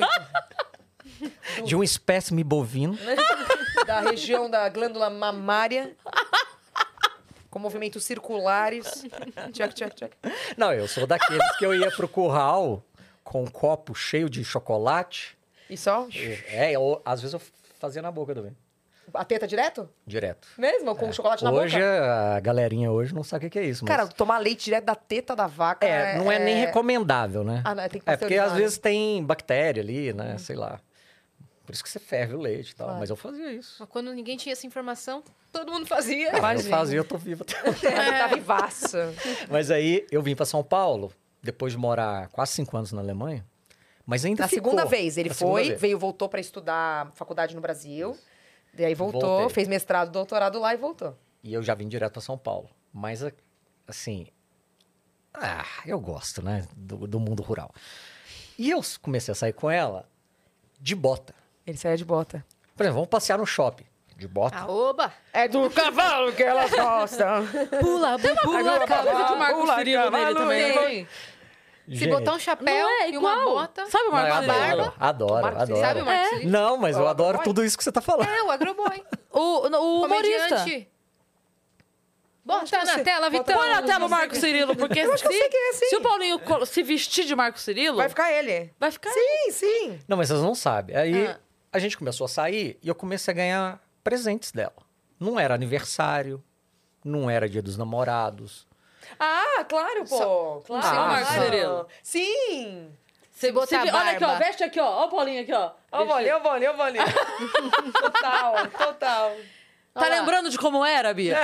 muito.
De um espécime bovino.
Da região da glândula mamária. Com movimentos circulares. Tchac, tchac, tchac.
Não, eu sou daqueles que eu ia pro curral com um copo cheio de chocolate.
E só?
É, eu- às vezes eu fazia na boca também.
A teta direto?
Direto.
Mesmo? Com chocolate na
É. hoje,
boca?
a galerinha hoje não sabe o que que é isso.
Cara,
mas...
tomar leite direto da teta da vaca.
É, não é, nem recomendável, né?
Ah, não, tem que
é porque
pasteurizar,
às
né?
vezes tem bactéria ali, né? Sei lá. Por isso que você ferve o leite e tal.
Claro.
Mas eu fazia isso. Ah,
Mas quando ninguém tinha essa informação, todo mundo fazia.
eu fazia, eu tô vivo até hoje.
É.
Tá vivaça.
Mas aí eu vim pra São Paulo, depois de morar quase cinco anos na Alemanha. Mas ainda
Na
ficou.
segunda vez, ele
Na segunda
foi,
vez.
veio, voltou pra estudar faculdade no Brasil. E aí voltou,
Voltei.
fez mestrado, doutorado lá e voltou.
E eu já vim direto pra São Paulo. Mas, a- assim... Ah, eu gosto, né? Do, do mundo rural. E eu comecei a sair com ela de bota.
Ele saía de bota.
Por exemplo, vamos passear no shopping. De bota.
A oba!
É do cavalo que elas gostam.
Pula, pula,
Coisa de
cavalo.
Marco
Pula,
Cirilo nele
cavalo,
também. hein?
Se
Gente,
botar um chapéu
Não é
e uma
igual. é
bota.
Sabe o
Não, eu
Marco Cirilo?
adoro, adoro,
Marcos,
adoro. É.
Sabe o Marcos Cirilo?
Não, mas eu
Fala,
adoro
vai.
tudo isso que você tá falando.
É, o agroboy.
O, no- o humorista.
Comediante. Bota
Onde
na
você-
tela,
bota-
Vitão.
Põe na tela o Marco Cirilo, porque se,
sei que é assim.
se o Paulinho colo- se vestir de Marco Cirilo,
Vai ficar ele.
vai ficar
Sim, sim.
Não, mas vocês não sabem. Aí
Ah.
a gente começou a sair e eu comecei a ganhar presentes dela. Não era aniversário, não era dia dos namorados.
Ah, claro, pô. Claro.
Sim, Marcos
claro.
Cirilo.
Sim.
Se
botar
se- Olha aqui, ó.
barba.
Veste aqui, ó. Ó o Paulinho aqui, ó.
Eu vou
Veste-
ali, eu vou ali, eu vou ali. total,
Tá
total.
Olha lá.
lembrando de como era, Bia?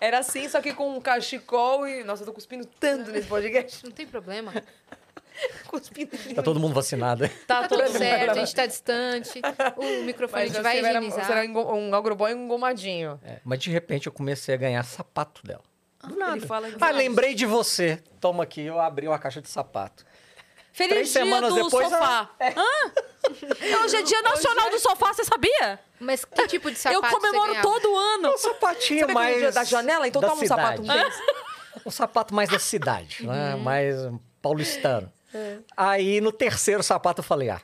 Era assim, só que com um cachecol e... Nossa, eu tô cuspindo tanto nesse podcast.
Não tem problema.
Cuspindo de
Tá todo mundo vacinado.
Tá
Tudo
todo
certo, a gente tá distante, o microfone a gente vai
você era,
higienizar.
você era engo- um agrobó engomadinho.
É, mas de repente eu comecei a ganhar sapato dela. Do nada.
ele fala
ah, lembrei de você. Toma aqui, eu abri uma caixa de sapato.
Feliz
Três
dia
semanas
do
depois,
sofá. Hã? né? Hoje é dia nacional do sofá, você sabia?
Mas que tipo de
Eu
sapato
comemoro
você ganhava?
todo ano.
Um sapatinho
Sabe aquele
mais.
dia da janela? Então
da
toma um sapato
cidade. Um sapato mais da cidade,
Uhum.
né? Mais paulistano.
É.
Aí no terceiro sapato eu falei, ah,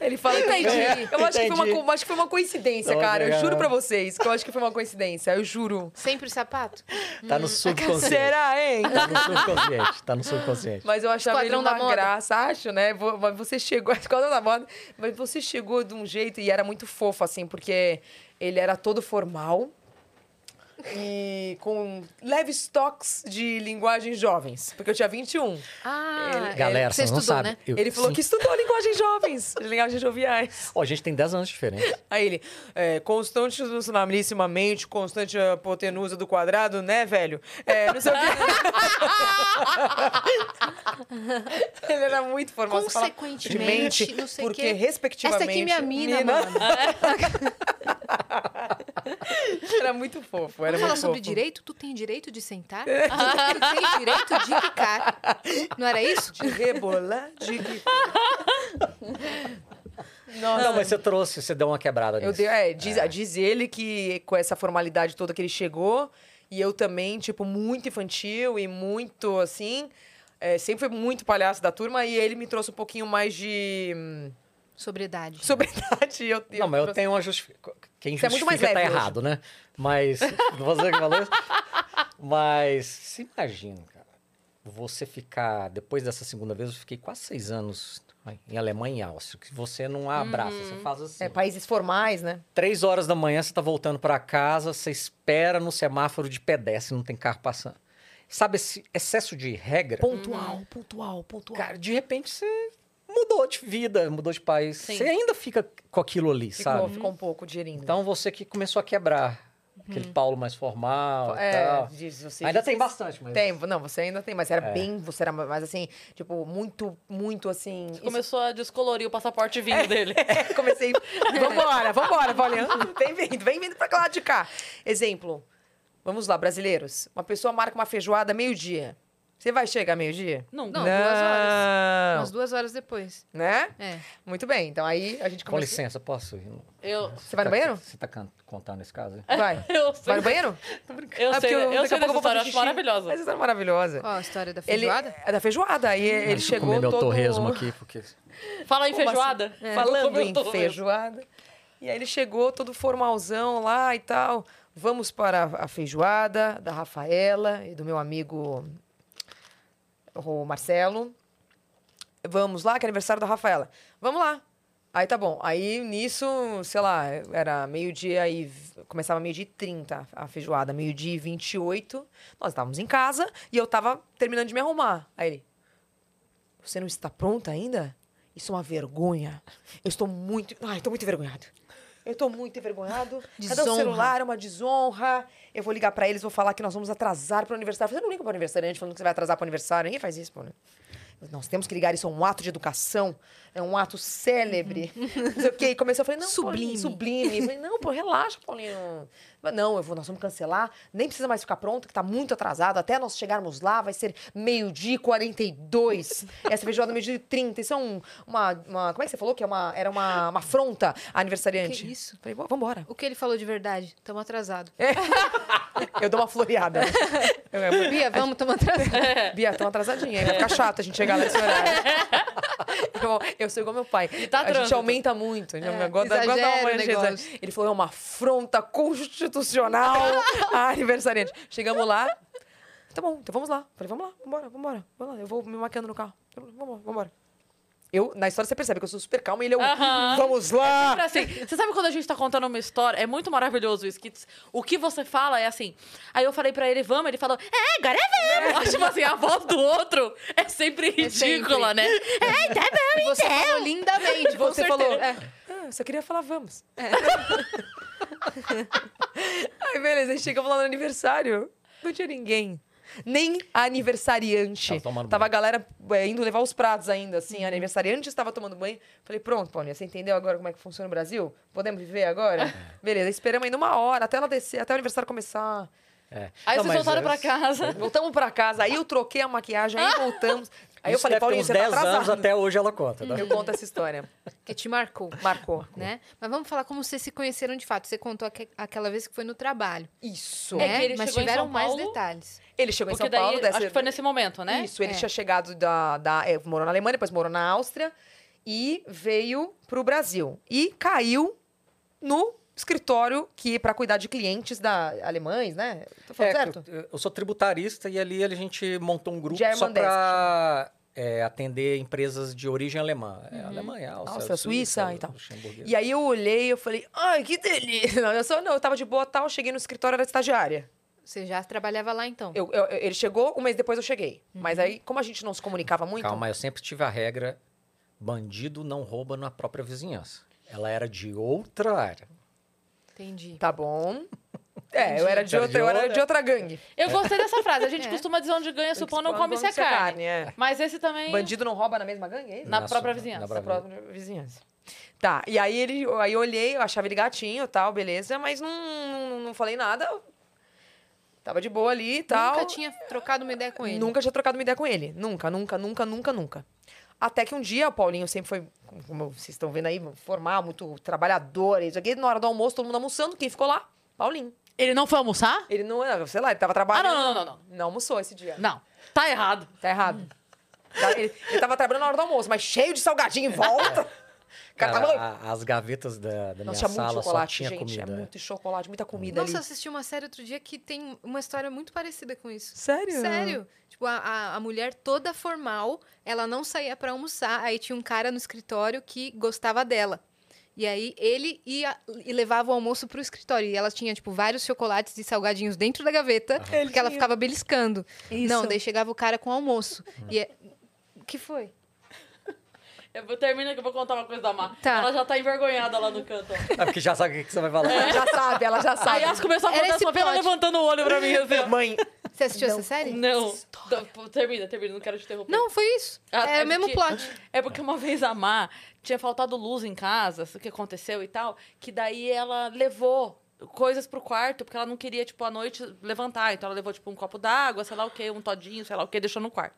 Ele fala que
Entendi.
Eu acho que, foi uma,
Entendi.
co- acho que foi uma coincidência,
Não,
cara. Eu
legal.
juro pra vocês que eu acho que foi uma coincidência. Eu juro.
Sempre sapato?
tá
Hum,
no subconsciente.
Será, hein?
Tá no subconsciente, tá no subconsciente.
Mas eu achava
Esquadrão
ele
da
uma
Moda.
graça, acho, né? Vo- Mas você chegou, Esquadrão da Moda, mas você chegou de um jeito e era muito fofo, assim, porque ele era todo formal e com leves toques de linguagem jovens, porque eu tinha 21.
Ah, é,
Galera,
você
vocês não
estudou,
sabem.
né?
eu-
Ele falou
sim.
que estudou linguagem jovens, linguagem joviais.
Ó, a gente tem 10 anos de diferença.
Aí ele, é, constante mente, constante ah, hipotenusa do quadrado, né, velho? É, não sei o quê. Ele era muito formal. você fala,
Consequentemente,
"Mente",
não sei o
porque,
quê.
respectivamente...
Essa aqui é minha mina, mano.
Era muito fofo, era
Vamos falar
muito
sobre
fofo.
direito? Tu tem direito de sentar? Tu tem direito de ficar. Não era isso?
De rebolar, de...
Não,
Nossa,
mas você trouxe, você deu uma quebrada
Eu
nisso.
dei, é, diz, diz ele que com essa formalidade toda que ele chegou, e eu também, tipo, muito infantil e muito assim. é, sempre fui muito palhaço da turma, e ele me trouxe um pouquinho mais de hum,
Sobriedade.
sobriedade. e Eu,
Não, mas eu
trouxe-
tenho uma justificativa. Quem
Você é
justifica
muito mais
tá
leve hoje.
errado, né? Mas. você que falou isso? Mas se imagina, cara. Você ficar. Depois dessa segunda vez, eu fiquei quase seis anos em Alemanha e Áustria. Que você não abraça, você faz assim.
É, países formais, né?
Três horas da manhã, você tá voltando pra casa, você espera no semáforo de pedestre, não tem carro passando. Sabe esse excesso de regra?
Pontual, pontual, pontual.
Cara, de repente você mudou de vida, mudou de país.
Sim.
Você ainda fica com aquilo ali,
ficou,
sabe?
ficou um pouco digerindo.
Então você que começou a quebrar. Aquele Paulo mais formal e
Uhum. é,
tal.
diz você.
então. Ainda
diz-
tem bastante, mas.
Tem, não, você ainda tem, mas era
É.
bem, você era mais assim, tipo, muito, muito assim.
Você Começou a descolorir o passaporte vinho dele.
É, comecei. Vambora, vambora. Falei, "Ah, vem vindo, vem vindo pra lá de cá. Exemplo. Vamos lá, brasileiros. Uma pessoa marca uma feijoada meio-dia. Você vai chegar meio-dia?
Não,
Não, duas
Não.
Umas duas horas depois.
Né?
É.
Muito bem. Então aí a gente
Com
começa.
licença, posso? ir?
Eu,
Você vai no banheiro?
Você tá can- contando esse caso? hein?
Vai.
eu
Vai
sei.
no banheiro?
Eu
Ah,
sei,
porque
eu,
daqui a
sei
pouco
dessa
vou fazer
história, eu acho
xixi.
maravilhosa.
Essa história é maravilhosa.
Qual a história da
Ele,
feijoada?
é da feijoada. Aí ele
Deixa eu
chegou
comer meu
todo...
torresmo aqui, porque.
Fala em
Como assim?
feijoada.
É.
Fala
Falando
como eu
em
tô mesmo.
feijoada. E aí ele chegou todo formalzão lá e tal. Vamos para a feijoada da Rafaela e do meu amigo o Marcelo. Vamos lá, que é aniversário da Rafaela. Vamos lá. Aí tá bom. Aí nisso, sei lá, era meio-dia e. v- Começava meio-dia e 30 a feijoada, meio-dia e 28. Nós estávamos em casa e eu tava terminando de me arrumar. Aí ele. Você não está pronta ainda? Isso é uma vergonha. Eu estou muito. Ai, estou muito envergonhado. Eu estou muito envergonhado. Cadê o
Desonra.
celular? É uma desonra. Eu vou ligar pra eles, vou falar que nós vamos atrasar para o aniversário. Você não liga para o aniversariante falando que você vai atrasar para o aniversário. Ninguém faz isso, pô. né? Nós temos que ligar isso a um ato de educação, é um ato célebre. Não sei o quê. E comecei a falar, não,
Uhum. Sublime.
Paulinho, sublime. Eu falei, não, pô, relaxa, Paulinho. Mas, Não, eu vou, nós vamos cancelar, nem precisa mais ficar pronto, que tá muito atrasado. Até nós chegarmos lá, vai ser meio-dia e 42. Essa feijoada é meio-dia e 30. Isso é um, uma, uma- Como é que você falou? Que é uma, era uma, uma afronta à aniversariante.
Que isso?
Falei, "Bom, vambora.
O que ele falou de verdade? Tamo atrasado.
Eu dou uma floreada. Eu- eu-
Bia, vamos, tamo atrasado.
Bia, tão atrasadinha, aí vai ficar chato a gente chegar lá nesse horário. Eu, eu sou igual meu pai.
tá
a gente
trânsito.
aumenta muito. A gente
É,
gosta, gosta de dar uma
exagera o
manjeza.
negócio.
Ele falou, é uma afronta constitucional à aniversariante. Chegamos lá. Tá bom, então vamos lá. Falei, vamos lá, vambora, vambora. Vamos lá, eu vou me maquiando no carro. Tá bom, Vambora, vambora. Eu, na história, você percebe que eu sou super calma e ele é um...
Aham.
Vamos lá!
Sempre assim. Você sabe quando a gente tá contando uma história? É muito maravilhoso isso. Que o que você fala é assim. Aí eu falei pra ele, vamos, ele falou, é, agora é vamos. tipo assim, a voz do outro é sempre ridícula, né? É, tá bom.
Você falou lindamente, com
Você falou,
certeza.
"Ah, eu só queria falar vamos.
É.
Aí, beleza, aí chegamos lá no aniversário, não tinha ninguém. nem aniversariante.
Tava tomando
Tava a
banho.
galera é, indo levar os pratos ainda, assim.
Uhum.
Aniversariante estava tomando banho. Falei, pronto, Paulinha, você entendeu agora como é que funciona o Brasil? Podemos viver
É.
agora? Beleza, esperamos ainda uma hora, até ela descer, até o aniversário começar.
É.
Aí
Não,
vocês
mas
voltaram
eu-
pra casa.
Voltamos pra casa, aí eu troquei a maquiagem, aí voltamos. Aí eu
Isso
falei,
deve ter
Paulinha,
uns
você tá Uhum.
10 anos
atrasada.
até hoje ela conta, tá?
Eu conto essa história.
É, Que te marcou,
Marcou.
né? Mas vamos falar como vocês se conheceram de fato. Você contou aque- aquela vez que foi no trabalho,
Isso.
É que
né?
ele
Mas
chegou em
tiveram
São
mais
Paulo-
detalhes.
Ele chegou em
Porque
São
daí,
Paulo, dessa...
acho que foi nesse momento, né?
Isso, ele
É.
tinha chegado da. da é, morou na Alemanha, depois morou na Áustria e veio pro Brasil. E caiu no escritório que para cuidar de clientes da alemães, né? Tô falando
É,
certo?
eu- Eu sou tributarista e ali a gente montou um grupo
German
só
Desk,
para atender empresas de origem alemã. É, Alemanha, Áustria,
Áustria, Suíça e tal.
Luxemburgo.
E aí eu olhei, eu falei, ai, que delícia! Não, eu só não, eu tava de boa tal, cheguei no escritório, era estagiária.
Você já trabalhava lá então?
Eu- eu- eu- ele chegou, um mês depois eu cheguei. Mas
Uhum.
aí, como a gente não se comunicava é muito,
Calma, eu sempre tive a regra: bandido não rouba na própria vizinhança. Ela era de outra área.
Entendi.
tá bom. É, eu era de
Era Tá
outra,
de
eu era
outra.
de outra gangue.
Eu gostei dessa frase. A gente
É.
costuma dizer onde ganha, supão não come se é
Quando
carne.
é.
Mas esse também.
Bandido não rouba na mesma gangue, é isso?
Na própria
sua-
vizinhança.
na
da própria vizinhança. Tá, e aí ele aí eu olhei, eu achava ele gatinho e tal, beleza, mas não, não, não falei nada. eu Tava de boa ali e tal.
Nunca tinha trocado uma ideia com ele.
Nunca tinha trocado uma ideia com ele. Nunca, nunca, nunca, nunca, nunca. Até que um dia o Paulinho sempre foi, como vocês estão vendo aí, formal, muito trabalhador. Isso aqui, na hora do almoço, todo mundo almoçando. Quem ficou lá? Paulinho.
Ele não foi almoçar? Ah,
Ele não, sei lá, ele tava trabalhando.
não, não, não,
Não almoçou esse dia.
Não. Tá errado.
Tá errado. Tá, Ele, ele tava trabalhando na hora do almoço, mas cheio de salgadinho em volta. O cara
Cara,
tava
a- as gavetas da, da minha
Nossa, é muito
sala só
chocolate,
tinha
gente.
comida.
É muito chocolate, muita comida
Nossa, eu
ali.
assisti uma série outro dia que tem uma história muito parecida com isso.
Sério?
Sério. Tipo, a, a, a mulher toda formal, ela não saía pra almoçar. Aí tinha um cara no escritório que gostava dela. E aí ele ia e levava o almoço pro escritório. E ela tinha, tipo, vários chocolates e salgadinhos dentro da gaveta, porque ela ficava beliscando. Não, daí chegava o cara com o almoço. E é... O que foi?
Eu vou- termina que eu vou contar uma coisa da Má.
Tá.
Ela já tá envergonhada lá no canto. ó.
É porque já sabe o que que você vai falar.
Ela já sabe, ela já
A
sabe.
Yas começou a
Era
contar
esse
só pela
plot.
levantando o olho pra mim, assim. ó.
Mãe,
Você assistiu essa série?
Não. Tá, pô, Termina, termina, não quero te interromper.
Não, foi isso.
Ah,
Era
é
o mesmo
porque-
plot.
É porque uma vez a Má tinha faltado luz em casa, o que aconteceu e tal, que daí ela levou coisas pro quarto, porque ela não queria, tipo, à noite levantar. Então ela levou, tipo, um copo d'água, sei lá o quê, um todinho, sei lá o quê, deixou no quarto.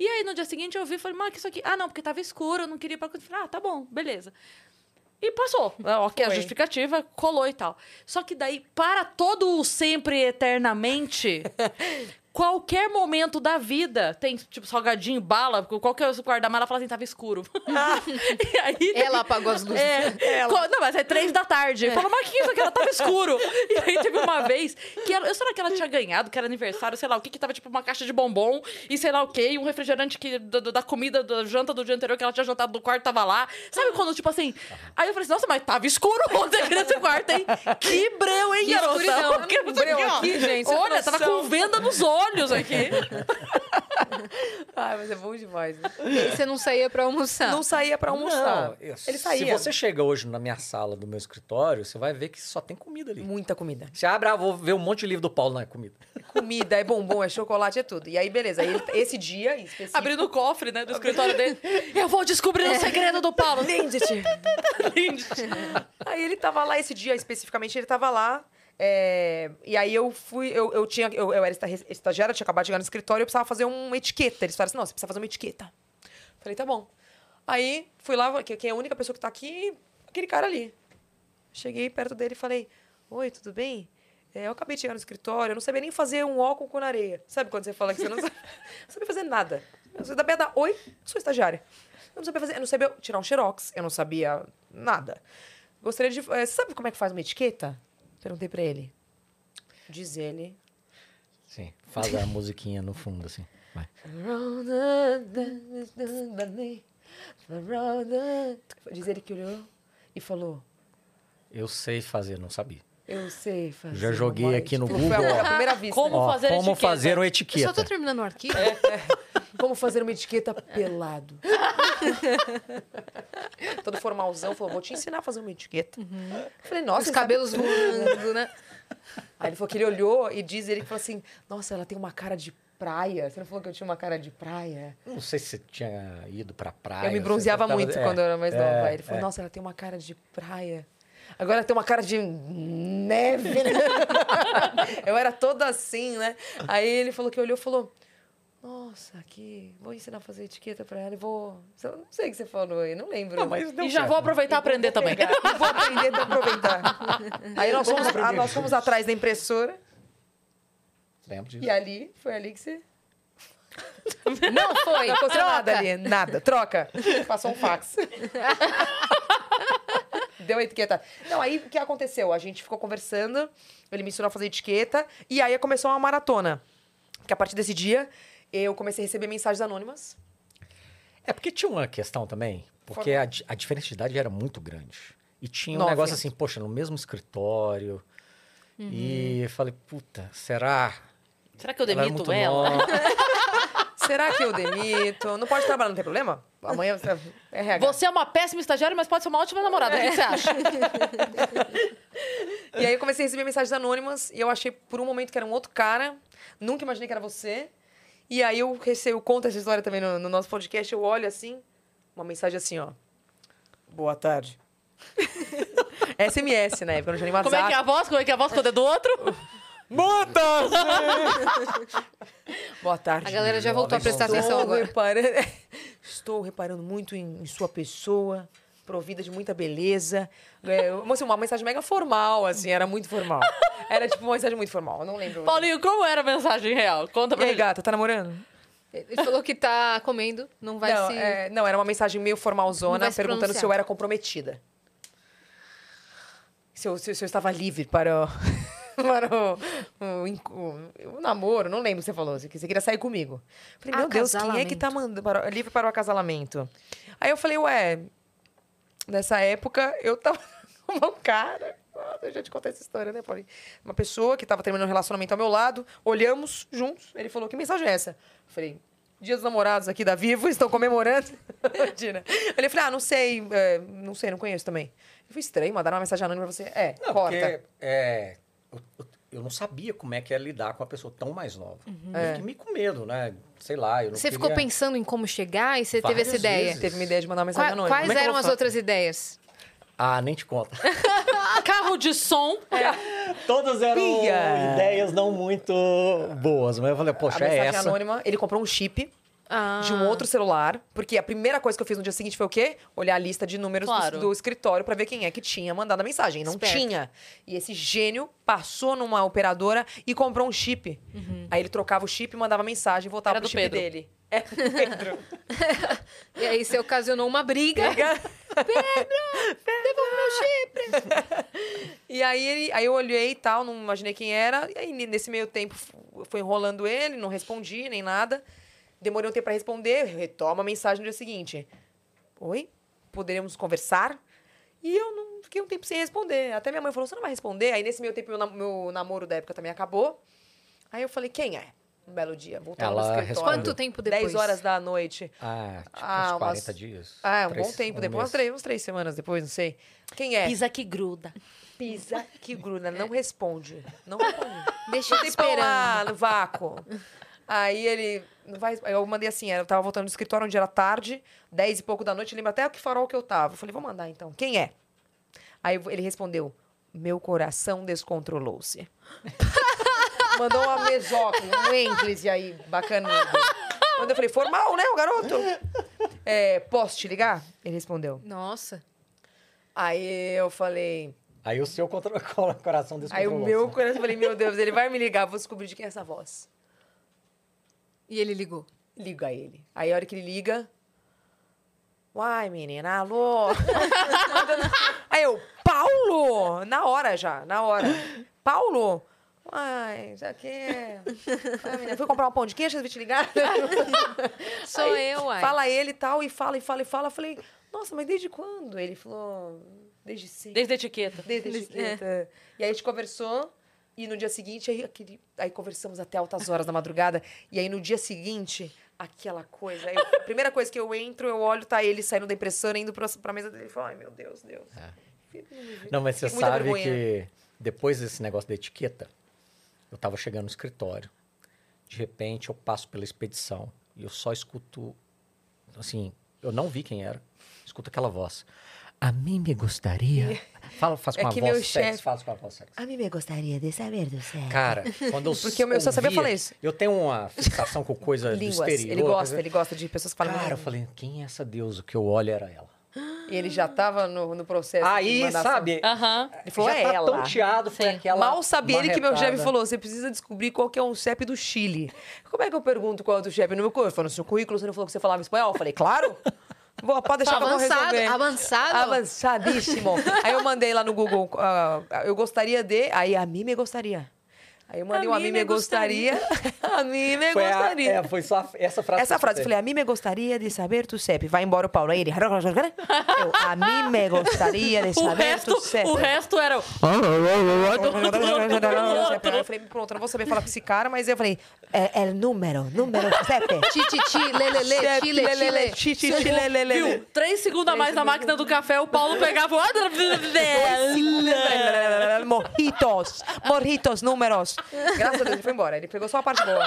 E aí no dia seguinte eu vi e falei, Má, que isso aqui? Ah, não, porque tava escuro, eu não queria ir pra. Eu falei, ah, tá bom, beleza. E passou. Ah, Ok, a
Foi.
justificativa colou e tal. Só que daí, para todo o sempre e eternamente, qualquer momento da vida, tem, tipo, salgadinho, bala, qualquer guardamar, ela fala assim, tava escuro. e aí...
Ela apagou as luzes.
É, co- não, mas é três da tarde. Eu falo, mas que isso aqui? Ela tava escuro. E aí teve uma vez que ela, eu sei lá que ela tinha ganhado, que era aniversário, sei lá o que, que tava tipo uma caixa de bombom e sei lá o que, e um refrigerante que, da, da- da comida, da janta do dia anterior que ela tinha jantado do quarto tava lá. Sabe quando, tipo assim. Aí eu falei assim, nossa, mas tava escuro ontem aqui nesse quarto, hein? Que breu, hein,
Que
garota?
escuridão.
Que breu
aqui, gente, você
Olha,
tem
tava
noção.
com venda nos olhos aqui.
Ai, mas é bom demais. né?
E você não saía pra almoçar.
Não saía pra almoçar.
Não, eu-
Ele saía.
Se você chega hoje na minha sala do meu escritório, você vai ver que só tem comida ali.
Muita comida.
Você abre, ah, vou ver um monte de livro do Paulo, não é comida.
Comida, é bombom, é chocolate, é tudo. E aí, beleza. Aí, ele- esse dia em específico...
Abrindo o cofre, né, do escritório dele. Eu vou descobrir o segredo do Paulo.
Lindt. Aí ele tava lá esse dia, especificamente, ele tava lá. é, e aí eu fui, eu, eu tinha, eu, eu era esta- estagiária, tinha acabado de chegar no escritório, eu precisava fazer uma etiqueta. Eles falaram assim, não, você precisa fazer uma etiqueta. Falei, tá bom. Aí fui lá, que- quem é a única pessoa que tá aqui, aquele cara ali. Cheguei perto dele e falei, oi, tudo bem? É, eu acabei de chegar no escritório, eu não sabia nem fazer um óculos com na areia. Sabe quando você fala que você não sabe, não sabia fazer nada? Você dá dar oi, sou estagiária. Eu não sabia fazer, eu não sabia tirar um xerox, eu não sabia nada. Gostaria de. eh, sabe como é que faz uma etiqueta? Perguntei pra ele. Diz ele.
Sim, faz a musiquinha no fundo, assim. Vai.
Diz ele que olhou e falou:
Eu sei fazer, não sabia.
Eu sei fazer.
Já joguei
uma
aqui no
etiqueta."
Google,
Foi a
ó.
primeira vista.
Como
Ó,
fazer
como
etiqueta?
fazer uma
Eu só
etiqueta.
tô terminando o arquivo.
Como fazer uma etiqueta pelado. Todo formalzão falou: vou te ensinar a fazer uma etiqueta. Falei, nossa,
Os
você
cabelos voando, né?
sabe- Aí ele falou que ele olhou e diz ele que falou assim: Nossa, ela tem uma cara de praia. Você não falou que eu tinha uma cara de praia?
Não sei se você tinha ido pra praia.
eu me
você
bronzeava
tava-
muito
é,
quando eu era mais
é,
nova. Aí ele falou:
é.
Nossa, ela tem uma cara de praia. Agora ela tem uma cara de neve, né? eu era toda assim, né? Aí ele falou que olhou e falou: Nossa, aqui, vou ensinar a fazer etiqueta pra ela e vou. Eu Não sei o que você falou aí, não lembro.
Não, mas deu
E já
certo.
vou aproveitar e aprender também.
Eu vou aprender pra aproveitar. Aí nós fomos, ah, nós fomos atrás da impressora
Lembro disso.
e ali, foi ali que você.
Não foi.
Não aconteceu nada
Troca.
Tá ali, nada. Troca. Passou um fax. Deu a etiqueta. Não, aí o que aconteceu? A gente ficou conversando, ele me ensinou a fazer etiqueta, e aí começou uma maratona. Que a partir desse dia, eu comecei a receber mensagens anônimas.
É porque tinha uma questão também, porque a, di- a diferença de idade era muito grande. E tinha um
Nove
negócio
anos.
assim, poxa, no mesmo escritório.
Uhum.
E eu falei, puta, será?
Será que eu
Ela era
demito
muito
ela?
nova.
Será que eu demito? Não pode trabalhar, não tem problema? Amanhã você é RH.
Você é uma péssima estagiária, mas pode ser uma ótima namorada. O que que você acha?
E aí eu comecei a receber mensagens anônimas e eu achei por um momento que era um outro cara. Nunca imaginei que era você. E aí eu recebo, eu conto essa história também no, no nosso podcast, eu olho assim, uma mensagem assim, ó. Boa tarde. SMS na época, não tinha nem
Como
WhatsApp.
é que é a voz? Como é que é a voz quando é do outro?
Boa tarde.
A galera já voltou a prestar
Estou
atenção agora.
reparando, estou reparando muito em, em sua pessoa, provida de muita beleza. É, uma, assim, uma mensagem mega formal, assim, era muito formal. Era tipo uma mensagem muito formal, eu não lembro.
Paulinho, como era a mensagem real? Conta
E
pra
aí,
gente.
gata, tá namorando?
Ele falou que tá comendo, não vai
não,
se.
é, não, era uma mensagem meio
Não
formalzona,
vai se
perguntando se eu
pronunciar.
era comprometida. Se eu, se, eu- se eu estava livre para o, para o, o, enco- o, namoro, não lembro o que você falou, que você queria sair comigo. Eu Falei, meu Deus, quem é que tá mandando para, livre para o acasalamento? Aí eu falei, ué, nessa época eu tava com um cara. Nossa, Eu já te contei essa história, né, Paulinho? Uma pessoa que tava terminando um relacionamento ao meu lado, olhamos juntos, ele falou: Que mensagem é essa? Eu falei: Dia dos namorados aqui da Vivo, estão comemorando. Imagina. Ele falou: Ah, não sei, é, não sei, não conheço também. Eu falei: Estranho, mandaram uma mensagem anônima pra você. É,
Não,
corta.
porque é, eu, eu- eu não sabia como é que é lidar com uma pessoa tão mais nova.
Uhum.
Eu
É.
fiquei meio com medo, né? Sei lá, eu não
Você ficou
queria-
pensando em como chegar e você teve
Várias
essa ideia?
vezes.
Teve uma ideia de mandar uma
Qua-
mensagem anônima.
quais
Como é que eu
eram
vou
as
fa-
outras ideias?
Ah, nem te conta.
Carro de som.
Todas eram
Pia.
ideias não muito boas, mas eu falei,
A
poxa, é
mensagem
essa.
anônima, ele comprou um chip.
Ah,
de um outro celular, porque a primeira coisa que eu fiz no dia seguinte foi o quê? Olhar a lista de números do-
Claro.
do, escritório pra ver quem é que tinha mandado a mensagem. Não
Esperto.
tinha. E esse gênio passou numa operadora e comprou um chip. Aí ele trocava o chip, mandava mensagem e voltava
Uhum. Era
pro
do
chip
Pedro.
dele. É, do Pedro.
E aí você ocasionou uma briga.
E aí, ele, aí eu olhei e tal, não imaginei quem era. E aí, ne- nesse meio tempo, f- foi enrolando ele, não respondi nem nada. Demorei um tempo pra responder, retoma a mensagem no dia seguinte. Oi? Poderíamos conversar? E eu não fiquei um tempo sem responder. Até minha mãe falou, você não vai responder? Aí, nesse meio tempo, meu, nam- meu namoro da época também acabou. Aí eu falei, quem é? Um belo dia, voltando
Ela
no escritório.
respondeu.
Quanto tempo depois?
10 horas da noite.
Ah, tipo
Ah,
uns
umas-
40 dias.
Ah, um
três-
bom tempo
um
depois, umas
mês.
três, umas três semanas depois, não sei. Quem é?
Pisa que gruda.
Pisa que gruda, não responde. Não responde.
Deixa eu
Botei pão
esperando.
lá no vácuo. Aí ele. Não vai, eu mandei assim, eu tava voltando do escritório onde era tarde, dez e pouco da noite, lembro até que farol que eu tava. Eu Falei, vou mandar então. Quem é? Aí eu- ele respondeu: Meu coração descontrolou-se. Mandou uma mesoca, um ênclise aí, bacaninha. Quando eu falei, formal, né, o garoto? É, posso te ligar? Ele respondeu.
Nossa.
Aí eu falei.
Aí o seu contra... cola- coração
Aí o
descontrolou. assim, né?
meu coração, eu falei, meu Deus, ele vai me ligar, vou descobrir de quem é essa voz.
E ele ligou.
Ligo a ele. Aí a hora que ele liga. Uai, menina, alô! Aí eu, Paulo! Na hora já, na hora. Paulo! Uai, já que. Ai, menina, fui comprar um pão de queijo, resolvi te ligar.
Sou eu, uai.
Fala ele e tal, e fala, e fala, e fala. Eu falei, nossa, mas desde quando? Ele falou, desde sempre.
Desde a etiqueta.
Desde, desde quinta. E aí a gente conversou. E no dia seguinte, aí, aquele, aí conversamos até altas horas da madrugada. E aí no dia seguinte, aquela coisa. eu- a primeira coisa que eu entro, eu olho, tá ele saindo da impressora, indo pra, pra mesa dele. E falo, ai meu Deus, Deus.
É. Não, mas você
Muita
sabe
vergonha.
que Depois desse negócio da etiqueta, eu tava chegando no escritório. De repente, eu passo pela expedição e eu só escuto. Assim, eu não vi quem era. Escuto aquela voz. A mim me gostaria. Fala, faz com
É
a
que
voz
meu
sexy.
chefe-
Faz com a voz sexy.
A mim me gostaria de saber do céu.
Cara, quando eu
Porque o meu só sabia
ouvia-
falar isso.
Eu tenho uma fixação com coisa do
Línguas.
exterior.
Ele gosta,
coisa-
ele gosta de pessoas que falam.
Cara, eu
"Hum".
falei, quem é essa deusa? O que eu olho era ela.
E ele já tava no, no
É,
processo. de
Aí,
mandação.
sabe?
Aham.
Ele falou,
já
é
tá
ela.
tonteado, foi
Sim.
aquela
Mal sabe ele que meu
marretada.
chefe falou: você precisa descobrir qual que é um CEP do Chile. Como é que eu pergunto qual é o do CEP no meu currículo? No seu currículo, você não falou que você falava espanhol? Eu falei, claro! Vou, pode deixar que eu vou
Avançado,
resolver.
avançado.
Avançadíssimo. aí eu mandei lá no Google, ah, eu gostaria de. Aí a mim me gostaria. Aí eu mandei
A
um a
mim
mim
me
me gostaria. a mim me
Foi, a-
gostaria.
é, foi só essa frase. que
Essa
eu
frase, eu
escutei.
falei, a mim me gostaria de saber tu CEP. Vai embora o Paulo. Aí ele... Eu, a mim me gostaria de
O
saber
resto,
tu CEP.
o resto era. um o-
um
um
Eu falei, pronto, eu não vou saber falar com esse cara, mas eu falei, é, é número, número, CEP.
Tititi, lelele,
CEP,
chile,
lelele,
chile.
chi, chi, chi, lelele.
Viu? Três segundos a mais na máquina do café, o Paulo pegava. o-
Morritos, morritos, números. Graças a Deus, ele foi embora. Ele pegou só a parte boa.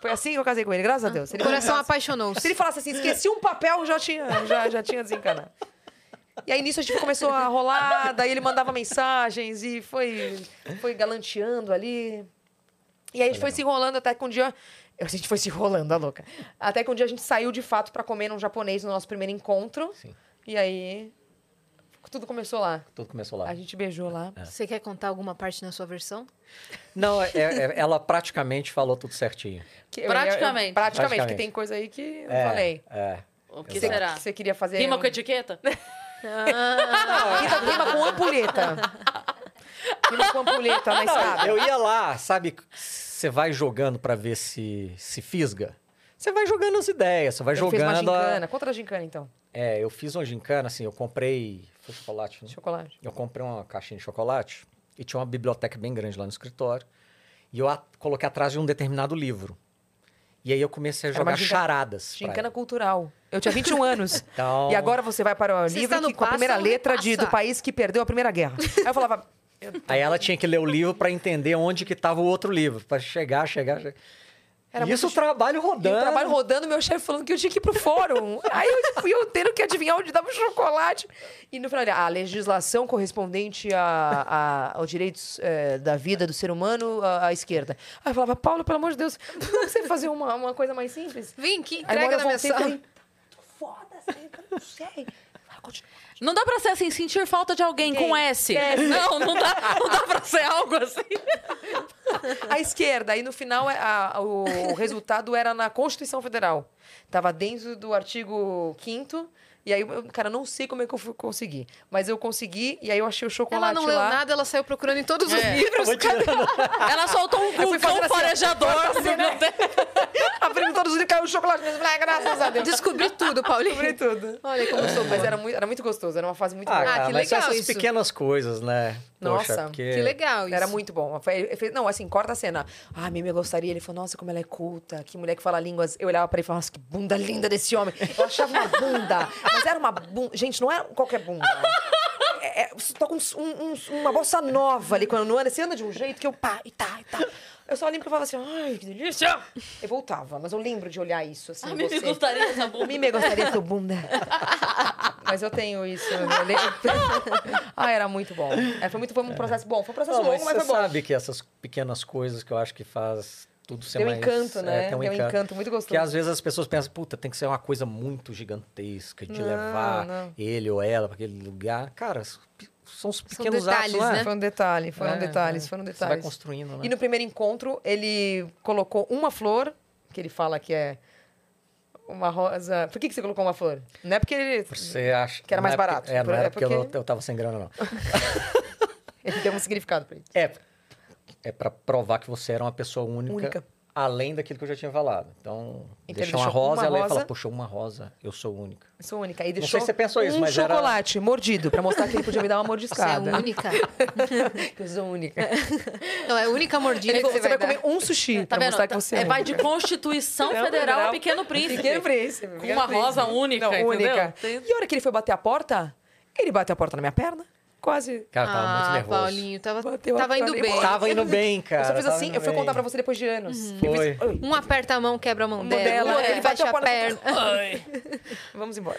Foi assim que eu casei com ele, graças a Deus. Ele
O coração
foi-
apaixonou-se.
Se ele falasse assim, esqueci um papel, já tinha, já, já tinha desencanado. E aí nisso a gente começou a rolar, daí ele mandava mensagens e foi, foi galanteando ali. E aí a gente foi se enrolando até que um dia. A gente foi se enrolando, a louca. Até que um dia a gente saiu de fato pra comer num japonês no nosso primeiro encontro.
Sim.
E aí. Tudo começou lá.
Tudo começou lá.
"Ah, A gente beijou lá.
É.
Você quer contar alguma parte na sua versão?
Não, é- é- ela praticamente falou tudo certinho.
Que eu- eu-
Praticamente.
praticamente. Praticamente, porque
Praticamente.
tem coisa aí que eu
É,
falei.
É.
O que
Você-
será?
Que você queria fazer.
Tá. Rima
um-
com etiqueta?
Rita queima com ampulheta. Queima com ampulheta na estrada.
Eu ia lá, sabe? Você vai jogando pra ver se se fisga. Você vai jogando as ideias, você vai
Ele fez uma
jogando. a-
gincana. Contra a gincana, então.
É, eu fiz uma gincana, assim, eu comprei. Foi chocolate, né?
Chocolate.
Eu comprei uma caixinha de chocolate e tinha uma biblioteca bem grande lá no escritório. E eu a- coloquei atrás de um determinado livro. E aí eu comecei a
Era uma
jogar
ginca-
charadas. pra
Gincana
ela.
cultural. Eu tinha 21 anos.
Então-
E agora você vai para o
Você
livro
está no
que, com a
passa
primeira
ou
letra de,
repassa?
do país que perdeu a Primeira Guerra. Aí eu falava... eu-
Aí ela tinha que ler o livro pra entender onde que tava o outro livro, Pra chegar, chegar, chegar.
Era
E isso o
muito-
trabalho
E
rodando. Ah,
o trabalho rodando, meu chefe falando que eu tinha que ir pro fórum. Aí eu fui eu tendo que adivinhar onde dava o chocolate. E no final, olha, a legislação correspondente a, a- aos direitos eh, da vida do ser humano à, à esquerda. Aí eu falava, Paulo, pelo amor de Deus, não você fazer uma, uma coisa mais simples?
Vem que
Aí
entrega
agora
na
eu
minha
voltei e
sala.
falei,
Foda-se, eu não sei. Vai, continua.
Não dá pra ser assim, sentir falta de alguém com S. Não, não dá, não dá pra ser algo assim.
à esquerda. Aí no final é, a- a- o resultado era na Constituição Federal. Tava dentro do artigo 5 e aí, eu- cara, eu não sei como é que eu fui conseguir. Mas eu consegui, e aí eu achei o chocolate
Ela não leu
lá. É.
nada, ela saiu procurando em todos os livros.
Ela soltou um
fui fazendo
vulcão
assim, ó.
farejador.
Abrindo todos os livros, caiu o chocolate mesmo. Falei, ah, graças a Deus.
Descobri tudo, Paulinho.
Descobri tudo.
Olha como eu sou
Mas
boa.
era muito, era muito gostoso, era uma fase muito
Ah,
boa.
cara,
que
mas
legal
essas
isso.
pequenas coisas, né?
Nossa,
Poxa, porque...
Que legal isso.
Era muito bom. Foi- foi- Não, assim, corta a cena. Ah, a Mimi gostaria. Ele falou, nossa, como ela é culta. Que mulher que fala línguas. Eu olhava pra ele e falava, nossa, que bunda linda desse homem. Eu achava uma bunda. Mas era uma bunda. Gente, não era qualquer bunda. É, é, você toca um, um- um- uma bossa nova ali quando não anda. Você anda de um jeito que eu pá, e tá, e tá. Eu só lembro que eu falava assim, ai, que delícia. Eu voltava, mas eu lembro de olhar isso, assim,
A mim me
você.
gostaria essa
A
bunda.
mim me gostaria seu bunda. Mas eu tenho isso. eu le- ah, era muito bom. É, foi, muito, foi um processo bom. Foi um processo
Não, mas
longo, mas
você
foi bom.
sabe que essas pequenas coisas que eu acho que faz tudo ser
Tem um
mais...
encanto,
é,
né? Tem um encanto muito gostoso.
Que às vezes as pessoas pensam, puta, tem que ser uma coisa muito gigantesca de
Não,
levar
não.
ele ou ela pra aquele lugar. Cara, s- são os pequenos
detalhes,
atos, né?
né?
Foi um detalhe, foi um
É,
detalhe,
é.
foi um
Você vai
detalhe.
construindo, né?
E no primeiro encontro, ele colocou uma flor, que ele fala que é uma rosa. Por que, que você colocou uma flor? Não é porque ele,
Você acha...
Que era mais
não é porque-
barato.
É, não
Por-
era
é
porque,
porque-
Eu, eu tava sem grana, não.
ele deu um significado pra isso.
É, é para provar que você era uma pessoa única,
Única.
além daquilo que eu já tinha falado. Então,
ele
deixar uma
deixou uma
rosa, ela ia falar,
rosa.
puxa, uma rosa, eu sou única.
Eu sou única. E
sei
deixou
se você pensou isso,
um
mas era-
chocolate mordido, pra mostrar que ele podia me dar uma
Você é
mordiscada.
única.
Que eu sou única.
Não, é a única mordida
Ele
que
falou,
você
você
vai,
vai comer
dar.
um sushi
Tá
pra
vendo?
mostrar que
Tá-
você
é,
é
vai
única.
de Constituição Federal a Pequeno Príncipe.
Um Pequeno príncipe.
Com
Pequeno
uma rosa
Príncipe.
única,
Não,
entendeu?
única.
Tem-
E a hora que ele foi bater a porta, ele bateu a porta na minha perna, Quase.
Cara, eu tava muito
ah,
nervoso.
Paulinho, tava,
Bateu a
tava indo
cara.
bem.
Tava indo bem, cara.
eu só fiz
tava
assim,
indo
eu fui
bem.
contar pra você depois de anos. Eu
Foi.
fiz, assim, "Ai,
Um aperta a mão, Um quebra a mão dela.
dela,
outro
ele
baixa
bateu
a
a
perna.
Ai. Vamos embora.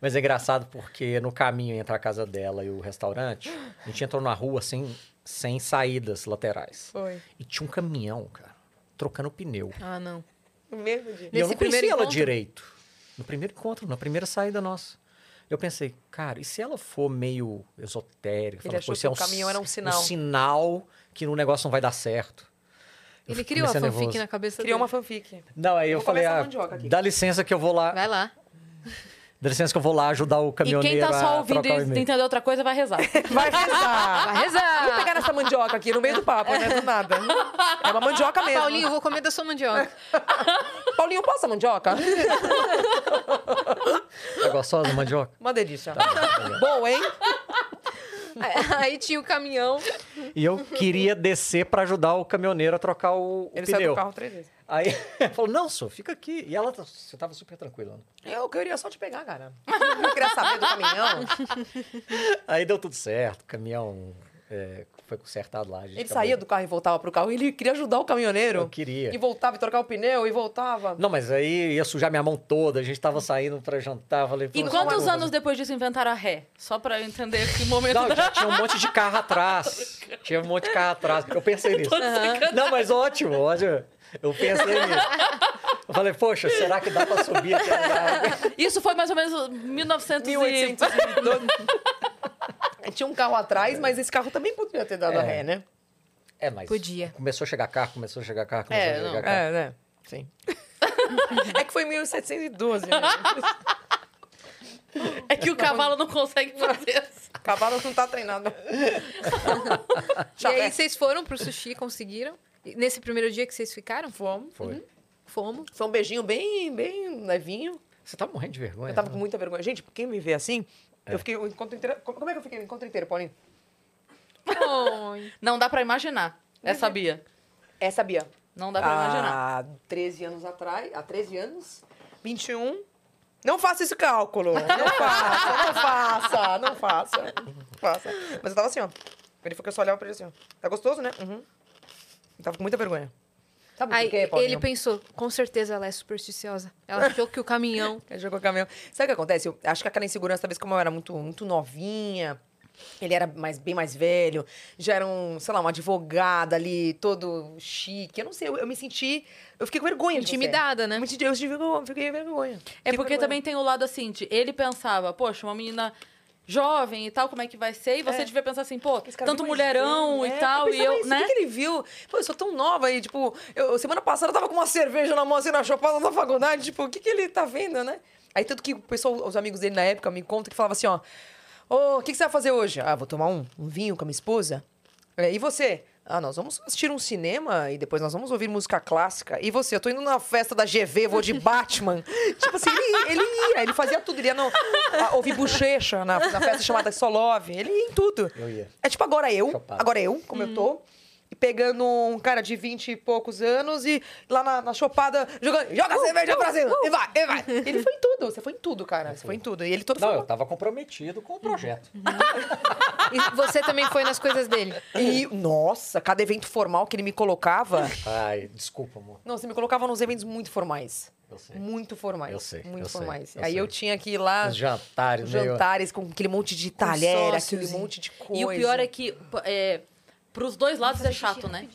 Mas é engraçado porque no caminho entre a casa dela e o restaurante, a gente entrou na rua sem, sem saídas laterais.
Foi.
E tinha um caminhão, cara, trocando pneu.
Ah, não.
No mesmo dia.
E eu
Nesse primeiro
não conhecia ela
encontro?
direito. No primeiro encontro, na primeira saída nossa. Eu pensei, cara, e se ela for meio esotérica?
Ele
fala,
achou
"Pô, isso
que
é
o caminhão era um sinal."
Um sinal que o negócio não vai dar certo. Eu
Ele
f-
criou a
comecei
fanfic
nervoso.
na cabeça
Criou
dele.
uma fanfic.
Não, aí eu,
vou
falei,
começar a
ah,
mandioca aqui.
dá licença que eu vou lá.
Vai lá.
Dá licença que eu vou lá ajudar o
E
caminhoneiro
quem tá
a
só ouvindo
trocar o
e
e-mail.
entender outra coisa vai rezar.
Vai rezar.
Vai rezar.
Vamos pegar essa mandioca aqui no meio do papo, né? Do nada. É uma mandioca mesmo.
Ah, Paulinho, eu vou comer da sua mandioca.
Paulinho, posso a mandioca?
então?
Tá gostosa a mandioca?
Uma delícia.
Tá.
Bom, hein?
Aí tinha o caminhão.
E eu queria descer pra ajudar o caminhoneiro a trocar o, o
Ele saiu
pneu.
do carro três vezes.
Aí ela falou, não, senhor, fica aqui. E ela, tá- você tava super tranquila. né?
Eu queria só te pegar, cara. Eu queria saber do caminhão.
Aí deu tudo certo, o caminhão é, foi consertado lá. a gente
Ele
acabou-
saía do carro e voltava pro carro. Ele queria ajudar o caminhoneiro.
Eu queria.
E voltava e trocava o pneu e voltava.
Não, mas aí ia sujar minha mão toda, a gente tava saindo pra jantar, falei...
E
pô, um
quantos
vamos-
anos depois disso inventaram a ré? Só pra eu entender que momento
Não,
da...
já tinha um monte de carro atrás. Tinha um monte de carro atrás. Eu pensei nisso. Não, mas ótimo, ótimo. Eu pensei nisso. Eu falei, poxa, será que dá pra subir aqui?
Isso foi mais ou menos 1900 e...
1812. Tinha um carro atrás, mas esse carro também podia ter dado a
É.
ré, né?
É, mas...
Podia.
Começou a chegar carro, começou a chegar carro, começou
É,
a chegar
não,
carro.
né? Sim. é que foi 1712. Né?
É que o cavalo não consegue fazer isso.
Cavalo não tá treinado.
E aí vocês foram pro sushi, conseguiram? E Nesse primeiro dia que vocês ficaram? Fomos.
Foi.
Fomos.
Foi um beijinho bem, bem levinho.
Você tá morrendo de vergonha.
Eu tava
né?
com muita vergonha. Gente, quem me vê assim, eu
É.
fiquei o encontro inteiro. Como como é que eu fiquei o encontro inteiro, Paulinho?
Oi.
Não dá pra imaginar. Essa Bia.
Essa Bia.
Não dá pra
Ah,
imaginar.
Há 13 anos atrás. Há 13 anos? 21. Não faça esse cálculo. Não faça, não faça, não faça. Não faça. Mas eu tava assim, ó. Ele foi que eu só olhava pra ele assim, ó. Tá gostoso, né? Uhum. Eu tava com muita vergonha. Sabe
Aí
por quê, Paulinho?
ele pensou, com certeza ela é supersticiosa. Ela achou que o caminhão.
Ele jogou o caminhão. Sabe o que acontece? Eu acho que aquela insegurança, talvez como eu era muito, muito novinha, ele era mais, bem mais velho, já era um, sei lá, um advogado ali, todo chique. Eu não sei, eu, eu me senti. Eu fiquei com vergonha. de você.
Intimidada, né?
Eu me senti- Eu tive- eu fiquei com vergonha.
É
Fiquei com
porque
vergonha.
também tem o lado assim, de ele pensava, poxa, uma menina jovem e tal, como é que vai ser? E você devia pensar assim, pô,
Esse cara é
tanto
bem mais
mulherão
velho,
e
né?
tal, e
pensava
eu,
isso,
né?
O que que ele viu? Pô, eu sou tão nova e, tipo, eu, semana passada eu tava com uma cerveja na mão, assim, na chopada da faculdade. Tipo, o que, que ele tá vendo, né? Aí tanto que o pessoal, os amigos dele na época me contam que falava assim, ó... Ô, o que, que você vai fazer hoje? Ah, vou tomar um, um vinho com a minha esposa. É, e você? Ah, nós vamos assistir um cinema e depois nós vamos ouvir música clássica. E você? Eu tô indo na festa da GV, vou de Batman. tipo assim, ele, ele ia, ele fazia tudo. Ele ia no, a- ouvir bochecha na, na festa chamada Solove. Ele ia em tudo.
Eu ia.
É tipo agora eu,
Chapado.
agora eu, como eu tô, e pegando um cara de 20 e poucos anos e lá na, na chopada jogando, joga cerveja pra cima, e vai, e vai. Ele foi em tudo, você foi em tudo, cara, você foi em tudo. E ele todo
Não, eu
foi...
tava comprometido com o projeto.
E você também foi nas coisas dele.
E, nossa, cada evento formal que ele me colocava...
Ai, desculpa, amor.
Nossa, ele me colocava nos eventos muito formais.
Eu sei.
Muito formais.
Eu sei,
Muito
eu sei,
formais.
eu
Aí
sei.
eu tinha que ir lá...
Os jantares,
os
meio-
jantares com aquele monte de talher,
sócios,
aquele
hein?
monte de coisa.
E o pior é que, p- é, pros dois lados é chato, né?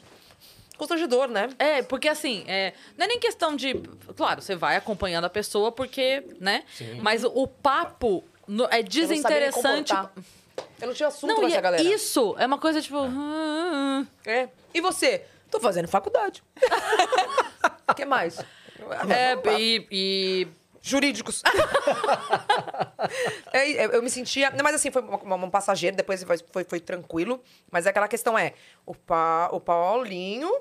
Constrangedor, né?
É, porque assim, é, não é nem questão de. Claro, você vai acompanhando a pessoa porque, né? Mas o, o papo no- é
Eu não sabia me
desinteressante.
comportar. Eu não tinha assunto
Não,
com
e
essa
é-
galera.
isso é uma coisa tipo. "Ah, ah, ah".
É. E você? Tô fazendo faculdade. O que mais?
É, e, e-
Jurídicos. É, é, eu me sentia. não, Mas assim, foi uma- uma- um passageiro, depois foi, foi, foi tranquilo. Mas aquela questão é: o, pa, o Paulinho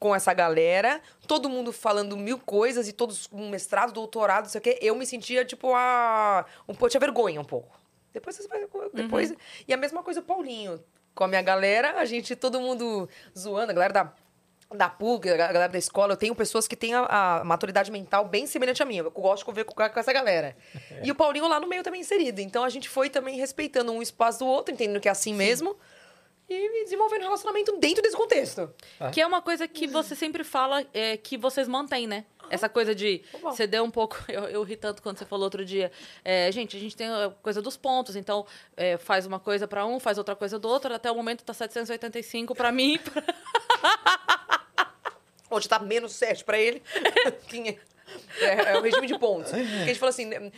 com essa galera, todo mundo falando mil coisas e todos com mestrado, doutorado, não sei o quê. Eu me sentia, tipo, a. Um pouco, tinha vergonha um pouco. Depois você vai. Depois... E a mesma coisa o Paulinho. Com a minha galera, a gente, todo mundo zoando, a galera da. da PUC, a galera da escola, eu tenho pessoas que têm a, a maturidade mental bem semelhante à minha. Eu gosto de conviver com, com essa galera. E o Paulinho lá no meio também inserido. Então a gente foi também respeitando um espaço do outro, entendendo que é assim mesmo. E desenvolvendo um relacionamento dentro desse contexto.
Que é uma coisa que você sempre fala é, que vocês mantêm, né? Essa coisa de. Você deu um pouco. Eu, eu ri tanto quando você falou outro dia. é, gente, a gente tem a coisa dos pontos, então é, faz uma coisa pra um, faz outra coisa do outro. Até o momento tá 785 pra mim.
Hoje tá menos 7 pra ele. Quem é, é, é o regime de pontos. Porque a gente fala assim, né,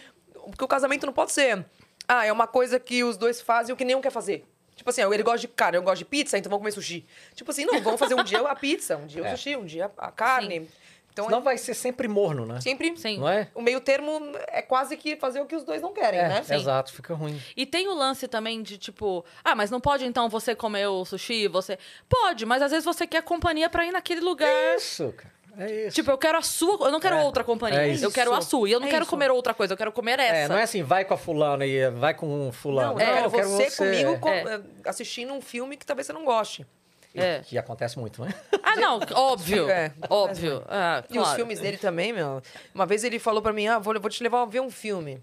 porque o casamento não pode ser. Ah, é uma coisa que os dois fazem o que nenhum quer fazer. Tipo assim, ele gosta de cara, eu gosto de pizza, então vamos comer sushi. Tipo assim, não, vamos fazer um dia a pizza, um dia
É.
o sushi, um dia a carne. Então
Senão
é
vai ser sempre morno, né?
sempre
Sim.
Não é?
o meio termo é quase que fazer o que os dois não querem,
É,
né?
exato, fica ruim.
E tem o lance também de tipo, ah, mas não pode então você comer o sushi, você pode, mas às vezes você quer companhia pra ir naquele lugar.
Isso, cara. É isso.
Tipo, eu quero a sua, eu não quero
É,
outra companhia.
é
eu
isso.
quero a sua. E eu não
É
quero
isso.
comer outra coisa, eu quero comer essa.
é, não é assim, vai com a fulana e vai com o fulano.
Não,
Não,
é,
eu quero
você, comigo co-
É.
assistindo um filme que talvez você não goste.
É.
Que acontece muito, né?
Ah, não, óbvio.
É.
Óbvio. Ah,
E os
claro.
filmes dele também, meu. Uma vez ele falou pra mim, ah, vou, vou te levar a ver um filme.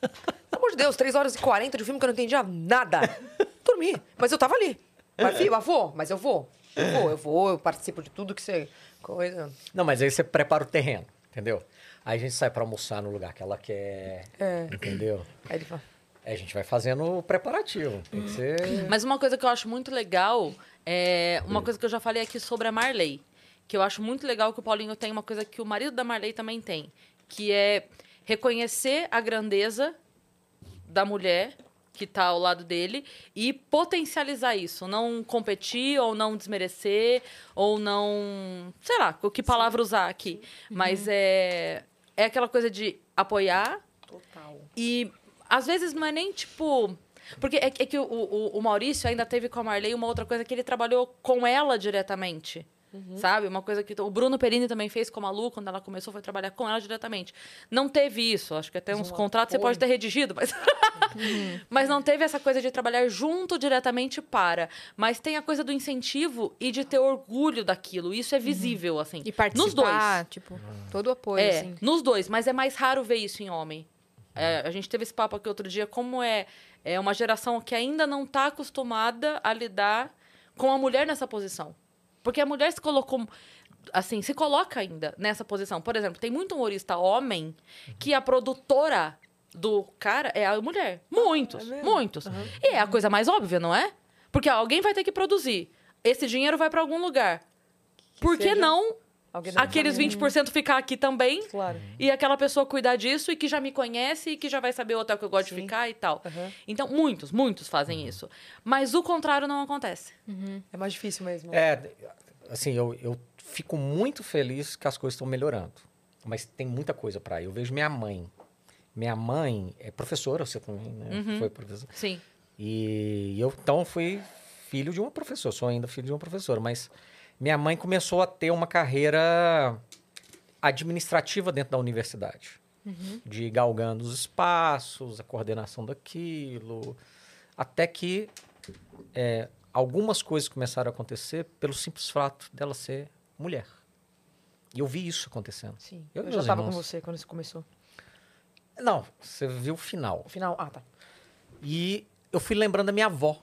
Pelo amor de Deus, 3 horas e 40 de um filme que eu não entendia nada. Dormi, mas eu tava ali. Mas, filho, mas vou, mas eu vou. Eu vou, eu vou, eu participo de tudo que você... Coisa...
Não, mas aí você prepara o terreno, entendeu? Aí a gente sai pra almoçar no lugar que ela quer,
É.
entendeu?
Aí ele fala...
Aí a gente vai fazendo o preparativo. Tem que ser...
Mas uma coisa que eu acho muito legal é uma coisa que eu já falei aqui sobre a Marley, que eu acho muito legal que o Paulinho tem uma coisa que o marido da Marley também tem, que é reconhecer a grandeza da mulher que tá ao lado dele e potencializar isso, não competir ou não desmerecer ou não, sei lá, que palavra usar aqui, mas é é aquela coisa de apoiar, e às vezes não é nem tipo. Porque é, que- é que o, o- o Maurício ainda teve com a Marley uma outra coisa que ele trabalhou com ela diretamente.
Uhum.
Sabe? Uma coisa que o Bruno Perini também fez com a Malu, quando ela começou, foi trabalhar com ela diretamente. Não teve isso. Acho que até uns contratos você pode ter redigido, mas.
Uhum.
mas não teve essa coisa de trabalhar junto diretamente para. Mas tem a coisa do incentivo e de ter orgulho daquilo. Isso é visível, assim.
Uhum. E participar,
Nos dois.
tipo,
Ah.
todo o apoio,
É,
assim.
nos dois, mas é mais raro ver isso em homem. É, a gente teve esse papo aqui outro dia, como é, é uma geração que ainda não está acostumada a lidar com a mulher nessa posição. Porque a mulher se colocou, assim, se coloca ainda nessa posição. Por exemplo, tem muito humorista homem que a produtora do cara é a mulher. Muitos, muitos. E é a coisa mais óbvia, não é? Porque alguém vai ter que produzir. Esse dinheiro vai para algum lugar. Por que
seja
não
Alguém da
aqueles 20% ficar aqui também
Claro.
e aquela pessoa cuidar disso e que já me conhece e que já vai saber o hotel que eu gosto de ficar e tal. Então, muitos, muitos fazem isso. Mas o contrário não acontece.
É mais difícil mesmo.
É, assim, eu, eu fico muito feliz que as coisas estão melhorando. Mas tem muita coisa pra ir. Eu vejo minha mãe. Minha mãe é professora, você também, né? Foi professora.
Sim.
E eu, então, fui filho de uma professora. Sou ainda filho de uma professora. Mas minha mãe começou a ter uma carreira administrativa dentro da universidade. De ir galgando os espaços, a coordenação daquilo. Até que é, algumas coisas começaram a acontecer pelo simples fato dela ser mulher. E eu vi isso acontecendo.
Sim.
Eu
Eu,
e
já
meus
tava com
irmãos.
você quando isso começou.
Não, você viu o final.
O final... Ah, tá.
E eu fui lembrando da minha avó.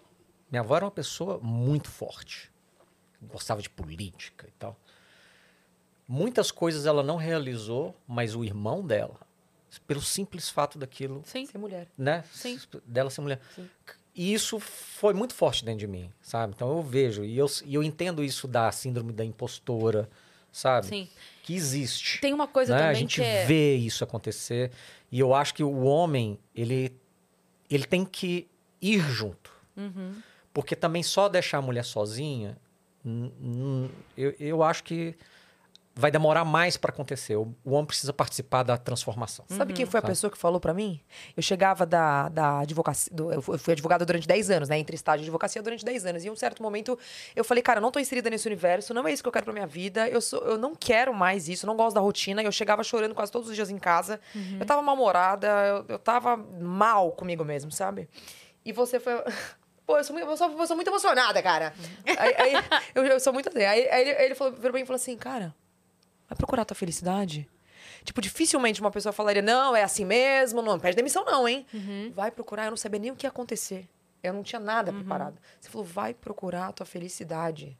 Minha avó era uma pessoa muito forte. Gostava de política e tal. Muitas coisas ela não realizou, mas o irmão dela, pelo simples fato daquilo,
Sim.
Ser é mulher.
né?
Sim.
Dela ser mulher. E isso foi muito forte dentro de mim, sabe? Então eu vejo e eu, e eu entendo isso da síndrome da impostora, sabe?
Sim.
Que existe
Tem uma coisa
né?
também
a gente
que é.
vê isso acontecer e eu acho que o homem ele ele tem que ir junto
Uhum.
porque também só deixar a mulher sozinha n- n- eu, eu acho que vai demorar mais para acontecer o, o homem precisa participar da transformação
Hum,
Sabe quem foi a
Sabe?
pessoa que falou pra mim? Eu chegava da, da advocacia. do- eu fu- eu fui advogada durante 10 anos, né? Entre estágio e advocacia durante 10 anos. E em um certo momento eu falei, cara, eu não tô inserida nesse universo, não é isso que eu quero pra minha vida, eu, sou, eu não quero mais isso, eu não gosto da rotina. Eu chegava chorando quase todos os dias em casa. Eu tava mal-humorada, eu, eu tava mal comigo mesmo, sabe? E você foi. Pô, eu sou muito, eu sou, eu sou muito emocionada, cara. Aí, aí, eu, eu sou muito assim. Aí, aí ele, aí ele falou, virou pra mim e falou assim, cara, vai procurar tua felicidade? Tipo, dificilmente uma pessoa falaria, não, é assim mesmo, não pede demissão não, hein? Vai procurar, eu não sabia nem o que ia acontecer. Eu não tinha nada preparado. Você falou, vai procurar a tua felicidade.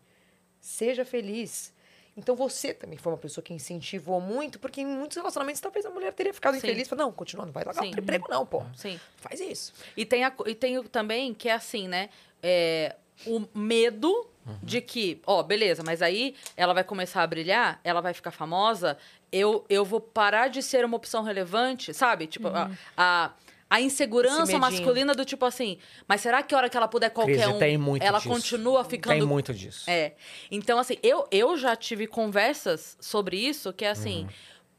Seja feliz. Então você também foi uma pessoa que incentivou muito, porque em muitos relacionamentos talvez a mulher teria ficado
Sim.
infeliz. Falou, não, continua, não vai largar
Sim.
outro emprego não, pô.
Uhum.
Sim.
Faz isso.
E tem, a co- e tem o também que é assim, né? É, o medo de
Uhum.
que, ó, beleza, mas aí ela vai começar a brilhar, ela vai ficar famosa, eu, eu vou parar de ser uma opção relevante, sabe? Tipo, a- a, a
Esse
insegurança
medinho.
masculina do tipo assim, mas será que a hora que ela puder qualquer
Cris,
um,
tem muito
ela
disso.
continua ficando
Tem muito disso.
é. Então, assim, eu, eu já tive conversas sobre isso, que é
Uhum.
assim.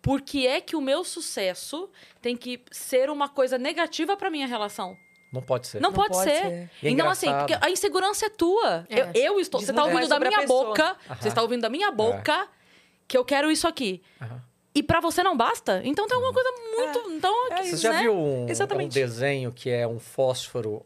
Por que é que o meu sucesso tem que ser uma coisa negativa pra minha relação?
Não pode ser.
Não, pode,
pode
ser.
ser.
E é
então, assim,
engraçado.
porque a insegurança é tua.
É.
Eu, eu estou.
Diz
Você tá
muito mais
ouvindo da
sobre a
minha
pessoa.
boca.
Aham.
Você está ouvindo da minha boca que eu quero isso aqui.
Aham. Uhum.
E pra você não basta? Então tem alguma coisa muito. Então,
É
Você
isso,
já
né?
viu um, um
Exatamente.
desenho que é um fósforo,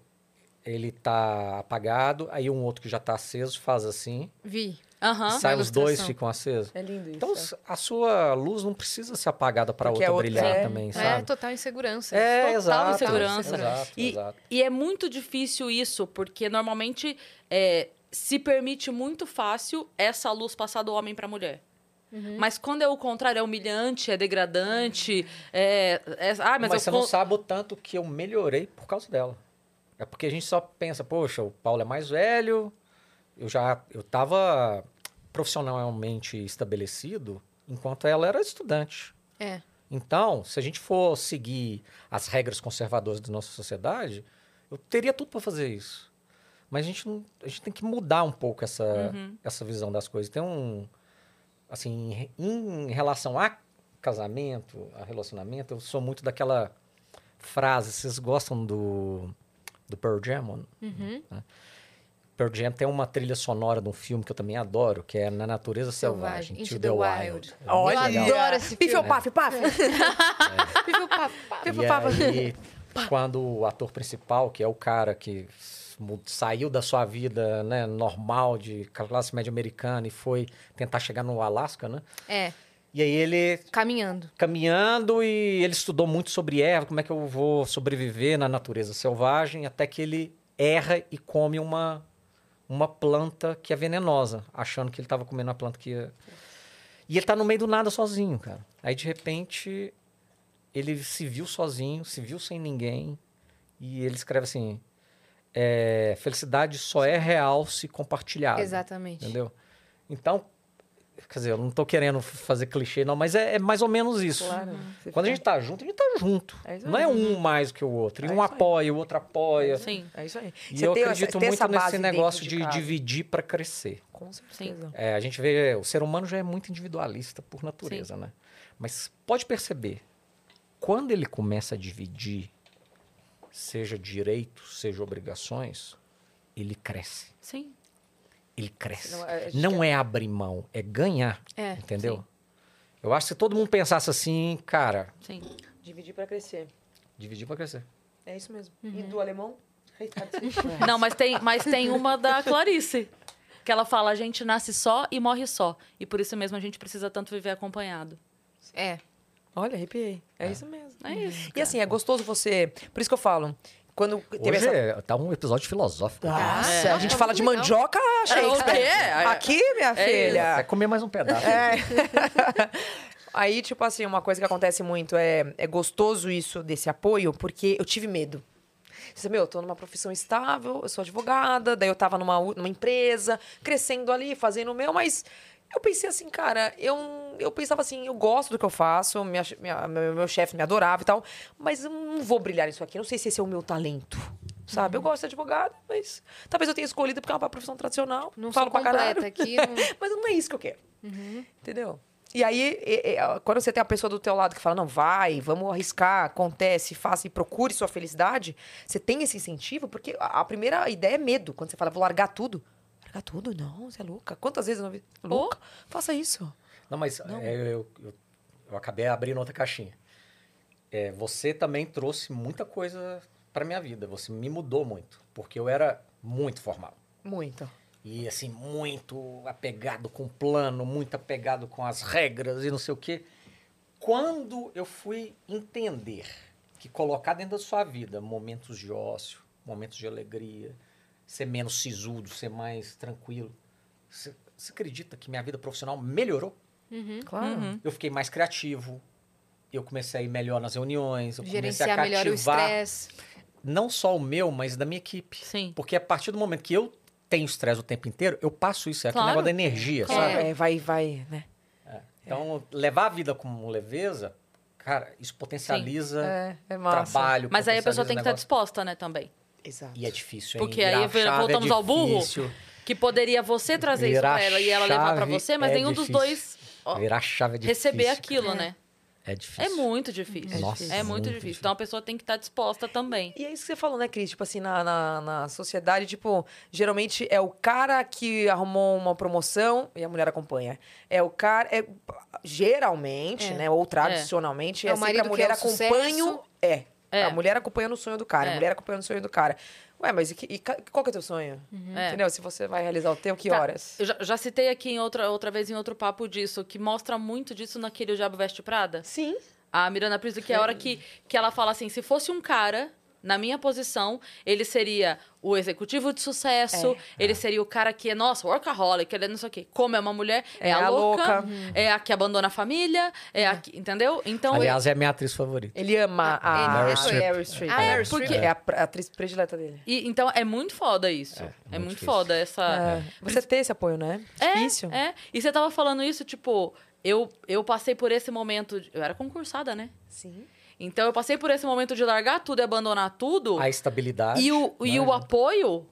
ele tá apagado, aí um outro que já tá aceso faz assim,
Vi.
Aham.
sai os dois
Ilustração.
ficam acesos.
É lindo isso.
Então a sua luz não precisa ser apagada para
Porque
outra,
a outra
brilhar
é-
também,
É,
sabe?
total insegurança.
É,
total
exato.
insegurança.
Exato,
E-
exato.
E é muito difícil isso, porque normalmente é, se permite muito fácil essa luz passar do homem para a mulher.
Uhum.
Mas quando é o contrário, é humilhante, é degradante. É, é- ah,
Mas,
mas, eu
você
con-
não sabe o tanto que eu melhorei por causa dela. É porque a gente só pensa, poxa, o Paulo é mais velho, eu já eu tava profissionalmente estabelecido enquanto ela era estudante.
É.
Então, se a gente for seguir as regras conservadoras da nossa sociedade, eu teria tudo para fazer isso. Mas a gente, não, a gente tem que mudar um pouco essa,
Uhum.
essa visão das coisas. Tem um. Assim, em re- em relação a casamento, a relacionamento, eu sou muito daquela frase. Vocês gostam do, do Pearl Jam? mano? Né?
Uhum.
Pearl Jam tem uma trilha sonora de um filme que eu também adoro, que é Na Natureza Selvagem,
Into
To
the
the Wild.
Wild.
É muito legal.
Eu adoro esse
Pifio,
filme.
paf, paf.
Pifio papo, papo.
E aí, quando o ator principal, que é o cara que mu- saiu da sua vida né, normal de classe média americana e foi tentar chegar no Alasca, né?
É,
E aí ele
caminhando.
caminhando e ele estudou muito sobre erva, como é que eu vou sobreviver na natureza selvagem, até que ele erra e come uma, uma planta que é venenosa, achando que ele estava comendo a planta que ia... E ele tá no meio do nada sozinho, cara. Aí, de repente, ele se viu sozinho, se viu sem ninguém, e ele escreve assim, é, felicidade só é real se compartilhada.
Exatamente.
Entendeu? Então, quer dizer, eu não tô querendo f- fazer clichê, não, mas é, é mais ou menos isso.
Claro. Você
Quando a
fica-
gente tá junto, a gente tá junto.
É isso
não é
aí.
um mais que o outro. E
É
um
isso aí.
apoia, o outro apoia.
Sim,
É isso aí.
E
Você
eu
tem essa-
acredito
tem
muito
essa base
nesse
dentro
negócio de,
casa.
dividir para crescer.
Com certeza.
É, a gente vê, o ser humano já é muito individualista por natureza, né? Mas pode perceber, quando ele começa a dividir, seja direitos, seja obrigações, ele cresce.
sim.
Ele cresce.
Não, é-
Não é abrir mão, é ganhar.
É,
Entendeu? Eu acho que se todo mundo pensasse assim, cara,
Sim.
Dividir pra crescer.
dividir pra crescer.
É isso mesmo. E do alemão?
Não, mas tem, mas tem uma da Clarice. Que ela fala, a gente nasce só e morre só. E por isso mesmo a gente precisa tanto viver acompanhado.
É.
Olha, arrepiei. É isso mesmo.
É isso.
E assim, é gostoso você. Por isso que eu falo. Quando teve
Hoje
essa. Ah,
é- tá um episódio filosófico.
Nossa,
É.
a gente fala de
Legal.
mandioca, Shakespeare. Aqui, minha
Vai
filha.
comer mais um pedaço.
É.
Aí, tipo assim, uma coisa que acontece muito é, é gostoso isso desse apoio, porque eu tive medo. Você, meu, eu tô numa profissão estável, eu sou advogada, daí eu tava numa, u- numa empresa, crescendo ali, fazendo o meu, mas eu pensei assim, cara, eu, eu pensava assim, eu gosto do que eu faço, minha, che- minha- meu, meu chefe me adorava e tal, mas eu não vou brilhar nisso aqui, não sei se esse é o meu talento. Sabe,
Uhum.
eu gosto de advogada, mas talvez eu tenha escolhido porque é uma profissão tradicional.
Não
falo
sou
pra caralho.
completa aqui. não-
Mas não é isso que eu quero. Entendeu? E aí, e- e- quando você tem a pessoa do teu lado que fala, não, vai, vamos arriscar, acontece, faça e procure sua felicidade, você tem esse incentivo, porque a a primeira ideia é medo. Quando você fala, vou largar tudo. Largar tudo? Não, você é louca. Quantas vezes eu não vi? Louca? Faça isso.
Não, mas é, eu, eu- eu acabei abrindo outra caixinha. É, você também trouxe muita coisa pra minha vida. Você me mudou muito. Porque eu era Muito formal.
Muito.
E assim, muito apegado com o plano, muito apegado com as regras e não sei o quê. Quando eu fui entender que colocar dentro da sua vida momentos de ócio, momentos de alegria, ser menos sisudo, ser mais tranquilo, você você acredita que minha vida profissional melhorou?
Claro.
Eu fiquei mais criativo, eu comecei a ir melhor nas reuniões, eu comecei a
Gerenciar melhor o
cativar
estresse.
não só o meu, mas da minha equipe.
Sim.
Porque a partir do momento que eu tenho estresse o tempo inteiro, eu passo isso, é aquele
Claro.
negócio da energia, sabe?
É, vai, vai, né?
Então, levar a vida com leveza, cara, isso potencializa
É, é
o
massa.
trabalho.
Mas aí a pessoa
potencializa
tem que
o
estar
negócio.
disposta, né, também.
Exato.
E é difícil, hein?
Porque aí
Virar a chave
voltamos
é
ao burro.
difícil.
Que poderia você trazer
Virar
isso pra ela e ela levar pra
chave
você, mas
é
nenhum
difícil.
dos dois ó,
Virar a chave é difícil.
receber
cara.
aquilo, né?
É difícil.
É muito difícil.
Nossa,
é muito,
muito
difícil.
difícil.
Então a pessoa tem que estar disposta também.
E é isso que você falou, né, Cris? Tipo assim, na, na, na sociedade, tipo, geralmente é o cara que arrumou uma promoção e a mulher acompanha. É o cara. É, geralmente, né? Ou tradicionalmente, é,
É o
assim que a
marido que
mulher
é o
acompanha.
sucesso.
É.
É.
A mulher acompanha o sonho do cara,
É.
a mulher acompanha o sonho do cara. Ué, mas e, que- e ca- qual que é o teu sonho?
É.
Entendeu? Se você vai realizar o teu, que
Tá,
horas?
Eu já, já citei aqui em outra, outra vez em outro papo disso, que mostra muito disso naquele O Diabo Veste Prada.
Sim.
A Miranda Priestly, que é a hora que, que ela fala assim, se fosse um cara... Na minha posição, ele seria o executivo de sucesso, ele seria o cara que é, nossa, workaholic, ele é não sei o quê. Como é uma mulher, é, a, louca, é a que abandona a família, é, a que. Entendeu? Então.
Aliás, é a minha atriz favorita.
Ele ama a,
ele-
a
Meryl
Streep.
Meryl Streep.
Ah,
né?
Meryl Streep.
Porque é a pr- a atriz predileta dele.
E, então é muito foda isso.
É,
É,
muito
muito,
difícil.
foda essa.
Ah, Você ter esse apoio, né? Difícil.
É, E você tava falando isso, tipo, eu, eu passei por esse momento. de- Eu era concursada, né?
Sim.
Então eu passei por esse momento de largar tudo e abandonar tudo.
A estabilidade.
e o, e
né?
o apoio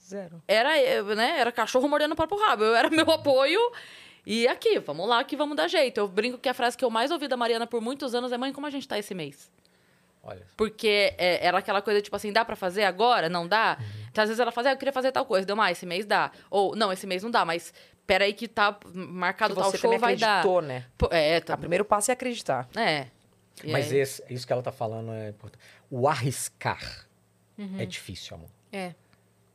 Zero.
era, eh, né, era cachorro mordendo o próprio rabo. Eu era meu apoio. E aqui, vamos lá que vamos dar jeito. Eu brinco que a frase que eu mais ouvi da Mariana por muitos anos é: mãe, como a gente tá esse mês?
Olha,
Porque é, era aquela coisa, tipo assim, dá pra fazer agora? Não dá?
Uhum.
Então, às vezes ela fazia, ah, eu queria fazer tal coisa. Deu, ah, esse mês dá. Ou, não, esse mês não dá, mas peraí que tá marcado tal
Você
show,
também
vai dar.
acreditou, né?
Pô, É, tá,
O primeiro passo é acreditar.
é. E
mas
aí-
esse- isso que ela tá falando é importante. O arriscar
Uhum.
é difícil, amor.
É.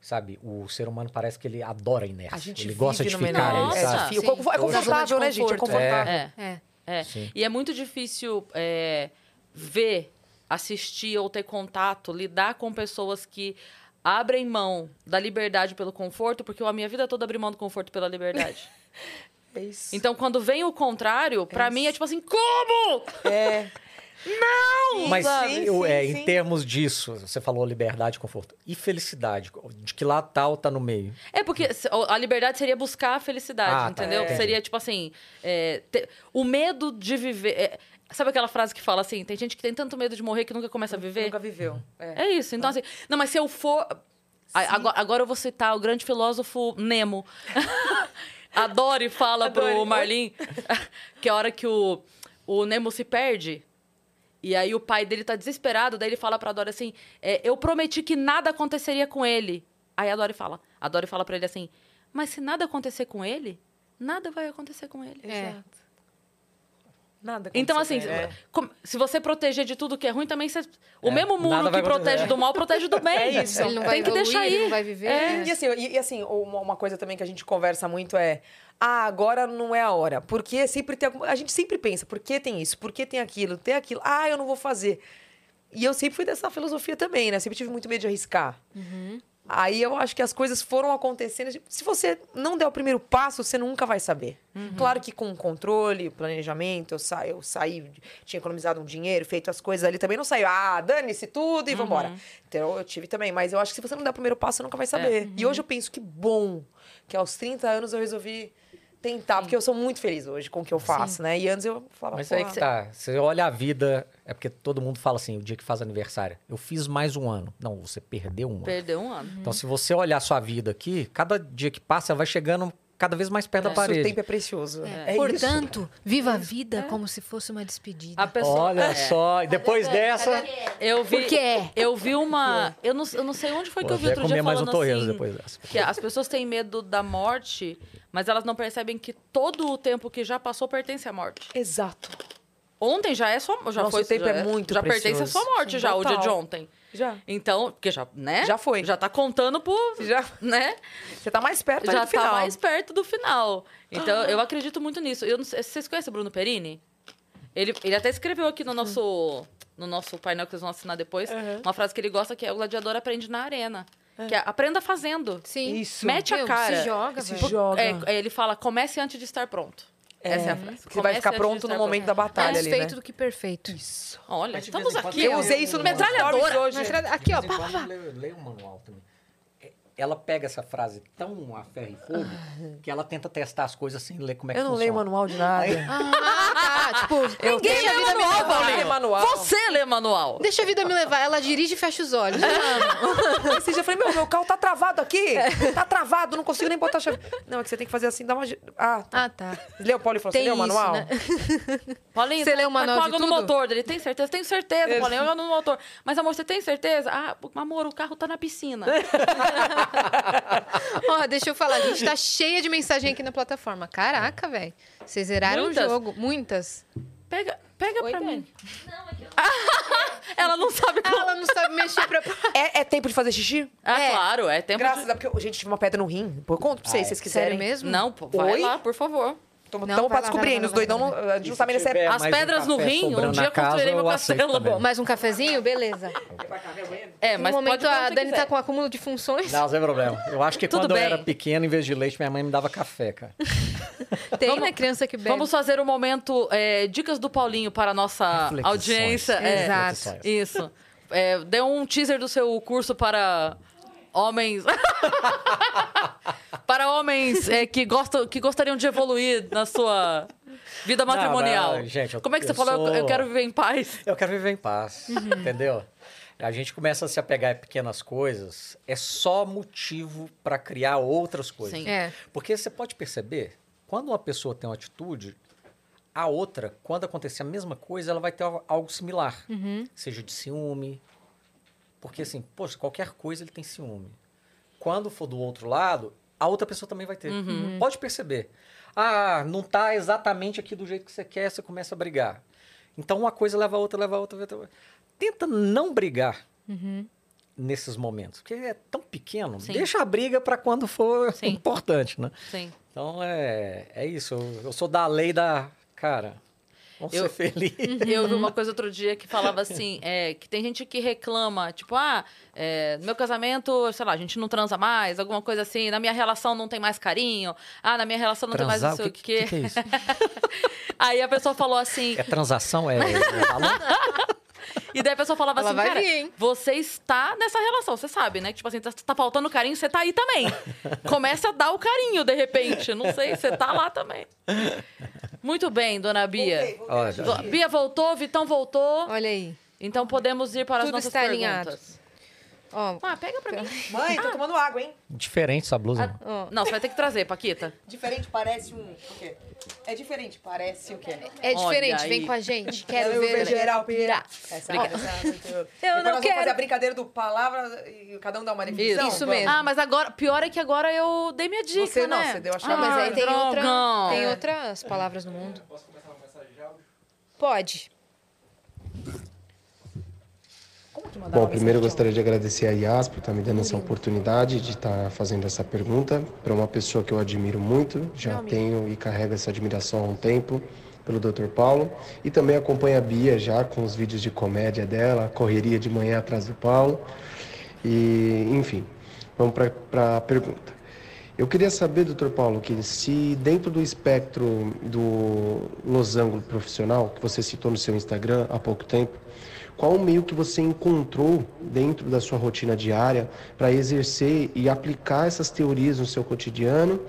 Sabe? O ser humano parece que ele adora a inércia.
A gente
ele
vive
gosta de
numa
ficar ali,
inércia.
sabe?
É,
Nossa.
difícil.
Sim.
É co- é confortável, né, gente? É confortável.
É,
É.
é.
Sim.
E é muito difícil é, ver, assistir ou ter contato, lidar com pessoas que abrem mão da liberdade pelo conforto, porque eu, a minha vida toda abri mão do conforto pela liberdade.
É isso.
então, quando vem o contrário, pra mim é tipo assim, como?
É.
Mas
Sabe?
eu,
Sim,
é,
sim.
em termos disso, você falou liberdade, conforto. E felicidade? De que lá tal tá no meio?
É porque se- a liberdade seria buscar a felicidade,
Ah, tá,
entendeu?
entendi.
Seria tipo assim, é, ter- o medo de viver. é, sabe aquela frase que fala assim, tem gente que tem tanto medo de morrer que nunca começa a viver?
Nunca viveu. É.
É isso. Então, assim, não, mas se eu for. A- Agora, agora eu vou citar o grande filósofo Nemo. A Dory fala pro
Dory.
Marlin que a hora que o, o Nemo se perde. E aí o pai dele tá desesperado, daí ele fala pra Dory assim: é, Eu prometi que nada aconteceria com ele. Aí a Dory fala. A Dory fala pra ele assim: Mas se nada acontecer com ele, nada vai acontecer com ele.
Exato. Nada
Então, assim,
aconteceu, né?
com- se você proteger de tudo que é ruim, também você. O mesmo
nada
muro
vai
que
acontecer.
protege do mal, protege do bem.
É isso.
Ele não vai
Então, Tem que deixar
evoluir,
aí.
ele não vai viver. né?
É, E assim, e, e assim, uma uma coisa também que a gente conversa muito é. Ah, agora não é a hora. Porque sempre tem alguma. A gente sempre pensa, por que tem isso? Por que tem aquilo? Tem aquilo. Ah, eu não vou fazer. E eu sempre fui dessa filosofia também, né? Sempre tive muito medo de arriscar. Aí eu acho que as coisas foram acontecendo. Se você não der o primeiro passo, você nunca vai saber.
Uhum.
Claro que com controle, planejamento, eu, sa eu saí, tinha economizado um dinheiro, feito as coisas ali, também não saiu. Ah, dane-se tudo e vambora.
Uhum.
Então eu tive também. Mas eu acho que se você não der o primeiro passo, você nunca
É.
vai saber.
Uhum.
E hoje eu penso que bom que aos 30 anos eu resolvi tentar, porque eu sou muito feliz hoje com o que eu faço, né? E antes eu falava,
Mas
"Pô,
aí que tá. Você olha a vida. É porque todo mundo fala assim: o dia que faz aniversário, eu fiz mais um ano. Não, você perdeu um ano.
Perdeu um ano.
Então, se você olhar a sua vida aqui, cada dia que passa, ela vai chegando cada vez mais perto da
nosso
parede.
tempo é precioso.
É
Portanto, viva a vida como se fosse uma despedida.
A pessoa.
Olha
é.
só, e depois dessa.
Eu vi,
Porque é.
Eu vi uma. Eu não, eu não sei onde foi que eu vi
Vou até
outro dia
comer mais um
falando
torresmo
assim.
depois dessa.
Que as pessoas têm medo da morte, mas elas não percebem que todo o tempo que já passou pertence à morte.
Exato.
Ontem já é sua já
Nossa,
foi
o tempo
já
é muito
já pertence à
precioso.
sua morte já o dia de
Total.
ontem.
Já.
Então, porque já, né?
Já foi.
Já tá contando pro,
Já.
né?
Você tá mais perto aí
já
do final.
tá mais perto do final. Então, eu acredito muito nisso. Eu não sei, vocês conhecem o Bruno Perini? Ele, ele até escreveu aqui no nosso, no nosso painel que vocês vão assinar depois uma frase que ele gosta que é o gladiador aprende na arena. Que é aprenda fazendo.
Sim.
Isso.
Mete a
Meu,
cara.
Se joga,
Se
velho.
joga.
É, ele fala, comece antes de estar pronto. Essa é a frase.
Porque vai
Comece
ficar
antes de
pronto
estar
no momento da batalha
Mais
ali, né?
feito Tá do que perfeito.
Olha,
Mas de
estamos
vez em quando
aqui.
eu
ó.
usei isso no
Metralhadora.
stories
Mas tra- aqui, ó. pá, pá, pá.
Leia o um manual também. É, Ela pega essa frase tão a ferro e fogo que ela tenta testar as coisas sem ler como é que
Eu não
funciona.
leio o manual de nada.
Ah, tá. Tipo,
Ninguém
deixa a
lê
vida me
manual,
levar.
Paulinho.
manual.
Você lê manual.
Deixa a vida me levar. Ela dirige e fecha os olhos.
Esse dia eu falei, meu, meu carro tá travado aqui.
É.
Tá travado, não consigo nem botar a chave. Não, é que você tem que fazer assim, dá uma... gi- Ah, tá.
Ah, tá.
Leu o Paulo e falou,
Tem
você leu o
isso,
manual?
né?
Paulinho,
Você
tá-
leu o manual
tá
de
com água no
tudo?
motor dele. Tem certeza? Tenho certeza, Paulinho. Água no motor. Mas, amor, você tem certeza? Ah, amor, o carro tá na piscina.
Ó, deixa eu falar. A gente tá cheia de mensagem aqui na plataforma. Caraca, velho. Vocês zeraram
Muitas?
o jogo. Muitas.
Pega, pega
Oi,
pra
Dani.
mim. Ela não sabe
Ah,
como...
ela não sabe mexer pra...
É, é tempo de fazer xixi?
Ah, claro, é tempo
Graças
de...
a... Porque, eu- gente, tive uma pedra no rim. Pô, eu conto pra vocês, se vocês
Sério
quiserem.
mesmo?
Não, pô, vai
Oi?
lá, por favor.
Estamos
Não,
pra
vai lá,
descobrir
vai
aí,
lá,
nos
vai lá,
doidão, não-
vai
a gente não sabe nem se é...
As pedras no rim, um dia construirei meu castelo.
Mais um cafezinho? Beleza.
É, mas
no momento
pode quando
a
você
Dani tá
quiser.
com um acúmulo de funções.
Não, sem problema. Eu acho que
Tudo
quando
bem.
eu era pequeno, em vez de leite, minha mãe me dava café, cara.
Tem, né? Criança que bebe.
Vamos fazer o momento é, dicas do Paulinho para a nossa
Reflexões.
audiência. É,
Exato.
Isso. É, dê um teaser do seu curso para homens. para homens é, que, gostam, que gostariam de evoluir na sua vida matrimonial.
mas, gente, eu-
Como é que você
eu
falou? Eu-
sou-
Eu quero viver em paz.
Eu quero viver em paz, entendeu? A gente começa a se apegar a pequenas coisas, é só motivo para criar outras coisas.
Sim.
É.
Porque você pode perceber, quando uma pessoa tem uma atitude, a outra, quando acontecer a mesma coisa, ela vai ter al- algo similar. Seja de ciúme. Porque assim, poxa, qualquer coisa ele tem ciúme. Quando for do outro lado, a outra pessoa também vai ter. Pode perceber. Ah, não tá exatamente aqui do jeito que você quer, você começa a brigar. Então uma coisa leva a outra, leva a outra, leva a outra. Tenta não brigar nesses momentos. Porque é tão pequeno.
Sim.
Deixa a briga para quando for
Sim.
importante, né?
Sim.
Então é, é isso. Eu, eu sou da lei da. Cara, vamos
Eu-
ser felizes.
Eu vi uma
Uhum.
coisa outro dia que falava assim, é, que tem gente que reclama, tipo, ah, é, no meu casamento, sei lá, a gente não transa mais, alguma coisa assim, na minha relação não tem mais carinho, ah, na minha relação não tem mais não sei o quê.
é isso?
Aí a pessoa falou assim,
É transação? É, é valor?
e daí a pessoa falava
Ela
assim,
vai
cara,
vir, hein?"
você está nessa relação, você sabe, né? Que, Tipo assim, tá, tá faltando carinho, você tá aí também. Começa a dar o carinho, de repente, não sei, você tá lá também. Muito bem, dona Bia.
é
Olha,
Do- Bia voltou, Vitão voltou,
Olha aí.
então podemos ir para
Tudo
as nossas
está alinhado.
perguntas.
Ó,
Ah, pega pra mim.
Mãe, tô tomando água, hein?
diferente essa blusa. não.
ó.
Não, você vai ter que trazer, Paquita.
Diferente parece um... O quê? É diferente, parece o quê?
É diferente.
aí.
Vem com a gente. Quero ver. né?
geral pirar.
Obrigada.
Eu não quero.
fazer a brincadeira do palavra e cada um dá uma definição.
Isso
Vamos.
mesmo.
Ah, mas agora, pior é que agora eu dei minha dica,
Você não,
né?
você deu a chave.
Não, mas
Ah,
aí tem, outra,
drogão.
tem outras palavras no mundo. Posso começar uma mensagem de áudio? Pode.
Bom, primeiro eu gostaria de agradecer a Yas por estar me dando essa oportunidade de estar fazendo essa pergunta para uma pessoa que eu admiro muito, já tenho e carrego essa admiração há um tempo pelo Dr. Paulo e também acompanho a Bia já com os vídeos de comédia dela, a correria de manhã atrás do Paulo e enfim, vamos para a pergunta. Eu queria saber, Dr. Paulo, que se dentro do espectro do losango profissional que você citou no seu Instagram há pouco tempo, qual o meio que você encontrou dentro da sua rotina diária para exercer e aplicar essas teorias no seu cotidiano?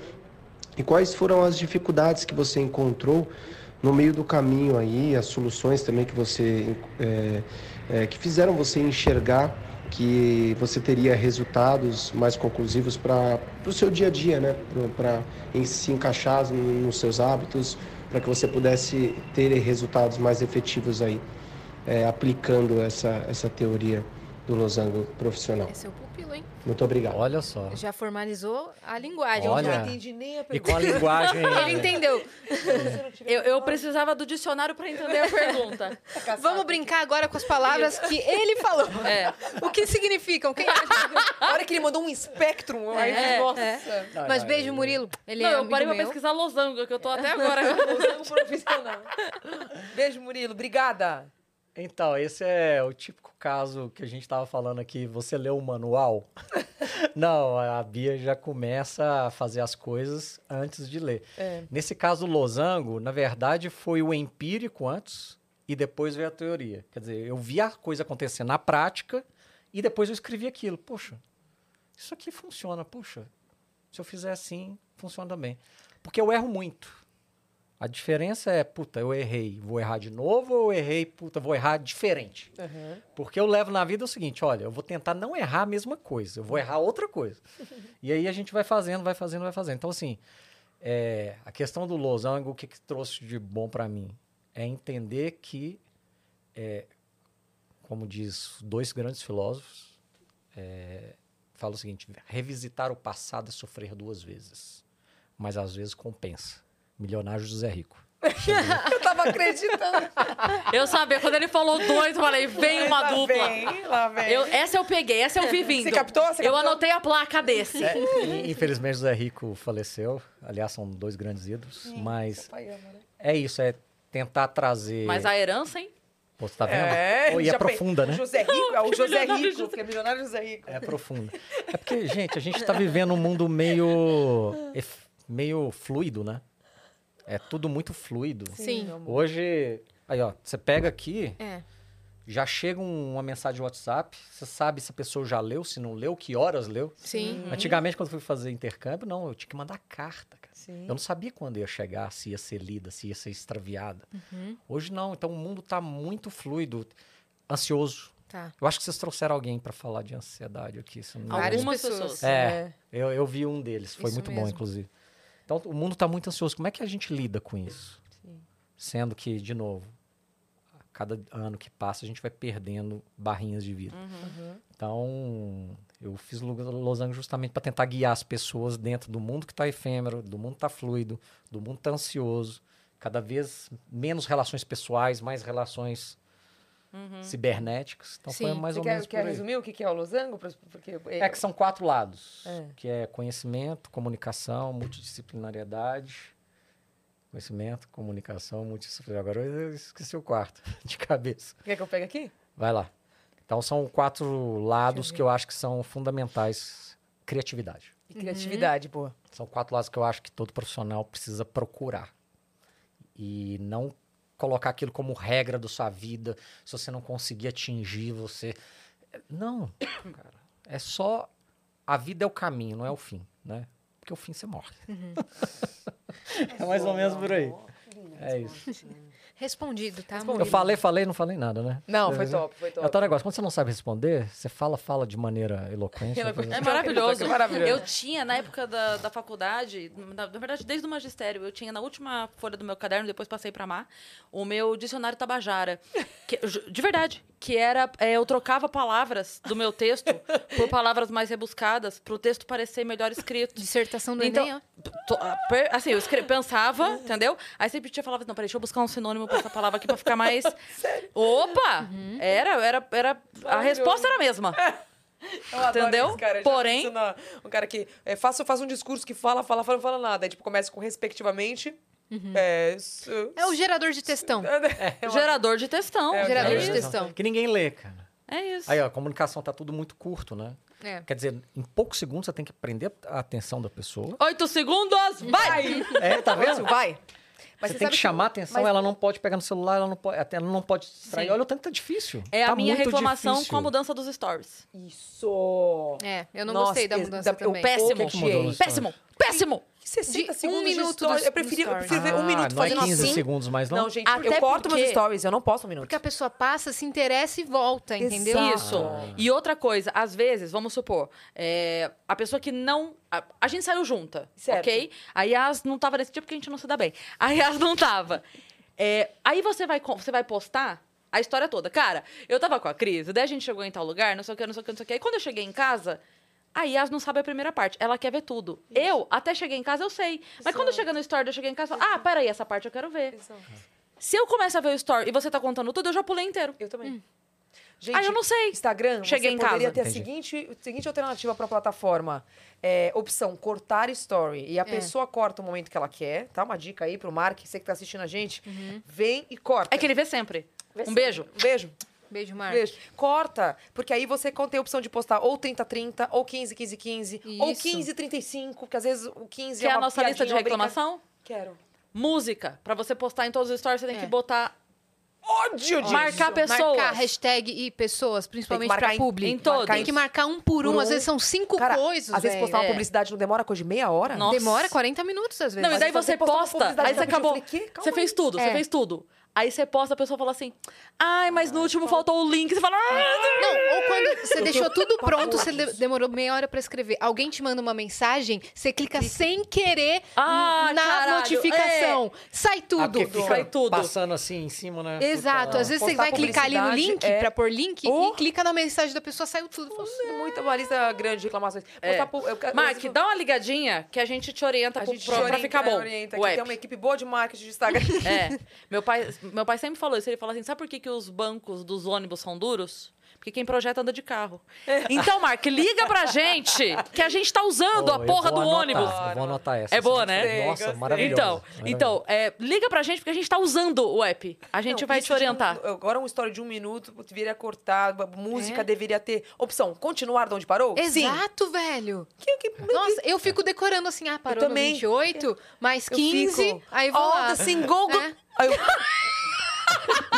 E quais foram as dificuldades que você encontrou no meio do caminho aí, as soluções também que você eh, eh, que fizeram você enxergar que você teria resultados mais conclusivos para o seu dia a dia, né? Para se encaixar no- nos seus hábitos, para que você pudesse ter resultados mais efetivos aí, eh, aplicando é, essa, essa teoria do losango profissional.
É seu pupilo, hein?
Muito obrigado.
Olha só.
Já formalizou a linguagem.
Olha.
já.
nem a
E com a linguagem.
Ele entendeu.
Eu, eu precisava do dicionário pra entender a pergunta.
Vamos brincar agora com as palavras que ele falou.
É.
O que significam? Quem
A hora que ele mandou um Spectrum, aí eu
É,
falei, nossa.
Mas beijo, Murilo. Ele
Não,
é
eu
amigo
parei pra
meu.
pesquisar losango, que eu tô até agora.
Losango um profissional. Beijo, Murilo. Obrigada.
Então, esse é o típico caso que a gente tava falando aqui. Você leu o manual? Não, a Bia já começa a fazer as coisas antes de ler. Nesse caso, o losango, na verdade, foi o empírico antes e depois veio a teoria. Quer dizer, eu vi a coisa acontecer na prática e depois eu escrevi aquilo. Poxa, isso aqui funciona. Poxa, se eu fizer assim, funciona também. Porque eu erro muito. A diferença é, puta, eu errei, vou errar de novo ou eu errei, puta, vou errar diferente. Porque eu levo na vida o seguinte, olha, eu vou tentar não errar a mesma coisa, eu vou errar outra coisa. e aí a gente vai fazendo, vai fazendo, vai fazendo. Então, assim, é, a questão do losango, o que, que trouxe de bom pra mim? É entender que, é, como diz dois grandes filósofos, é, fala o seguinte, revisitar o passado é sofrer duas vezes, mas às vezes compensa. Milionário José Rico.
Eu tava acreditando.
Eu sabia, quando ele falou dois, eu falei, vem
tá
uma
Lá
dupla.
vem, lá vem.
Eu- essa eu peguei, essa eu vi vindo.
Você captou? Você
Eu
captou?
anotei a placa desse.
É.
E, É, infelizmente, José Rico faleceu. Aliás, são dois grandes ídolos. mas é isso, é tentar trazer...
Mas a herança, hein?
Pô, você tá vendo?
É,
Pô, e é
já pe-
profunda, né?
José Rico, é o José
milionário
Rico, que é milionário José Rico.
É profunda. É porque, gente, a gente tá vivendo um mundo meio... ef- meio fluido, né? É tudo muito fluido.
Sim.
Hoje... Aí, ó, você pega aqui,
É.
já chega um- uma mensagem de WhatsApp, você sabe se a pessoa já leu, se não leu, que horas leu.
Sim.
Antigamente, quando eu fui fazer intercâmbio, não, eu tinha que mandar carta, cara.
Sim.
Eu não sabia quando ia chegar, se ia ser lida, se ia ser extraviada. Hoje não, então o mundo tá muito fluido, ansioso.
Tá.
Eu acho que vocês trouxeram alguém para falar de ansiedade aqui. Se eu não me
Várias
engano.
Algumas
pessoas.
pessoas.
É, eu, eu vi um deles, foi
Isso
muito bom,
mesmo.
inclusive. Então o mundo tá muito ansioso. Como é que a gente lida com isso? Sendo que, de novo, a cada ano que passa a gente vai perdendo barrinhas de vida. Então, eu fiz Lu- Losango justamente para tentar guiar as pessoas dentro do mundo que está efêmero, do mundo que está fluido, do mundo que está ansioso. Cada vez menos relações pessoais, mais relações cibernéticas. Então, foi
Sim.
mais
Você
ou
quer,
menos por
quer
aí.
resumir o que que é o losango? Pros- Porque é,
É que são quatro lados,
É.
que é conhecimento, comunicação, multidisciplinariedade. Conhecimento, comunicação, multidisciplinaridade. Agora eu esqueci o quarto de cabeça.
Quer que eu pegue aqui?
Vai lá. Então são quatro lados que eu acho que são fundamentais. Criatividade.
E criatividade, pô.
São quatro lados que eu acho que todo profissional precisa procurar. E não colocar aquilo como regra da sua vida. Se você não conseguir atingir, você. Não, cara. É só. A vida é o caminho, não é o fim, né? Porque o fim você morre. é mais ou menos por aí. É isso.
Respondido, tá?
Eu
Murilo?
falei, falei, não falei nada, né?
Não, foi top, foi
É o
top.
tal negócio, quando você não sabe responder, você fala, fala de maneira eloquente. depois-
É maravilhoso.
É maravilhoso.
Eu tinha, na época da, da faculdade, na, na verdade, desde o magistério, eu tinha na última folha do meu caderno, depois passei pra Mar, o meu dicionário Tabajara. que- ju- de verdade. Que era. é, eu trocava palavras do meu texto por palavras mais rebuscadas, pro texto parecer melhor escrito.
Dissertação do
Então,
Enem, ó.
Tô- ah, per- assim, eu escre- pensava, entendeu? Aí sempre tinha falava, não, peraí, deixa eu buscar um sinônimo pra essa palavra aqui pra ficar mais. Opa!
Uhum.
Era, era, era. A resposta era a mesma.
Eu adoro
Entendeu?
esse cara, eu já
Porém-
penso na- um cara que é, faça, faça um discurso que fala, fala, fala, não fala nada. Aí, tipo, começa com respectivamente. É, su-
É o gerador de textão.
É
Gerador de textão.
É,
gerador de
Beleza.
textão.
Que ninguém lê, cara.
É isso.
Aí, ó, a comunicação tá tudo muito curto, né?
É.
Quer dizer, em poucos segundos você tem que prender a atenção da pessoa.
Oito segundos, vai!
É, tá vendo?
Vai.
Mas você tem que chamar a atenção, ela não pode pegar no celular, ela não pode, até ela não pode se distrair.
Sim.
Olha o tanto que tá difícil.
É
Tá
a minha
muito
reclamação
difícil.
com a mudança dos stories.
Isso.
É, eu não
Nossa,
gostei da
esse-
mudança
da- eu
também.
pe-
Péssimo.
O que é que mudou nos
péssimo. Péssimo.
60
De
segundos
um
de
minuto
stories.
dos-
Eu preferia, eu
dos
prefiro ver um
Ah,
minuto
não é
fazendo
15
assim.
segundos mais, não?
Não, gente,
Até
eu corto
porque-
meus stories, eu não posto um minuto.
Porque a pessoa passa, se interessa e volta, entendeu?
Exato.
Isso. E outra coisa, às vezes, vamos supor, é, a pessoa que não. A, a gente saiu junta,
Certo.
ok? A Yas não tava tipo nesse dia porque a gente não se dá bem. A Yas não tava. É, aí você vai, co- você vai postar. a história toda. Cara, eu tava com a Cris, daí a gente chegou em tal lugar, não sei o que, não sei o que, não sei o que. Aí quando eu cheguei em casa, a Yas não sabe a primeira parte. Ela quer ver tudo. Eu, até cheguei em casa, eu sei. Mas quando chega no story, eu cheguei em casa, eu falo, ah, peraí, essa parte eu quero ver. Se eu começo a ver o story e você tá contando tudo, eu já pulei inteiro.
Eu também. Gente,
Aí Hum. Ah, eu não sei.
Instagram,
Cheguei
você
em
poderia
casa.
ter a
Entendi.
seguinte, a seguinte alternativa para a plataforma. É, opção, cortar story.
É.
E a pessoa corta o momento que ela quer. Tá uma dica aí pro Mark, você que tá assistindo a gente. Vem e corta.
É que ele vê sempre.
Vê
um
se-
beijo.
Um beijo.
Beijo, Marcos.
Beijo. Corta, porque aí você con- tem a opção de postar ou 30-30, ou 15-15-15, ou
Isso.
15-35, porque às vezes o 15
Que é
é
a
uma
nossa
piadinha,
lista de
uma brinca-
reclamação.
Quero.
Música. Pra você postar em todos os stories, você tem
É.
que botar.
Ódio disso.
Marcar pessoas.
Marcar hashtag e pessoas, principalmente
marcar
pra
em-
publi.
em todos.
Tem que marcar um por um,
Por um.
às vezes são cinco
Cara,
coisas,
Às vezes
velho.
postar uma
é.
publicidade não demora coisa de meia hora?
Nossa.
Demora 40 minutos, às vezes.
Não, e daí
você
você
postou uma
posta,
publicidade
aí
da
você
Bud, eu
acabou.
falei, "Quê? Calma
Você fez tudo, você
É.
fez tudo. Aí você posta, a pessoa fala assim: ai, mas no último faltou o link. Você fala.
É.
"Ah!"
Não, ou quando você deixou tudo
quatro
pronto, você de-
horas.
demorou meia hora pra escrever. Alguém te manda uma mensagem, você clica sem querer
Ah,
na
caralho,
é.
notificação. Sai
Ah,
tudo.
porque fica
Sai tudo.
Passando assim em cima, né?
Exato.
Puta,
Às vezes você
Postar
vai clicar ali no
publicidade
link
é-
pra pôr link
Oh.
e clica na mensagem da pessoa, saiu tudo. Fala,
Muita, uma lista grande de reclamações. Postar pu- eu quero-
É. Mark,
eu-
dá uma ligadinha que a gente te orienta
É, a
pro-
gente
pra, pra
orienta,
ficar bom.
Orienta,
o
aqui
app.
tem uma equipe boa de marketing de Instagram.
É. Meu pai, meu pai sempre falou isso. Ele fala assim: sabe por que, que os bancos dos ônibus são duros? Porque quem projeta anda de carro.
É.
Então, Mark, liga pra gente que a gente tá usando
Pô,
a
eu
porra do
vou anotar,
ônibus.
eu Vou anotar essa.
É boa,
essa
né?
música. Nossa,
Gostei,
maravilhosa.
Então, então é, liga pra gente porque a gente tá usando o app. A gente
Não,
vai
isso
te
de
orientar.
um- agora uma história de um minuto deveria cortar, b- música
É.
deveria ter. Opção, continuar de onde parou? Sim.
Exato, velho.
Que, que,
Nossa, eu fico decorando assim, ah, parou
Eu
no
também.
28, mais
Eu
15,
fico,
aí vou
all
lá.
the single go-
É.
Aí eu-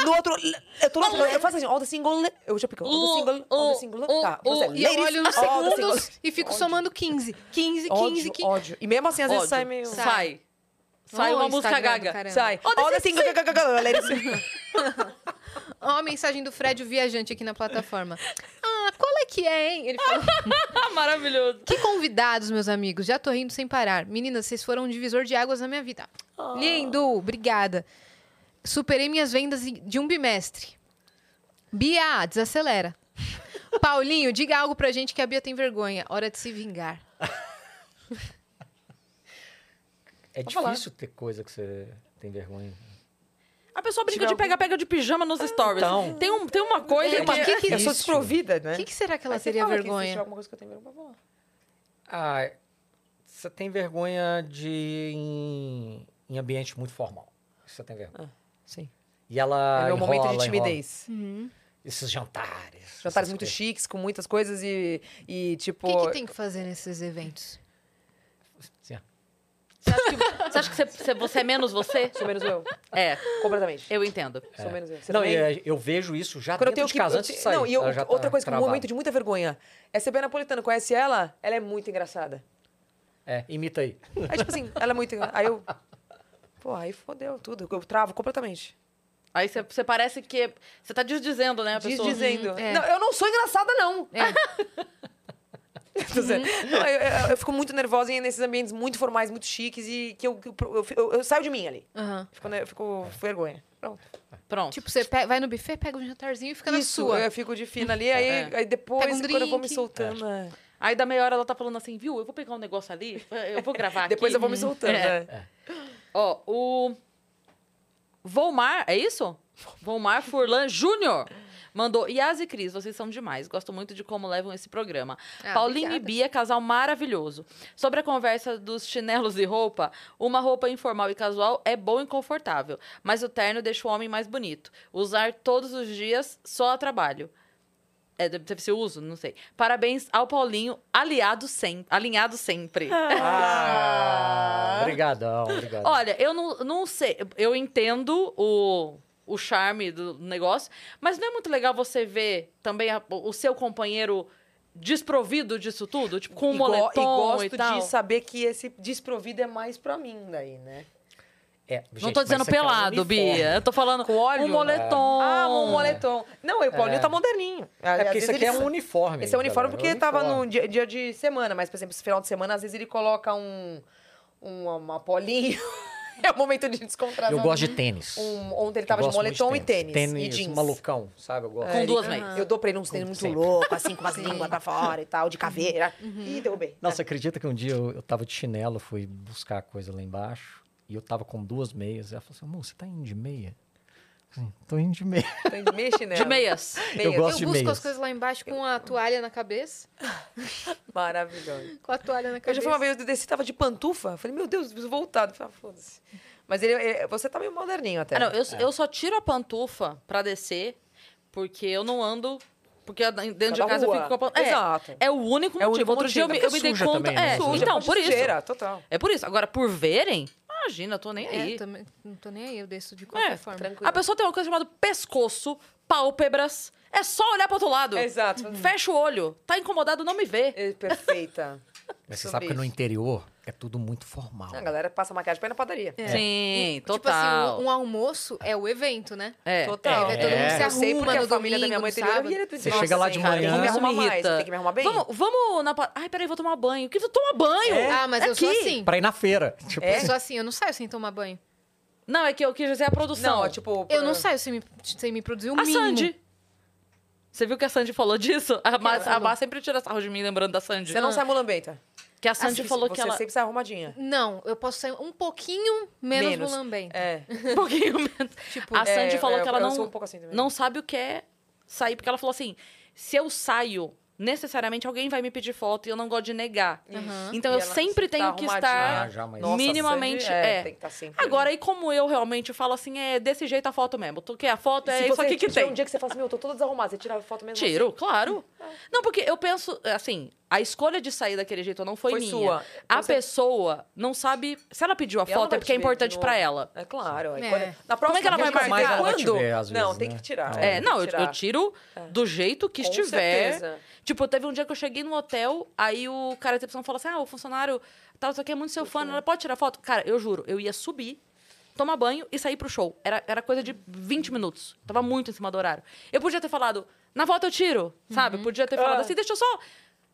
No outro. Eu tô no outro- Eu faço assim, all the single. Eu já pico.
Uh,
All the single. All the single. Tá.
Oh,
você,
e eu
ladies,
olho nos
all the single-
segundos e fico somando 15, 15, 15,
Ódio,
15.
ódio. E mesmo assim, às vezes
Ódio.
sai meio.
Sai. Sai,
Ó,
uma
o
música
Instagram do
gaga.
caramba.
Sai.
All the
All the single. ladies.
Ó a mensagem do Fred, o viajante, aqui na plataforma. Ah, qual é que é, hein? Ele falou,
Ah, maravilhoso.
que convidados, meus amigos. Já tô rindo sem parar. Meninas, vocês foram um divisor de águas na minha vida.
Oh.
Lindo, obrigada. Superei minhas vendas de um bimestre. Bia, desacelera. Paulinho, diga algo pra gente que a Bia tem vergonha. Hora de se vingar.
É difícil ter coisa que você tem vergonha.
A pessoa brinca de pega-pega de pijama nos stories.
então.
Tem, um, tem uma coisa
É,
que...
mas que que-
Eu sou desprovida, né?
O que, que será que ela
Aí você
teria
fala que existe
vergonha?
alguma coisa que eu tenho vergonha pra falar.
Ah, você tem vergonha de ir em, em ambiente muito formal. Isso Você tem vergonha.
sim.
E ela.
é meu
enrola,
momento de
enrola. Hum.
timidez.
Esses jantares. essas
Jantares muito
coisas.
chiques, com muitas coisas e, e tipo.
O que, que tem que fazer nesses eventos?
Assim, ó.
Você acha que você- você, você é menos você?
Sou menos eu.
É,
Completamente.
eu entendo.
Sou menos eu. Você
é. Não,
também?
e, é, eu vejo isso já
Quando eu
dentro
tenho
de
que.
casa
eu
antes de
te-
sair.
Não, e eu-
Ela já tá
outra coisa que é um
travada.
momento de muita vergonha. É Sebia Napolitano, conhece ela? Ela é muito engraçada.
É, imita aí.
Aí, tipo assim, ela é muito engraçada. Aí eu. Pô, aí fodeu tudo. Eu travo completamente.
Aí você, você parece que... Você tá desdizendo, né, a
Diz
pessoa?
dizendo.
Uhum, é.
Não, eu não sou engraçada, não. Tô dizendo. Não, eu, eu- eu fico muito nervosa em- nesses ambientes muito formais, muito chiques e que eu, que eu, eu- eu- eu saio de mim ali.
Aham.
Fico, né, eu fico vergonha. Pronto.
Pronto.
Tipo, você pe- vai no buffet, pega um jantarzinho e fica na sua.
é. Eu fico de fina ali, aí,
É.
aí depois,
Pega um
quando eu vou me
drink.
soltando. é.
Aí da meia hora ela tá falando assim, viu, eu vou pegar um negócio ali, eu vou gravar
Depois
aqui.
eu vou me soltando.
É.
né?
Ó, o... Volmar, é isso? Volmar Furlan Júnior mandou. Yas e Cris, vocês são demais. Gosto muito de como levam esse programa.
Ah,
Paulinho e
obrigada.
Bia, casal maravilhoso. Sobre a conversa dos chinelos e roupa, uma roupa informal e casual é bom e confortável, mas o terno deixa o homem mais bonito. Usar todos os dias só a trabalho. É, deve deve ser uso, não sei. Parabéns ao Paulinho, aliado sem, alinhado sempre.
Ah, obrigadão, obrigado.
Olha, eu não, não sei. Eu entendo o, o charme do negócio, mas não é muito legal você ver também a- o seu companheiro desprovido disso tudo? Tipo, com um
e, go-
moletom
e gosto
e tal.
de saber que esse desprovido é mais pra mim daí, né?
É,
Não
gente,
tô
mas
dizendo
isso aqui é um
pelado,
uniforme.
Bia. Eu tô falando
Com óleo? né?
um moletom.
Ah, um moletom. Não, e o Paulinho
É.
tá moderninho.
É porque isso aqui é um uniforme.
Esse é um uniforme
galera,
porque tava
uniforme.
no dia, dia de semana, mas, por exemplo, esse final de semana, às vezes ele coloca um. um- uma polinho. É o momento de descontração.
Eu gosto de tênis.
Um- ontem ele tava de
Gosto muito
moletom e tênis.
Tênis um
e jeans. É.
malucão, sabe? Eu gosto.
Com duas
Ele- Ah.
meias.
Eu dou pra ele uns tênis muito
sempre.
louco, assim, com umas línguas pra fora e
Uhum.
tal, de caveira. Ih, derrubei.
Nossa, acredita que um dia eu, eu tava de chinelo, fui buscar coisa lá embaixo, e eu tava com duas meias. Ela falou assim, amor, você tá indo de meia? Eu falei, assim, Tô indo de meia.
Tem de meia chinelo.
De meias.
Eu
Meias.
gosto
eu
de
busco
meias.
as coisas lá embaixo com a toalha na cabeça.
Maravilhoso.
Com a toalha na
Eu
cabeça.
já fui uma vez, eu desci, tava de pantufa. Eu Falei, meu Deus, preciso voltar. Eu Falei, ah, foda-se. Mas ele, ele- você tá meio moderninho até.
Ah, não, eu, eu só tiro a pantufa pra descer, porque eu não ando. Porque eu- dentro de
Cada
casa
rua.
eu fico com a pantufa.
Exato.
É, é o único motivo.
É o único
Outro dia eu me,
motivo.
eu me dei
Porque
conta.
suja também, né?
é,
Suja,
então, por isso.
Sujeira, total.
É por isso. Agora, por verem, imagina, eu tô nem aí.
É, também, não tô nem aí, eu desço de qualquer
É,
forma.
A pessoa tem uma coisa chamada pescoço, pálpebras. É só olhar pro outro lado.
Exato.
Fecha o olho. Tá incomodado, não me vê.
Hum. É, Perfeita.
Mas você
Sobre
sabe que no
isso.
interior é tudo muito formal.
A galera passa maquiagem pra ir na padaria.
Sim, total.
Tipo assim, um, um almoço é o evento, né?
É.
Total.
É, todo mundo se
Eu sei
arruma
porque a
no
família da minha
domingo,
mãe
no
anterior,
sábado.
e ele-
Você
Nossa,
chega lá de
cara, Tem que me
manhã-
arrumar
Isso me
mais.
irrita.
Tem que me arrumar bem.
Vamos, vamos na. pa- Ai, peraí, vou tomar banho. Que vou tomar banho?
É.
Ah, mas eu sou
É, Aqui.
assim.
Pra ir na feira. Tipo,
Eu sou assim, eu não saio sem tomar banho.
Não, é que eu quis dizer a produção.
Não, é tipo...
Eu não saio sem me, sem me produzir um
A
mínimo.
Sandy. Você viu que a Sandy falou disso? A Má, a Má sempre tira sarro de mim lembrando da Sandy.
Você não sai mulambenta.
Que a Sandy
Assim,
falou que
você
ela.
sempre sai arrumadinha.
Não, eu posso sair um pouquinho menos,
Menos.
no lambem.
É.
Um pouquinho menos. a Sandy
é,
falou
eu-
que ela
eu
não,
sou um pouco assim também.
não sabe o que é sair, porque ela falou assim: se eu saio, necessariamente alguém vai me pedir foto e eu não gosto de negar. Então
E
eu
ela tá
sempre tenho que
arrumadinha.
estar.
Ah, já, mas-
Nossa,
minimamente,
Sandy, é,
é.
Tem que estar sempre.
Agora, e como eu realmente falo assim, é desse jeito a foto mesmo. Tu quer a foto, é
Se
isso
você
aqui que
tiver
tem.
um dia que você fala assim, meu, eu tô toda desarrumada, você É. tira a foto mesmo
Tiro, claro. Não, porque eu penso, assim, a escolha de sair daquele jeito não foi,
Foi
minha.
sua. Então
A
Você-
pessoa não sabe. Se ela pediu a
E ela
foto,
vai
é porque é
te ver de
importante
novo.
pra ela.
É claro. aí
É.
quando- Na próxima
é que ela vai
gente
marcar?
Ela te
Quando?
vê, às
não,
vezes,
tem
né?
que tirar.
É, não, eu,
tem que
eu tiro do jeito que
Com
estiver.
certeza.
Tipo, teve um dia que eu cheguei no hotel, aí o cara da recepção falou assim: ah, o funcionário tal, isso aqui é muito seu fã, ela pode tirar foto? Cara, eu juro, eu ia subir, tomar banho e sair pro show. Era, era coisa de 20 minutos. Tava muito em cima do horário. Eu podia ter falado, na volta eu tiro, sabe? Podia ter falado assim, deixa eu só.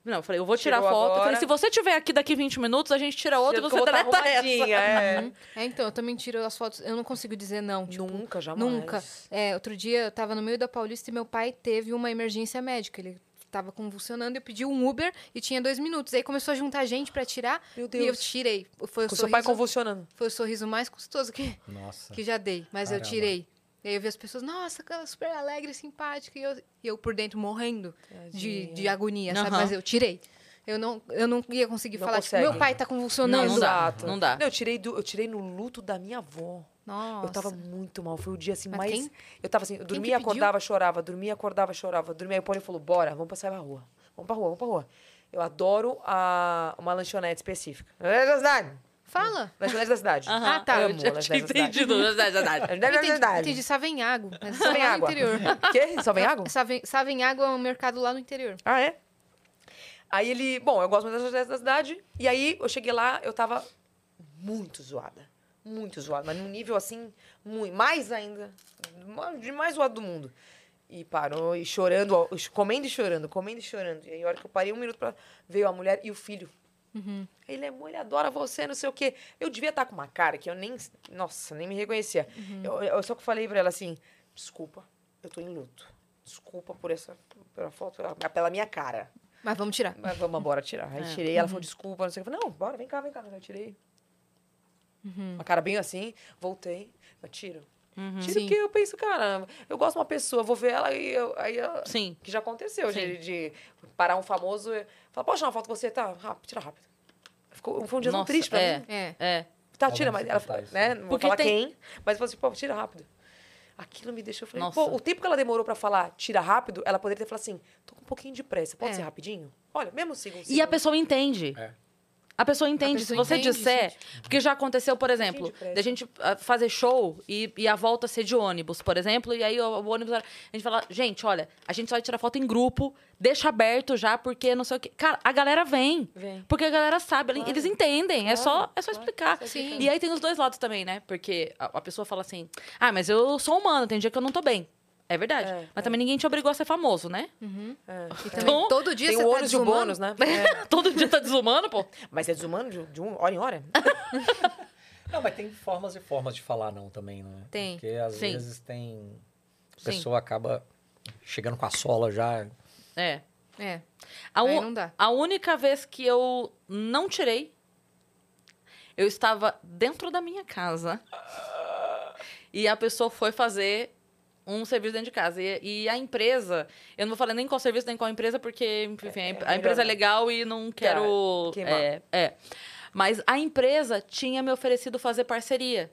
Não, eu falei, eu vou tirar
Uhum. Ah.
a
Tirou
foto. Eu
agora.
falei, se você tiver aqui daqui 20 minutos, a gente tira outra e
Porque eu
você
vou tá
deleta essa.
arrumadinha, é.
É, então, eu também tiro as fotos. Eu não consigo dizer não. Tipo,
Nunca, jamais.
nunca. É, outro dia eu tava no meio da Paulista e meu pai teve uma emergência médica. Ele tava convulsionando, eu pedi um Uber e tinha dois minutos. Aí começou a juntar gente pra tirar.
Meu Deus.
E eu tirei. Foi o,
Com
sorriso,
seu pai convulsionando.
foi o sorriso mais custoso que,
Nossa.
que já dei. Mas
Caramba.
eu tirei. E aí eu vi as pessoas, nossa, cara, super alegre, simpática. E eu, e eu por dentro morrendo de, de agonia, sabe?
Aham.
Mas eu tirei. Eu não, eu não ia conseguir
Não
falar,
consegue.
tipo, meu pai tá convulsionando.
Não, não dá. não dá.
eu, tirei do- eu tirei no luto da minha avó.
Nossa.
Eu tava muito mal. Foi o dia assim
Mas
mais.
quem-
Eu tava assim, eu
que
dormia,
pediu?
acordava, chorava, dormia, acordava, chorava, dormia. Aí o Paulinho falou: bora, vamos passar pra rua. Vamos pra rua, vamos pra rua. Eu adoro a, uma lanchonete específica. Lanchonete da cidade.
Fala.
Lanchonete da cidade.
Aham.
Ah, tá.
Amo
Eu já tinha
lanchonete da cidade.
entendido. já- já- já- já.
Lanchonete da
Entendi,
cidade.
entendi Savenhago. Mas
É
só
Só vem
lá no
água.
interior.
Quê? Só vem água?
Saven- Savenhago é um mercado lá no interior.
Ah, é? Aí ele, bom, eu gosto muito das lanchonetes da cidade. E aí eu cheguei lá, eu tava muito zoada. Muito zoada, mas num nível assim, muito, mais ainda, ma- de mais zoado do mundo. E parou, e chorando, ó, comendo e chorando, comendo e chorando. E aí, a hora que eu parei um minuto pra. Veio a mulher e o filho. Ele é amor, ele adora você, não sei o quê. Eu devia estar com uma cara que eu nem. Nossa, nem me reconhecia. Eu, eu só que falei pra ela assim: desculpa, eu tô em luto. Desculpa por essa. pela foto, pela, pela minha cara.
Mas vamos tirar.
Mas vamos embora tirar. Aí
É.
tirei, ela falou,
Uhum.
desculpa, não sei o que. Eu falei, não, bora, vem cá, vem cá. Eu tirei.
Uhum.
Uma cara bem assim, voltei, eu tiro. Tiro
Sim.
porque eu penso, cara, eu gosto de uma pessoa, vou ver ela e eu, aí eu-
Sim.
Que já aconteceu,
Sim.
de, de parar um famoso e falar, posso tirar uma foto com você? Tá, rápido, tira rápido. Ficou, foi um dia tão
Nossa,
triste pra
é.
mim.
É.
É.
Tá, tira,
Talvez
mas ela,
você contar
né, não vou
Porque
falar
tem-
quem, mas falou assim, pô, tira rápido. Aquilo me deixou, eu falei,
Nossa.
pô, o tempo que ela demorou pra falar tira rápido, ela poderia ter falado assim, tô com um pouquinho de pressa, pode
É.
ser rapidinho? Olha, mesmo sigo um
E a
segundo.
pessoa entende.
É.
A pessoa entende.
pessoa
Se você
entende,
disser. Porque já aconteceu, por exemplo,
presta.
da gente ah, fazer show e, e a volta ser de ônibus, por exemplo, e aí o, o ônibus. era- A gente fala, gente, olha, a gente só vai tirar foto em grupo, deixa aberto já, porque não sei o quê. Cara, a galera vem.
Vem.
Porque a galera sabe, ela- eles entendem. é só, é só explicar.
Sim.
E aí tem os dois lados também, né? Porque a, a pessoa fala assim: ah, mas eu sou humana, tem dia que eu não tô bem. É verdade.
É,
mas também ninguém te obrigou a ser famoso, né?
E também
Então,
todo dia
Tem
você
o
tá
ônus e o
desumano.
bônus, né?
Todo dia tá desumano, pô.
um Mas é desumano de, de um hora em hora?
Não, mas tem formas e formas de falar não também, né?
Tem,
Porque às
sim.
vezes tem. A
Sim.
pessoa acaba chegando com a sola já.
É.
É.
A,
Aí
un-
não dá.
a única vez que eu não tirei, eu estava dentro da minha casa. E a pessoa foi fazer um serviço dentro de casa. E, e a empresa, eu não vou falar nem qual serviço, nem qual empresa, porque enfim, a em- a empresa é legal e não quero.
queimar.
É, é. Mas a empresa tinha me oferecido fazer parceria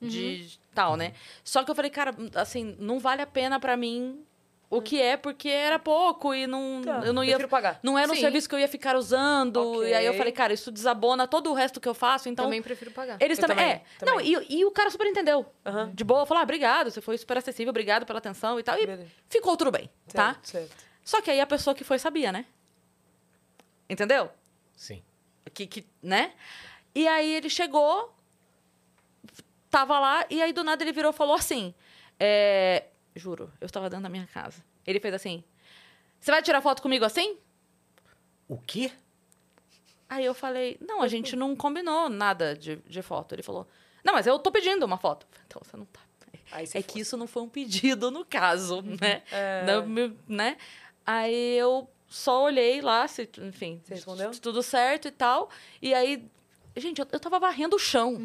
de tal, né? Só que eu falei, cara, assim, não vale a pena pra mim o que é, porque era pouco e não,
Tá.
eu não ia.
Prefiro pagar.
Não era um
Sim.
serviço que eu ia ficar usando.
Ok.
E aí eu falei, cara, isso desabona todo o resto que eu faço, então.
Também prefiro pagar.
Eles
Eu
também,
também,
É. Não, e, e o cara super entendeu. De boa, falou: ah, obrigado, você foi super acessível, obrigado pela atenção e tal. E
Beleza.
ficou tudo bem, tá?
Certo, certo.
Só que aí a pessoa que foi sabia, né? Entendeu?
Sim.
que, que- né? E aí ele chegou, tava lá, e aí do nada ele virou e falou assim: é, Juro, eu estava dentro da minha casa. Ele fez assim: Você vai tirar foto comigo assim?
O quê?
Aí eu falei: Não, a gente não combinou nada de, de foto. Ele falou: Não, mas eu tô pedindo uma foto. Eu falei, Então você não tá.
Aí você Uhum. É.
É que isso não foi um pedido no caso, né? Não, me- né? Aí eu só olhei lá, se, tu- enfim,
Você respondeu?
se tudo certo e tal. E aí, gente, eu, eu tava varrendo o chão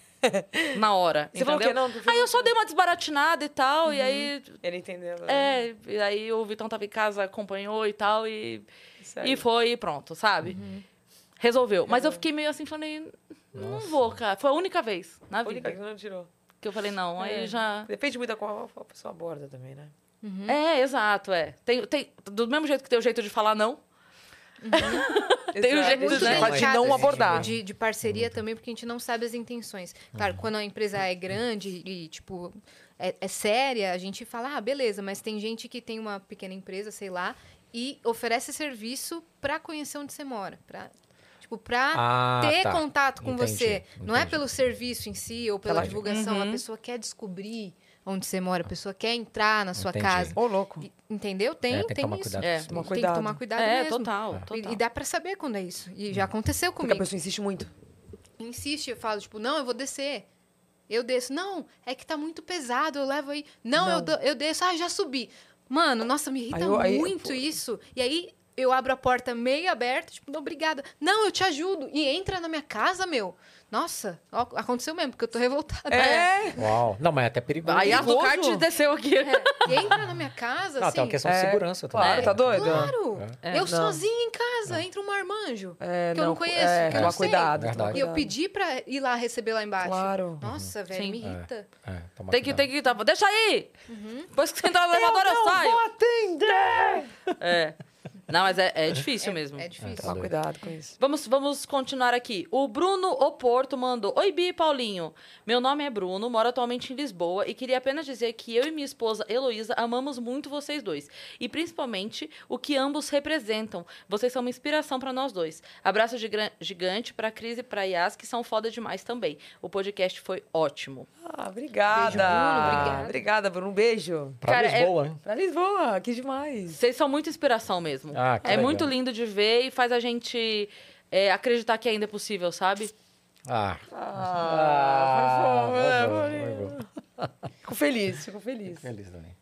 na hora.
Uhum. Você falou o quê?
entendeu?
Não, Uhum. prefiro-
Aí eu só dei uma desbaratinada e tal, e aí.
Ele entendeu. né?
É, e aí o Vitão tava em casa, acompanhou e tal, e,
Tá
Sério.
e foi e pronto, sabe? Resolveu. Mas eu fiquei meio assim, falei, não vou, cara. Foi a única vez na
A única
vida
que não tirou.
que eu falei, não. Aí
É.
já.
Depende muito da qual a pessoa aborda também, né?
É, exato, é. Tem, tem, do mesmo jeito que tem o jeito de falar não. Tem o
Exato.
é
jeito,
Muito
né?
delicado de não
Esse tipo
abordar.
De, de parceria também, porque a gente não sabe as intenções. Claro, quando a empresa é grande e, tipo, é, é séria, a gente fala, ah, beleza, mas tem gente que tem uma pequena empresa, sei lá, e oferece serviço pra conhecer onde você mora. Pra, tipo, pra
Ah,
ter
tá.
contato com
Entendi,
você. Não é
entendi.
pelo serviço em si ou pela
Ela-
divulgação. A pessoa quer descobrir onde você mora, a pessoa quer entrar na sua
Entendi.
casa.
Ô, louco.
E- Entendeu? Tem,
É,
tem,
que tomar
isso.
cuidado.
É.
com isso.
Tomar
Tem que
cuidado.
tomar cuidado
é,
mesmo.
total,
E-
total.
E dá pra saber quando é isso. E
Uhum.
já aconteceu
Porque a
comigo.
pessoa insiste muito.
Insiste, eu falo, tipo, não, eu vou descer. Eu desço. Não, é que tá muito pesado, eu levo aí. Não, Eu, do- eu desço. Ah, já subi. Mano, nossa, me irrita
Aí eu- aí eu-
muito isso. E aí eu abro a porta meio aberta, tipo, não, obrigada. Não, eu te ajudo. E entra na minha casa, meu. Nossa, ó, aconteceu mesmo, porque eu tô revoltada.
É.
Uau. Não, mas é até perigoso.
Aí a Ducati desceu aqui.
É, E entra na minha casa,
Não,
assim.
tem uma questão de
É,
segurança também.
Claro, tá doido?
Claro.
É.
eu
Não.
sozinha em casa, entra um marmanjo.
É,
que eu não conheço,
É,
que eu
tomar
não sei.
cuidado. tomar
Verdade.
E eu
cuidado.
pedi pra ir lá receber lá embaixo.
Claro.
Nossa, velho,
Sim.
me irrita.
É, tomar
Tem que,
cuidado.
tem que. Tá, deixa aí! Depois que você entrar no elevador, eu, saio.
vou atender!
É. Não, mas é, é difícil mesmo.
É difícil.
Tá
Tomar
doido.
cuidado com isso.
Vamos, vamos continuar aqui. O Bruno Oporto mandou: Oi, Bi e Paulinho. Meu nome é Bruno, moro atualmente em Lisboa e queria apenas dizer que eu e minha esposa Heloísa amamos muito vocês dois e principalmente o que ambos representam. Vocês são uma inspiração para nós dois. Abraço gigra- gigante para Cris e para Yas, que são foda demais também. O podcast foi ótimo.
Ah, obrigada.
Beijo, Bruno, obrigada.
Obrigada, Bruno. Um beijo.
Pra
Cara, é-
Lisboa, hein?
Pra Lisboa, que demais.
Vocês são muita inspiração mesmo.
Ah, que
é
legal.
muito lindo de ver e faz a gente é, acreditar que ainda é possível, sabe?
Ah.
Ah, foi fofo, né,
foi bom.
Fico feliz, fico feliz.
Feliz também.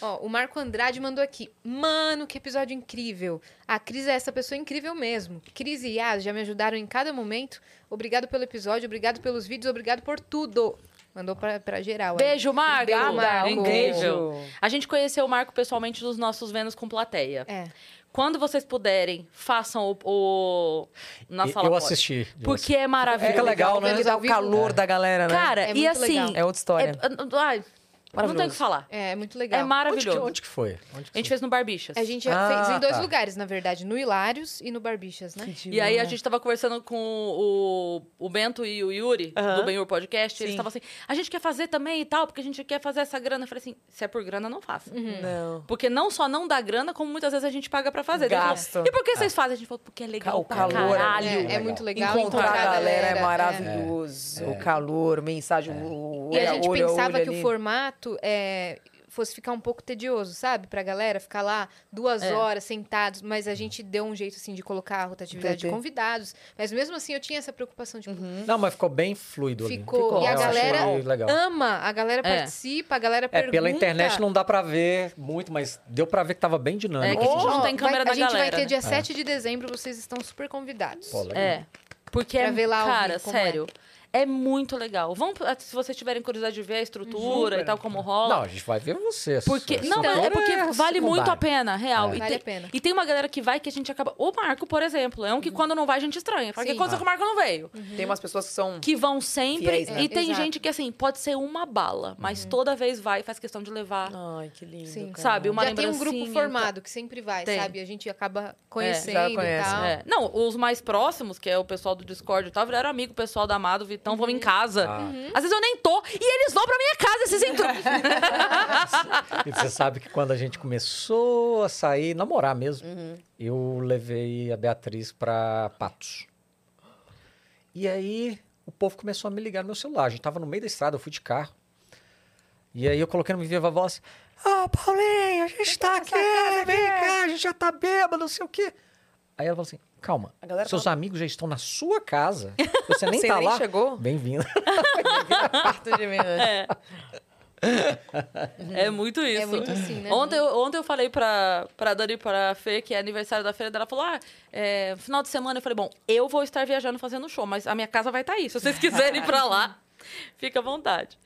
Ó, o Marco Andrade mandou aqui. Mano, que episódio incrível. A Cris é essa pessoa incrível mesmo. Cris e Yas já me ajudaram em cada momento. Obrigado pelo episódio, obrigado pelos vídeos, obrigado por tudo. Mandou pra, pra geral. aí.
Beijo, Marco!
Obrigada,
É
Marco.
Incrível! A gente conheceu o Marco pessoalmente nos nossos Vênus com plateia.
É.
Quando vocês puderem, façam o, o- na
E-
sala
eu
pode.
assisti. eu
Porque é maravilhoso.
Fica legal, né?
Vamos
Dá
ao
o
vivo?
calor da galera, né?
Cara,
É
e
muito
assim.
legal.
é outra
é-
história.
ai, não tem o
Maravilhoso.
que falar.
É, é muito legal.
É
assisti. Onde
maravilhoso.
que, onde que foi? Onde
A
que
gente fez no Barbixas.
A gente já
Ah,
fez em dois
tá.
lugares, na verdade, no Hilários e no Barbixas, né?
E aí a gente tava conversando com o, o Bento e o Yuri,
Aham.
do Benhur Podcast. Eles
Sim.
estavam assim, a gente quer fazer também e tal, porque a gente quer fazer essa grana. Eu falei assim, se é por grana, não faça.
Uhum.
Não.
Porque não só não dá grana, como muitas vezes a gente paga pra fazer. Daí eles falam,
Gasto.
E por que vocês fazem? A gente falou, porque é legal
O
pra
calor é
caralho.
É, é muito legal.
Encontrar a galera é
maravilhoso.
maravilhoso. O calor, mensagem, o
É.
olho
E a gente
olho a
pensava
olho
que
ali.
o formato é, fosse ficar um pouco tedioso, sabe? Pra galera ficar lá duas
É.
horas sentados, mas a gente deu um jeito, assim, de colocar a rotatividade de
Entendi.
convidados. Mas mesmo assim, eu tinha essa preocupação, tipo,
Uhum.
Não, mas ficou bem fluido ali.
ficou. E
É,
a
eu achei
galera
legal.
ama, a galera
É.
participa, a galera
É,
pergunta.
pela internet não dá pra ver muito, mas deu pra ver que tava bem
É
dinâmico. assim.
que a gente não
Ó,
tem
vai-
câmera
A
da
gente vai
galera.
ter
né?
dia 7 de dezembro, vocês estão super convidados.
Pô, legal.
É. Porque
Pra
é,
ver lá ao
cara,
vivo como
sério. É. muito legal. Vamos, ah, se vocês tiverem curiosidade de ver a estrutura e tal, como rola.
Não, a gente vai ver vocês.
Porque,
Isso
não, mas é porque vale muito a
secundário.
pena, real.
É.
E,
Vale
tem,
a pena. Uhum.
e tem uma galera que vai que a gente acaba. O Marco, por exemplo, é um que quando não vai a gente estranha. Fala, o que
Sim. Uhum.
aconteceu que o Marco não veio?
Tem umas pessoas que são.
Que vão sempre.
Fiéis, né?
E tem
Exato. Uhum.
gente que, assim, pode ser uma bala, mas toda vez vai e faz questão de levar.
Ai, que lindo.
Sim.
cara.
Sabe? Uma
já tem um grupo
lembrancinha, tá.
formado que sempre vai,
Tem.
sabe? A gente acaba conhecendo
já
e
conhece,
tal.
É. Não, os mais próximos, que é o pessoal do Discord e tal, viraram amigo, o pessoal da Amado, Vitão, vão
Uhum.
em casa.
Ah.
Às vezes eu nem tô, e eles vão pra minha casa, esses entram.
E você sabe que quando a gente começou a sair, namorar mesmo,
Uhum.
eu levei a Beatriz pra Patos. E aí o povo começou a me ligar no meu celular. A gente tava no meio da estrada, eu fui de carro. E aí eu coloquei no viva voz. Ah, Paulinha, a gente tá aqui, vem cá, a gente já tá bêbado, não sei o quê. Aí ela falou assim, calma,
A galera
seus amigos já estão na sua casa, você nem
Você
tá
nem
lá.
chegou?
Bem-vinda.
Perto de mim, né?
É. É muito isso.
É muito assim, né?
Ontem, eu, ontem eu falei pra, pra Dani e pra Fê, que é aniversário da feira dela, falou: ah, é, final de semana. Eu falei: bom, eu vou estar viajando fazendo show, mas a minha casa vai estar aí. Se vocês quiserem ir pra lá, fica à vontade.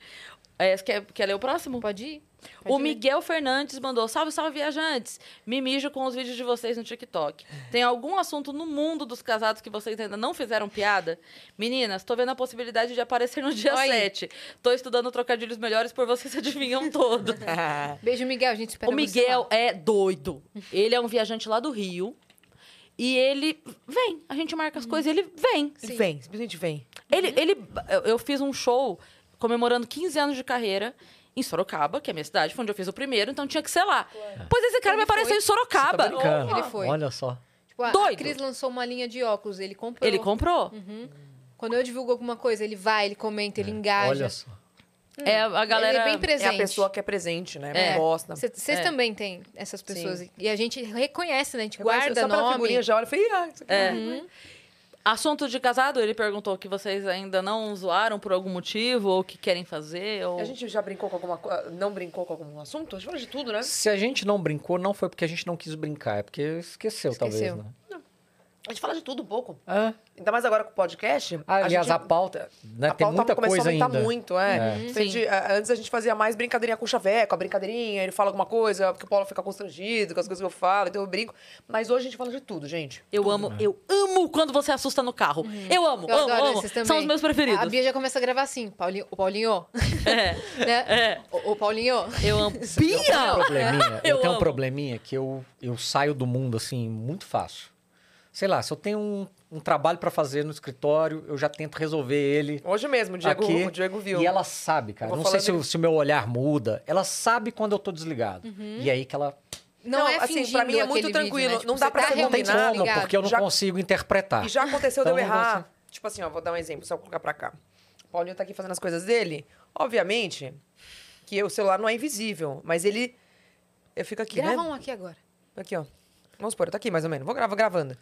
É, você quer, quer ler o próximo?
Pode ir? Pode
O
ir.
Miguel Fernandes mandou: Salve, salve, viajantes! Me mijo com os vídeos de vocês no TikTok. Tem algum assunto no mundo dos casados que vocês ainda não fizeram piada? Meninas, tô vendo a possibilidade de aparecer no dia
Oi.
7. Tô estudando trocadilhos melhores por vocês adivinham todo.
Beijo, Miguel. A gente espera
o
você
Miguel
lá.
é doido. Ele é um viajante lá do Rio. E ele vem, a gente marca as
Uhum.
coisas e ele vem.
Ele vem, simplesmente vem.
Ele, ele, eu- eu fiz um show comemorando 15 anos de carreira em Sorocaba, que é a minha cidade, foi onde eu fiz o primeiro, então tinha que ser lá. Pois é, esse cara me apareceu em
Tá
Sorocaba.
brincando.
Ele foi.
Olha só.
Tipo, a,
doido.
a Cris lançou uma linha de óculos, ele comprou.
ele comprou.
Uhum. Quando eu divulgo alguma coisa, ele vai, ele comenta, ele
Ah,
engaja.
Olha só.
É, a galera.
Ele é bem presente.
É a pessoa que é presente, né?
É.
Gosta.
Vocês
É.
também têm essas pessoas. E a gente reconhece, né? A gente
Reconhece- é
guarda
só pela
nome. Uhum.
figurinha já olha e fala, "Ih, ah, isso aqui é.
Assunto de casado, ele perguntou que vocês ainda não zoaram por algum motivo, ou que querem fazer, ou.
A gente já brincou com alguma coisa. Não brincou com algum assunto? A gente fala de tudo, né?
Se a gente não brincou, não foi porque a gente não quis brincar, é porque esqueceu, talvez,
Esqueceu.
né?
A gente fala de tudo um pouco.
Ah,
Ainda mais agora com o podcast.
aliás,
gente-
a pauta, né,
A
tem
pauta
muita
começou
coisa
a aumentar
ainda.
muito, é.
É.
Então, a gente- a- antes a gente fazia mais brincadeirinha com o Chaveco, a brincadeirinha, ele fala alguma coisa, porque o Paulo fica constrangido com as coisas que eu falo, então eu brinco. Mas hoje a gente fala de tudo, gente.
Eu amo, eu amo quando você assusta no carro. Eu amo,
Uhum. Eu
amo,
adoro
amo.
esses também.
São os meus
A
preferidos.
Bia já começa a gravar assim. Paulinho, o Paulinho,
É,
né?
é.
O, o Paulinho.
Eu amo. É
Um
Bia!
probleminha, eu,
Eu
tenho
amo.
um probleminha que eu, eu saio do mundo, assim, muito fácil. Sei lá, se eu tenho um, um trabalho pra fazer no escritório, eu já tento resolver ele
Hoje mesmo, o Diego,
aqui.
o Diego viu.
E ela sabe, cara.
Eu vou
Não sei
falando
se o- se o meu olhar muda. Ela sabe quando eu tô desligado. E aí que ela
Não, é
assim, pra
fingindo
mim é muito
aquele vídeo,
tranquilo,
né? Tipo,
não dá
você
pra
tá
ser
não tem
realmente
combinado,
como,
ligado.
porque eu não
Já-
consigo interpretar.
E já aconteceu
Então,
de eu
não
errar.
consigo.
Tipo assim, ó, vou dar um exemplo, só colocar pra cá. O Paulinho tá aqui fazendo as coisas dele. Obviamente que o celular não é invisível, mas ele. Eu fico aqui, né?
Grava um aqui agora.
Aqui, ó. Vamos supor, tá aqui mais ou menos. Vou gravar, gravando.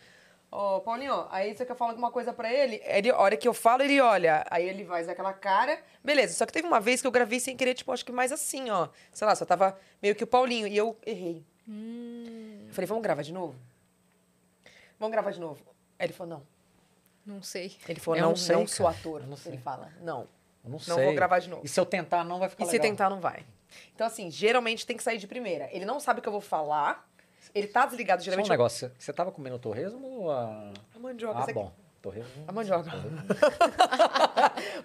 Ô, Paulinho, aí você quer falar alguma coisa pra ele? ele? A É hora que eu falo, ele olha. Aí ele faz aquela cara. Beleza, só que teve uma vez que eu gravei sem querer, tipo, acho que mais assim, ó. Sei lá, só tava meio que o Paulinho. E eu errei.
Hum.
Eu Falei, vamos gravar de novo? Vamos gravar de novo. Aí ele falou, não.
Não sei.
Ele falou,
Eu
não, não,
não sei, cara.
sou ator.
Eu não sei.
Ele fala, não.
Eu não,
Não
sei.
vou gravar de novo.
E se eu tentar, não vai ficar
E se
Tá legal.
tentar, não vai. Então, assim, geralmente tem que sair de primeira. Ele não sabe o que eu vou falar. Ele tá desligado,
Só um
geralmente. eu-
negócio, você tava comendo torresmo ou a...
A mandioca,
ah,
você-
bom. Torresmo
A mandioca.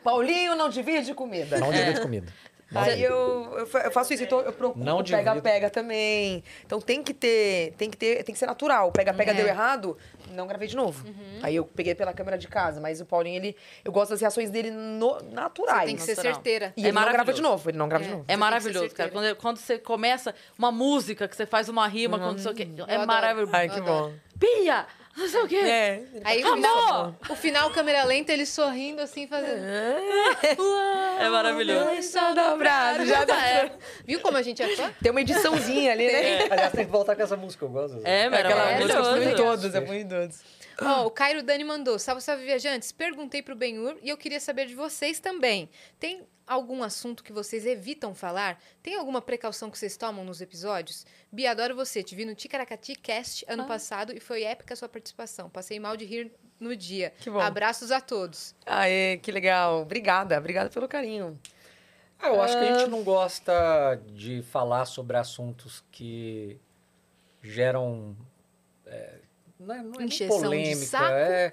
Paulinho não divide comida.
não divide comida. Não
Aí
divide.
eu, eu fa- eu faço isso, então eu procuro
Não
o
divido.
pega-pega também. Então tem que ter, tem que ter, tem que ser natural. O
É.
Pega-pega deu errado, não gravei de novo.
Uhum.
Aí eu peguei pela câmera de casa, mas o Paulinho, ele. Eu gosto das reações dele no- naturais.
Tem que ser
Natural.
certeira.
E
É
ele não grava
maravilhoso.
de novo, ele não grava de
É.
novo.
É
Você tem
maravilhoso,
que ser
cara.
certeira.
Quando, quando você começa uma música, que você faz uma rima, quando não sei o quê. É
Uhum. adoro.
maravilhoso.
Ai, que bom.
Pia! Não sei o quê.
É.
Aí o final, o final, câmera lenta, ele sorrindo assim, fazendo.
É maravilhoso.
Só dobrado, já dá.
tá.
Viu como a gente é fã?
Tem uma ediçãozinha ali,
É.
né?
Aliás, tem que voltar com essa música, eu gosto.
É, mas
Aquela
é
música
maravilhoso.
põe todos, é põe todos.
Ó, o Cairo Dani mandou. Salve, salve, viajantes. Perguntei pro Benhur e eu queria saber de vocês também. Tem algum assunto que vocês evitam falar? Tem alguma precaução que vocês tomam nos episódios? Bia, adoro você. Te vi no Ticaracati Cast ano passado e foi épica a sua participação. Passei mal de rir no dia.
Que bom.
Abraços a todos.
Aê, que legal. Obrigada, obrigada pelo carinho.
Ah, eu acho que a gente não gosta de falar sobre assuntos que geram. é, não é, não é nem
Encheção de
polêmica,
saco.
é.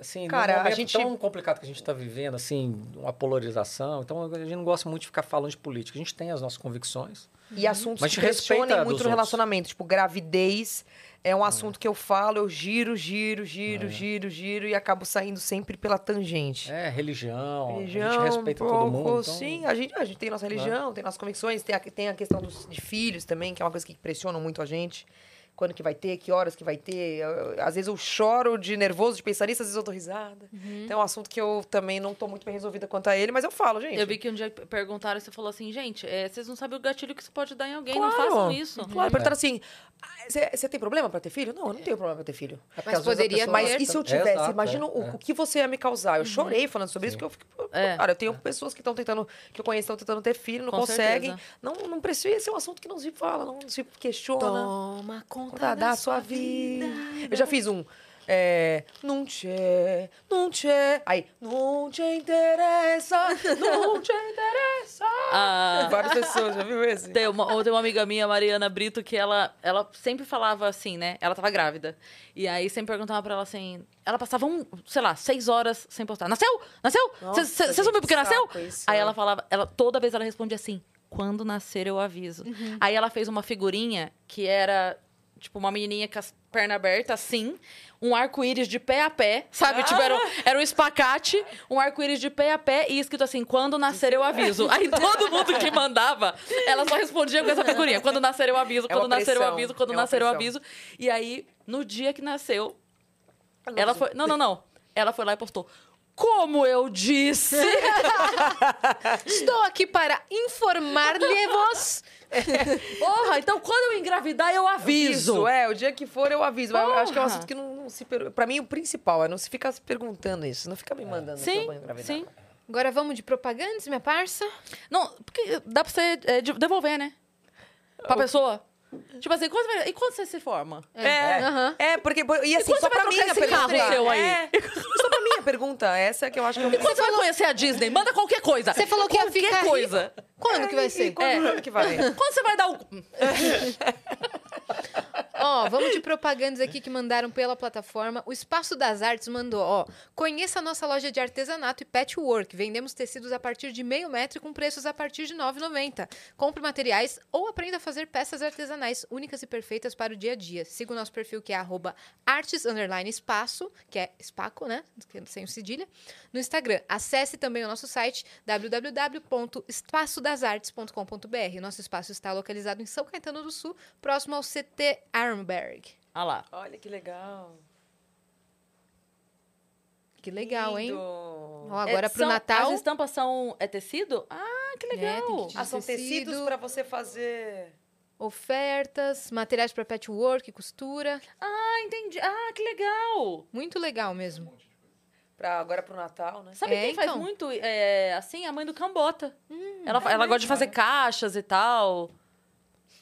Assim,
Cara, a
Cara, momento
gente-
tão complicado que a gente está vivendo, assim, uma polarização. Então, a gente não gosta muito de ficar falando de política. A gente tem as nossas convicções.
E
Uhum.
assuntos
Mas
que
respeita
pressionem
dos
muito no
outros.
relacionamento. Tipo, gravidez é um assunto que eu falo, eu giro, giro, giro, giro, giro e acabo saindo sempre pela tangente.
É, religião. a
Religião,
gente respeita
um pouco,
todo mundo. então-
Sim, a gente, a gente tem nossa religião, tem nossas convicções, tem a, tem a questão dos, de filhos também, que é uma coisa que pressionam muito a gente. Quando que vai ter, que horas que vai ter. Eu- eu- às vezes eu choro de nervoso de pensar nisso, às vezes eu dou risada.
Uhum.
Então é um assunto que eu também não tô muito bem resolvida quanto a ele, mas eu falo, gente.
Eu vi que um dia perguntaram e você falou assim, gente, é, vocês não sabem o gatilho que isso pode dar em alguém, não
Claro.
façam isso.
Claro, perguntaram assim: você tem problema pra ter filho? Não, eu não tenho problema pra ter filho.
É porque
Mas
às vezes a
poderia
pessoa-
ter-
Mas e se eu
É,
tivesse?
exato,
Imagina
é,
o,
é.
o que você ia me causar. Eu chorei falando sobre isso, porque eu fico.
Uhum. É.
Cara, eu tenho pessoas que estão tentando, que eu conheço, estão tentando ter filho, não
Com
conseguem.
certeza.
Não, não precisa. Esse é um assunto que não se fala, não se questiona.
Toma
Conta da sua vida. Eu já fiz um. É, não te, é, não te, aí, não te interessa, não te interessa.
Ah,
Várias pessoas, já viu esse?
Tem uma, ou tem uma amiga minha, Mariana Brito, que ela, ela sempre falava assim, né? Ela tava grávida. E aí sempre perguntava pra ela assim. Ela passava, um, sei lá, seis horas sem postar. Nasceu? Nasceu?
Nossa,
Você
gente,
subiu porque
que
nasceu?
saco isso,
aí
né?
ela falava, ela, toda vez ela respondia assim: quando nascer eu aviso.
Uhum.
Aí ela fez uma figurinha que era, tipo, uma menininha com as pernas abertas, assim. Um arco-íris de pé a pé, sabe? Tipo, era um,
Ah.
era um espacate, um arco-íris de pé a pé e escrito assim: quando nascer eu aviso. Aí todo mundo que mandava, ela só respondia com essa figurinha: quando nascer eu aviso,
É uma
quando nascer eu
pressão,
aviso, quando
é uma
nascer eu
pressão.
aviso. E aí, no dia que nasceu, ela foi. Não, não, não. Ela foi lá e postou. Como eu disse!
Estou aqui para informar-lhe vos.
Porra, então quando eu engravidar, eu aviso.
Isso, é, o dia que for eu aviso. Mas eu acho que é um
Porra!
assunto que não, não se. Per... Pra mim, o principal é não se ficar se perguntando isso, não ficar me mandando se eu
É. Sim,
vou engravidar.
sim.
Agora vamos de propagandas, minha parça?
Não, porque dá pra você é, de- devolver, né? Pra pessoa. Tipo assim, quando vai- e quando você se forma?
É,
Aham.
é, porque. E assim,
quando você
só
vai
pra mim
trocar
a
esse carro
pergunta.
seu aí?
É, só pra mim a pergunta. Essa é que eu acho que eu
E quando você vai conhecer a Disney? Manda qualquer coisa.
Você falou que ia
qualquer
ficar
coisa.
Quando que vai
E
ser?
quando
É.
que vai?
Quando você vai dar o. Hum,
Ó, vamos de propagandas aqui que mandaram pela plataforma. O Espaço das Artes mandou, ó. Conheça a nossa loja de artesanato e patchwork. Vendemos tecidos a partir de meio metro e com preços a partir de R$ 9,90. Compre materiais ou aprenda a fazer peças artesanais únicas e perfeitas para o dia a dia. Siga o nosso perfil que é arroba artes underline espaço, que é espaco, né? Que é Sem o cedilha. No Instagram. Acesse também o nosso site www.espaçodasartes.com.br. Nosso espaço está localizado em São Caetano do Sul, próximo ao CT Armberg.
Ah lá.
Olha que legal.
Que legal, hein?
Lindo.
Ó, agora
É,
pro
são-
Natal.
As estampas são. É tecido? Ah, que
É, tem
legal.
kit de
Ah, são
tecido,
tecidos pra você fazer.
Ofertas, materiais para patchwork, costura.
Ah, entendi. Ah, que legal.
Muito legal mesmo.
Pra, agora pro Natal, né?
Sabe
É,
quem faz
então. Hum, é
muito é, assim? A mãe do Cambota. ela ela gosta de fazer caixas e tal.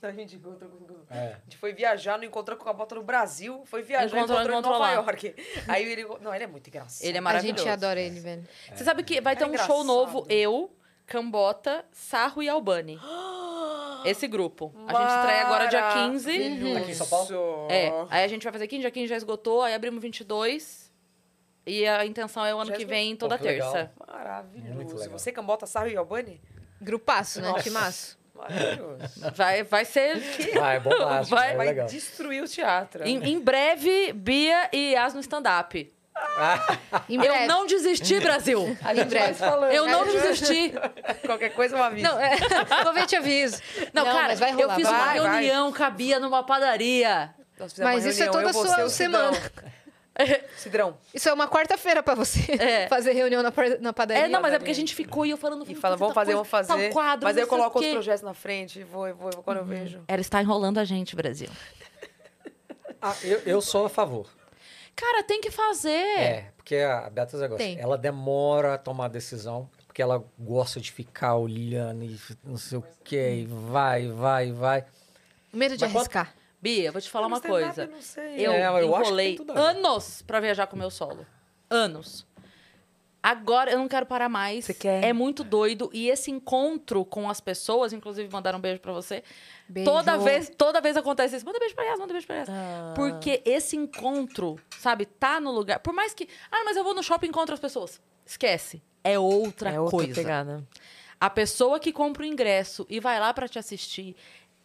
A gente encontrou com.
É.
A gente foi viajar, não encontrou com a bota no Brasil, foi viajar,
Encontrou,
encontrou,
encontrou
em Nova
lá.
York. Aí ele. Não, ele é muito engraçado.
Ele é
A
maravilhoso.
gente adora ele, velho.
Você sabe que vai ter um show
engraçado.
novo, eu, Cambota, Sarro e Albani. Esse grupo. A gente estreia agora dia 15.
Uhum.
Aqui em São Paulo?
É, aí a gente vai fazer 15, dia 15 já esgotou, aí abrimos 22. E a intenção é o ano
Já
que
esgotou.
vem, toda
Pô, que legal.
terça.
Muito
Maravilhoso.
legal.
Você cambota sarro e albani?
Grupaço, né? Timaço.
Maravilhoso.
Vai, vai ser.
Ah, é bombástico,
Vai-
é
Vai
legal.
destruir o teatro.
em, em breve, Bia e Yas no stand-up.
Em
Eu
breve.
não desisti, Brasil!
A gente vai se falando. É.
Eu não desisti. é.
Qualquer coisa eu aviso.
Não, é. Vou ver, te aviso.
Não, cara,
mas vai rolar.
eu fiz
vai.
uma
vai.
reunião, cabia numa padaria.
Nós fizemos
Mas
uma
isso é
reunião,
toda
eu, você,
sua
o Cidrão.
semana.
Cidrão.
Isso é uma quarta-feira pra você
É.
fazer reunião na, par- na padaria. né?
É, não, mas é porque a gente ficou e eu falando.
E
falando
fala, vamos fazer, vamos
tanta coisa,
fazer.
tal quadro,
mas aí eu
não sei o
coloco outros
quê. Uhum.
projetos na frente e vou, e vou, e vou quando eu vejo.
Ela está enrolando a gente, Brasil.
Ah, eu, eu sou a favor.
Cara, tem que fazer.
É, porque a Beatriz agora,
Tem.
ela demora a tomar a decisão, porque ela gosta de ficar olhando e não sei o quê, e vai, vai, vai.
Medo de
Mas quando-
arriscar.
Bia, vou te falar
um
uma coisa.
Não sei.
Eu,
É, eu acho que tem
enrolei
tudo a ver.
anos pra viajar com o meu solo. Anos. Agora eu não quero parar mais.
Você quer?
É muito doido. E esse encontro com as pessoas, inclusive mandaram um beijo pra você.
Beijo.
Toda vez, toda vez acontece isso. Manda beijo pra Yas, manda beijo pra Yas.
Ah.
Porque esse encontro, sabe, tá no lugar. Por mais que. Ah, mas eu vou no shopping e encontro as pessoas. Esquece. É outra
é outra
coisa.
pegada.
A pessoa que compra o ingresso e vai lá pra te assistir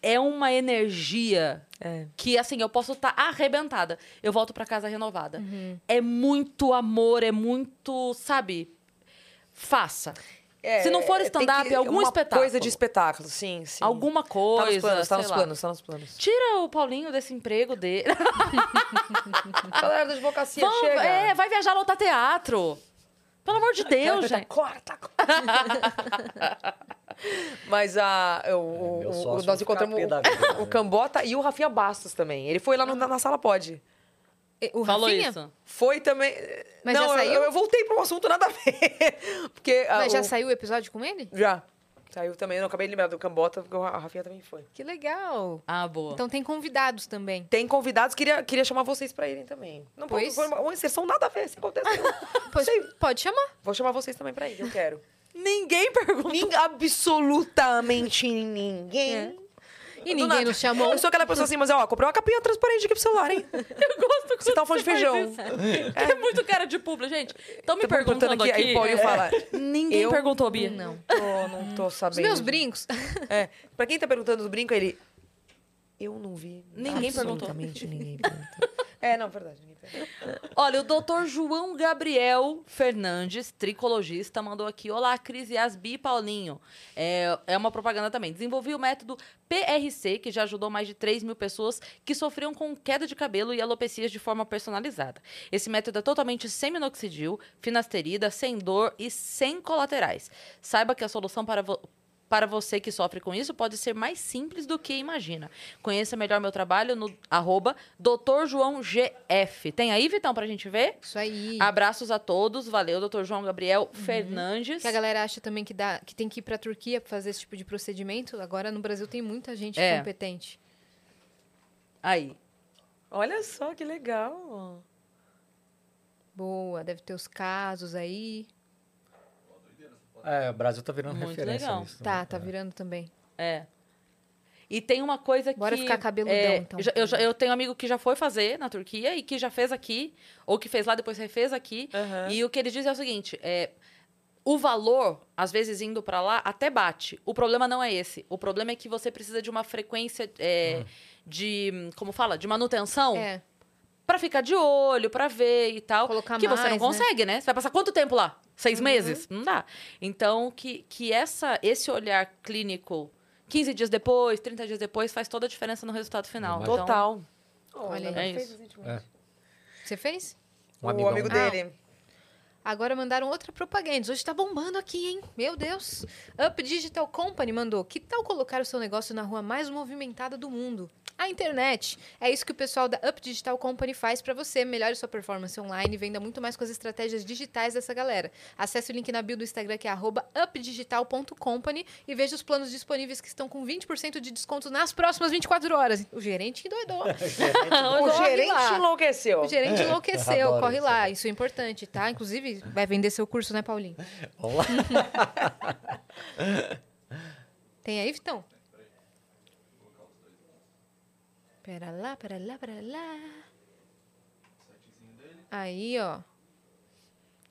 é uma energia
É.
que, assim, eu posso estar arrebentada. Eu volto pra casa renovada.
Uhum.
É muito amor, é muito, sabe? Faça.
É,
Se não for
tem
stand-up, é
que-
algum
uma
espetáculo.
coisa de espetáculo, sim, sim.
Alguma
Tá
coisa.
nos planos, tá
sei
nos
lá.
planos, tá nos planos.
Tira o Paulinho desse emprego dele.
Galera da advocacia,
Ah. Vamos-
chega.
é, vai viajar lotar teatro. Pelo amor de Deus,
tá
gente.
Corta, corta. Mas a, eu- o,
É, meu
o-
sócio vai
nós
ficar
encontramos
pé da vida,
o, o
né?
Cambota e o Rafinha Bastos também. Ele foi lá no- na, na sala Pod.
E- O
Falou
Rafinha?
isso.
Foi também.
Mas
não,
já
eu-
saiu?
Eu, eu voltei para um assunto nada a ver. Porque. a-
Mas
Ah, o-
já saiu o episódio com ele?
Já. Saiu também. Eu não acabei de lembrar do Cambota, porque o Ra- a Rafinha também foi.
Que legal.
Ah, boa.
Então tem convidados também.
Tem convidados, queria, queria chamar vocês pra irem também. Não pode,
Pois.
foi uma, uma inserção nada a ver, assim, se acontece.
Pois, pode chamar.
Vou chamar vocês também pra ir, eu quero.
ninguém perguntou.
Nin- absolutamente ninguém.
E
Do
ninguém
nada.
nos chamou.
Eu sou aquela pessoa assim, mas ó, comprei uma capinha transparente aqui pro celular, hein?
Eu gosto quando
Você tá um fã de
faz
feijão.
isso. É. muito cara de público, gente. Estão me
Tô
perguntando, aqui. É.
aí o Paulinho fala.
Ninguém
Eu-
perguntou, Bia.
Não.
Tô, não tô
Os
sabendo.
meus brincos.
É, pra quem tá perguntando do brinco, ele. Eu não vi.
Ninguém perguntou.
Absolutamente ninguém perguntou. É, não, verdade. Ninguém perguntou.
Olha, o doutor João Gabriel Fernandes, tricologista, mandou aqui. Olá, Cris e Asbi e Paulinho. É, é uma propaganda também. Desenvolvi o método PRC, que já ajudou mais de 3 mil pessoas que sofriam com queda de cabelo e alopecias de forma personalizada. Esse método é totalmente sem minoxidil, finasterida, sem dor e sem colaterais. Saiba que a solução para... vo- Para você que sofre com isso, pode ser mais simples do que imagina. Conheça melhor meu trabalho no arroba Dr. João GF. Tem aí, Vitão, pra gente ver?
Isso aí.
Ah,
Abraços a todos. Valeu, Dr. João Gabriel Fernandes.
Que a galera acha também que, dá, que tem que ir pra Turquia pra fazer esse tipo de procedimento. Agora no Brasil tem muita gente
É.
competente.
Aí.
Olha só que legal.
Boa, deve ter os casos aí.
É, o Brasil tá virando
Muito
referência
legal.
nisso.
Tá,
né?
tá
É.
virando também.
É. E tem uma coisa
Bora
que...
ficar cabeludão,
é,
então.
já- Eu, já- eu tenho um amigo que já foi fazer na Turquia e que já fez aqui, ou que fez lá, depois refez aqui.
Aham.
E o que ele diz é o seguinte, é... O valor, às vezes indo pra lá, até bate. O problema não é esse. O problema é que você precisa de uma frequência é, de, hum, como fala, de manutenção pra
É,
ficar de olho, pra ver e tal.
Colocar
que você não
mais, né? Uhum.
consegue, né? Você vai passar quanto tempo lá? Seis meses? Não dá. Então, que, que essa, esse olhar clínico 15 dias depois, 30 dias depois, faz toda a diferença no resultado final. Então,
Total.
Olha
é
aí.
isso.
Você fez?
Um
o
amigão
amigo
meu.
dele.
Agora mandaram outra propaganda. Hoje tá bombando aqui, hein? Meu Deus. Up Digital Company mandou. Que tal colocar o seu negócio na rua mais movimentada do mundo? A internet. É isso que o pessoal da Up Digital Company faz pra você. Melhore sua performance online e venda muito mais com as estratégias digitais dessa galera. Acesse o link na bio do Instagram, que é arroba updigital.company e veja os planos disponíveis que estão com 20% de desconto nas próximas 24 horas. O gerente endoidou.
o
Corre
gerente
Ah, lá.
enlouqueceu.
O gerente enlouqueceu,
adoro
corre
isso.
lá, isso é importante, tá? Inclusive, vai vender seu curso, né, Paulinho?
Vamos lá.
Tem aí, Vitão? Pera lá, pera lá, pera lá. Aí, ó.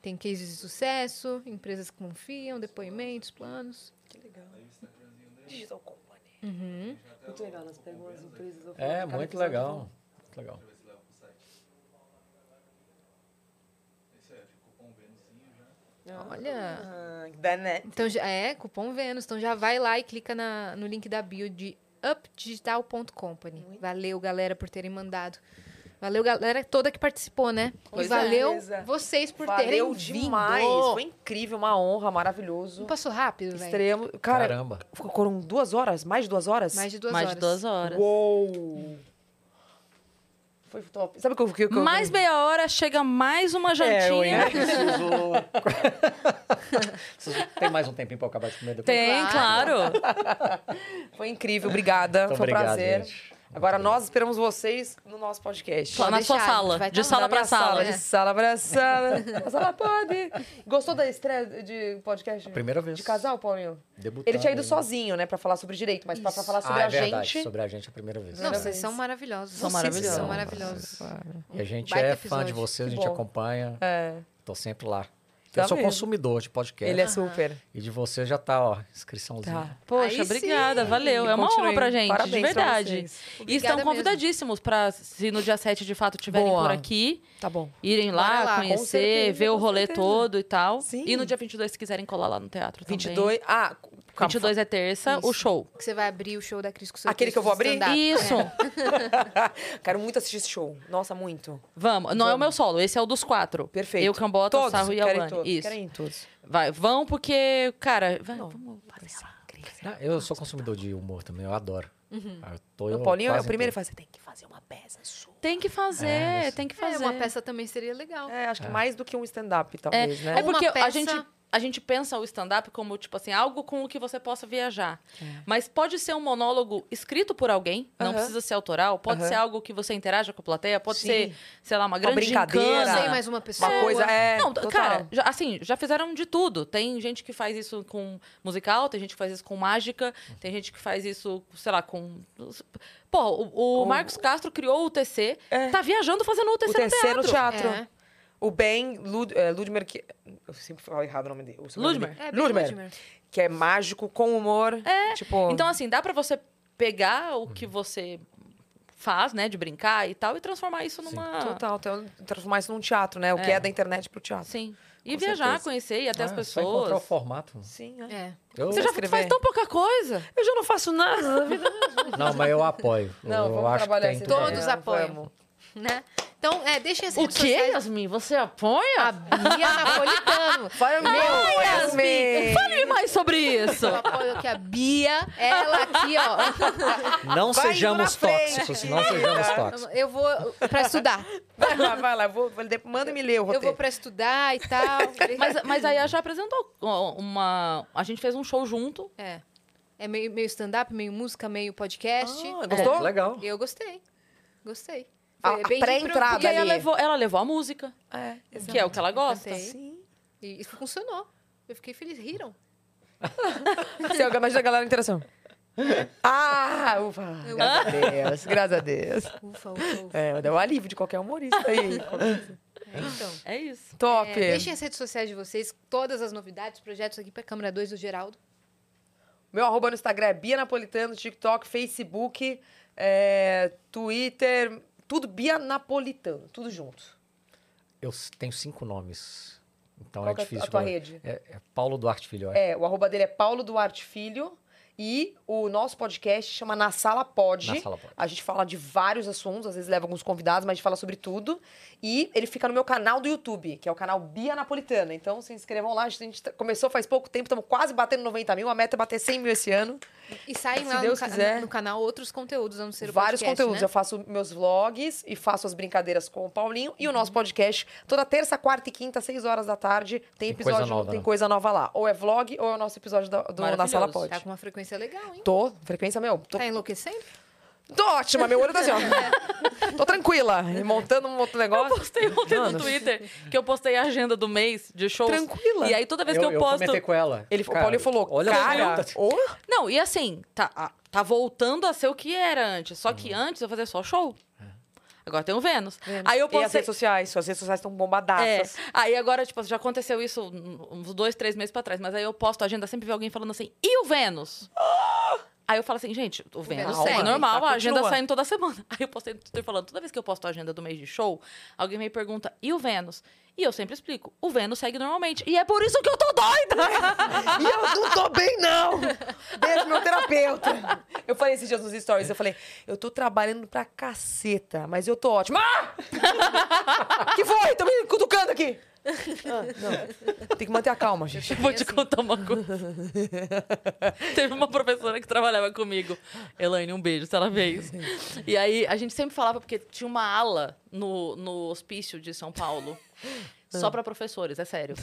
Tem cases de sucesso, empresas que confiam, depoimentos, planos.
Digital Company.
Uhum.
Muito legal, nós pegamos as empresas. eu falo,
É,
cada
muito
episódio
legal.
eu falo.
Muito legal.
Olha.
Ah, da net.
Então, já- é, cupom Vênus. Então já vai lá e clica na- no link da bio de updigital.company. Valeu, galera, por terem mandado. Valeu, galera toda que participou, né?
Pois
e
é.
valeu
Beleza.
vocês por terem
Valeu demais.
vindo.
Foi incrível, uma honra,
Não
maravilhoso.
passou rápido, velho?
Extremo. Cara,
Caramba.
foram duas horas? Mais de duas horas?
Mais de duas
Mais
horas.
de duas horas.
Uou! Foi top. Sabe o que eu é que, eu- que eu- É,
Mais meia hora, chega mais uma
eu
jantinha.
ainda preciso... Preciso- Tem mais um tempinho pra eu acabar de comer depois?
Tem, claro.
né? Foi incrível, obrigada.
Muito
Foi um
Então, obrigado,
prazer.
gente.
Agora nós esperamos vocês no nosso podcast.
Lá na sua
deixar,
sala.
vai
De
tá-
sala
Na
pra
minha
sala. né?
De sala pra sala. A sala pode. Gostou da estreia de podcast?
Primeira vez.
De casal, Paulinho?
Debutando.
Ele tinha ido
aí.
sozinho, né? Pra falar sobre direito, mas pra, pra falar sobre
ah,
a
é verdade,
gente.
Sobre a gente é a primeira vez.
Não,
Primeira
vocês
vez.
são maravilhosos.
São
Vocês
maravilhosos.
São maravilhosos.
E a gente
Baita
é fã
episódio.
de vocês, a
Que
gente
bom.
acompanha.
É,
Tô sempre lá.
Tá
eu sou
mesmo.
consumidor de podcast.
ele é super.
E de vocês já tá, ó,
Ah,
inscriçãozinha.
Tá.
Poxa,
Aí
obrigada, valeu.
E
É uma honra
continuem.
pra gente, de
Parabéns pra
verdade.
vocês.
E
Obrigada
estão
mesmo.
convidadíssimos pra, se no dia 7 de fato tiverem
Boa.
por aqui,
Tá bom.
irem
Bora
lá,
lá, com
conhecer,
certeza,
ver o
com
rolê
certeza.
todo e tal.
Sim.
E no dia 22, se quiserem colar lá no teatro também.
22. Ah, com a-
22 é terça, o show.
Que você vai abrir o show da Cris com o seu
Aquele que eu vou abrir?
Isso,
é. Quero muito assistir esse show. Nossa, muito.
vamos. Não é o meu solo, esse é o dos quatro.
Perfeito.
Eu, Cambota,
todos,
Sarro e
querem
Alane.
Todos,
Isso.
Querem todos.
Vai, vão porque, cara, vai, vamos fazer lá.
Ah, eu sou consumidor de humor também, eu adoro. Ah, eu tô,
o tá. Uhum. Paulinho é o
quase em
primeiro e
tudo.
fala: você tem que fazer uma peça sua.
Tem que fazer,
É, isso.
tem que
É,
fazer.
uma peça também seria legal.
É, acho que mais do que um stand-up,
É,
talvez,
é
né?
porque
Uma
a
peça-
gente a gente pensa o stand-up como tipo assim algo com o que você possa viajar, mas pode ser um monólogo escrito por alguém, não
É. Aham.
precisa ser autoral, pode
Aham.
ser algo que você interaja com a plateia, pode
Sim.
ser sei lá uma grande
brincadeira.
gincana.
Sei mais uma pessoa.
Tá. Uma coisa é.
Não,
total.
cara, já- assim, já fizeram de tudo. Tem gente que faz isso com musical, tem gente que faz isso com mágica, tem gente que faz isso, sei lá, com. Pô, o, o Marcos Castro criou o TC, tá viajando fazendo o
É. O
TC, no
terceiro
teatro.
teatro.
É.
O Ben Lud, é, Ludmer, que. Eu sempre falo errado o nome dele. o sobrenome
Ludmer.
dele.
É, bem
Ludmer.
Ludmer.
Que é mágico, com humor. É. Tipo.
Então, assim, dá pra você pegar
Uhum.
o que você faz, né, de brincar e tal, e transformar isso numa.
Total, então, transformar isso num teatro, né? O que é da internet pro teatro.
Sim. E
Com
viajar,
certeza.
conhecer, e até
Ah,
as
Só encontrar o
pessoas.
formato.
Sim, é.
É.
Eu,
Você já
Escrever.
faz tão pouca coisa.
Eu já não faço nada.
Não, mas eu apoio.
Não,
eu
vamos
acho que
trabalhar assim.
tem
esse
tudo a
Todos
ver.
Não,
apoiam.
vamos.
Né? Então, é, deixa as
O
redes
quê,
sociais.
Yasmin? Você apoia?
Ah,
A Bia Napolitano.
Fala meu, Yasmin.
Fale mais sobre isso.
Eu apoio que a Bia, ela aqui, ó.
Não
Vai indo
sejamos
na frente.
tóxicos, assim, não sejamos tóxicos.
Eu vou pra estudar.
Vai lá, vai lá. Vou, vou- manda me ler o
Eu
roteiro.
vou pra estudar e tal.
Mas, mas aí a já apresentou ó, uma. A gente fez um show junto.
É. É meio, meio stand-up, meio música, meio podcast.
Ah, gostou?
É, Legal.
Eu gostei. Gostei.
A-
Foi
a
bem de
pré-entrada
E aí ela
Ali.
levou, ela levou a música,
É, exato.
que é o que ela gosta.
Cantei.
Sim.
E isso funcionou. Eu fiquei feliz, riram.
Você imagina a galera na interação. Ah, ufa. Graças a Deus, graças a Deus.
Ufa, ufa, ufa.
É, deu um alívio de qualquer humorista aí. Qualquer-
É, então.
É isso.
Top.
É, deixem as redes sociais de vocês, todas as novidades, projetos aqui pra Câmara 2 do Geraldo.
Meu arroba no Instagram é Bia Napolitano, TikTok, Facebook, é, Twitter, tudo Bia Napolitano, tudo junto.
Eu s- tenho cinco nomes. Então
Qual
é
que é a
difícil.
tua
agora.
rede?
É, é Paulo Duarte Filho, eu acho.
É, o arroba dele é Paulo Duarte Filho e o nosso podcast chama Na Sala Pod.
Na sala pode.
A gente fala de vários assuntos, às vezes leva alguns convidados, mas a gente fala sobre tudo. E ele fica no meu canal do YouTube, que é o canal Bia Napolitana. Então se inscrevam lá, a gente, a gente tá- começou faz pouco tempo, estamos quase batendo 90 mil, a meta é bater 100 mil esse ano.
E saem
Se
lá no,
Deus
ca-
quiser.
no canal outros conteúdos, a não ser o
vários
podcast,
conteúdos.
né?
Eu faço meus vlogs e faço as brincadeiras com o Paulinho
Uhum.
e o nosso podcast. Toda terça, quarta e quinta, seis horas da tarde, tem
Tem coisa
episódio,
nova,
tem
né?
coisa nova lá. Ou é vlog ou é o nosso episódio da- do, Na
Maravilhoso.
Sala Pod.
Tá com uma frequência legal, hein?
Tô, frequência, meu, tô,
Tá enlouquecendo?
tô ótima, meu olho tá assim, ó. tô tranquila, e montando um outro negócio.
Postei ontem
Mano,
no Twitter que eu postei a agenda do mês de shows.
Tranquila.
E aí toda vez que eu,
Eu
posto.
comentei com ela.
Ele, o
Cara,
Paulinho falou,
olha
cara,
só,
ô,
Não, e assim, tá, a- tá voltando a ser o que era antes. Só que antes eu fazia só show. Agora tem o Vênus. Aí eu
e as
postei.
redes sociais, suas redes sociais estão
É,
bombadaças.
aí agora, tipo, já aconteceu isso um, uns dois, três meses pra trás, mas aí eu posto a agenda, sempre vê alguém falando assim, e o Vênus? Aí eu falo assim, gente, o Vênus
Vênus
segue,
segue,
normal,
tá,
a agenda
continua.
saindo toda semana. Aí eu postei no Twitter falando, toda vez que eu posto a agenda do mês de show, alguém me pergunta, e o Vênus? E eu sempre explico, o Vênus segue normalmente. E é por isso que eu tô doida!
E eu não tô bem, não! Beijo, meu terapeuta! Eu falei esses dias nos stories, eu falei, eu tô trabalhando pra caceta, mas eu tô ótima. Ah! que foi? Tô me cutucando aqui! Ah, não. Tem que manter a calma, gente.
Vou te contar uma coisa. Teve uma professora que trabalhava comigo. Elaine, um beijo, se ela vê isso. E aí, a gente sempre falava, porque tinha uma ala no, no hospício de São Paulo, só pra professores, é sério.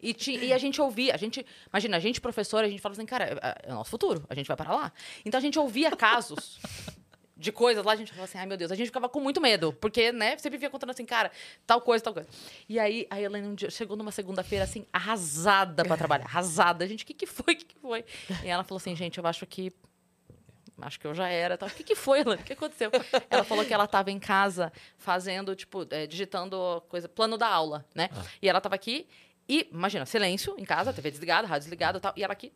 E, ti- e a gente ouvia, a gente, imagina, a gente professora, a gente falava assim, cara, é, é o nosso futuro, a gente vai para lá. Então a gente ouvia casos de coisas lá, a gente falava assim, ai meu Deus, a gente ficava com muito medo, porque, né, sempre vivia contando assim, cara, tal coisa, tal coisa. E aí a Helena um dia chegou numa segunda-feira, assim, arrasada pra trabalhar, arrasada. Gente, o que que foi, o que que foi? E ela falou assim, gente, eu acho que acho que eu já era. Tal. O que, que foi, Elane? O que aconteceu? Ela falou que ela estava em casa fazendo, tipo, eh, digitando coisa, plano da aula, né? E ela estava aqui e, imagina, silêncio em casa, TV desligada, rádio desligada e tal. E ela aqui.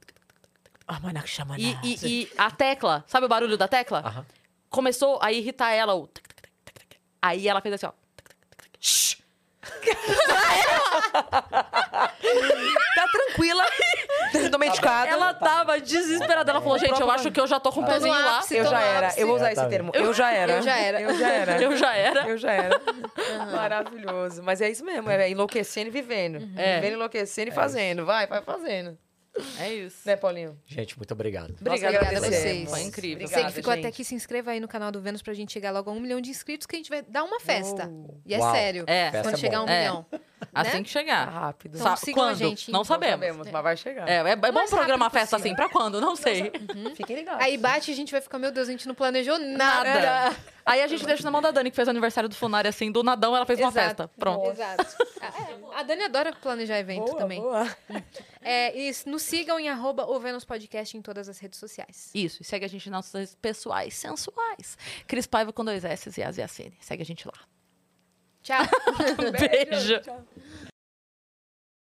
E, e- e a tecla, sabe o barulho da tecla? Começou a irritar ela. O... tic, tic, tic, tic, tic. Aí ela fez assim, ó. tic, tic, tic, tic. Shh!
Tá tranquila, Tá domesticada.
Ela tava desesperada. Ela falou, gente, eu acho que eu já tô com o pezinho lá.
ápice,
Eu
tô
já
no
era.
ápice.
Eu vou usar esse
Exatamente.
termo. Eu já era.
Eu já era.
Eu já era.
Eu já era.
Eu já era. Maravilhoso. Mas é isso mesmo, é enlouquecendo e vivendo.
Uhum.
É.
Vivendo, enlouquecendo e fazendo. Vai, vai fazendo.
É isso.
Né, Paulinho?
Gente, muito obrigado.
Obrigada a vocês.
Foi incrível.
Você
Obrigada,
que ficou
gente.
até aqui, se inscreva aí no canal do Vênus pra gente chegar logo a um milhão de inscritos, que a gente vai dar uma festa. E é
Uau.
sério.
É.
Quando
Festa é
chegar a um
bom.
É.
milhão.
Assim que chegar.
Tá rápido.
Então
Sa-
sigam a gente,
Não
então,
sabemos.
mas vai chegar.
É, é, é bom
mais rápido
programar festa
possível.
assim. Pra quando? Não sei.
Fiquem ligados.
Aí bate e a gente vai ficar, meu Deus, a gente não planejou nada.
Nada. Aí a gente deixa na mão da Dani, que fez o aniversário do Funari, assim, do nadão, ela fez uma
Exato.
festa. Pronto.
Exato. Ah, é. A Dani adora planejar evento também. É, e s- nos sigam em arroba o Vênus Podcast em todas as redes sociais.
Isso, e segue a gente nas nossas pessoais sensuais. Cris Paiva com dois S e Asiacine. Segue a gente lá.
Tchau.
Beijo.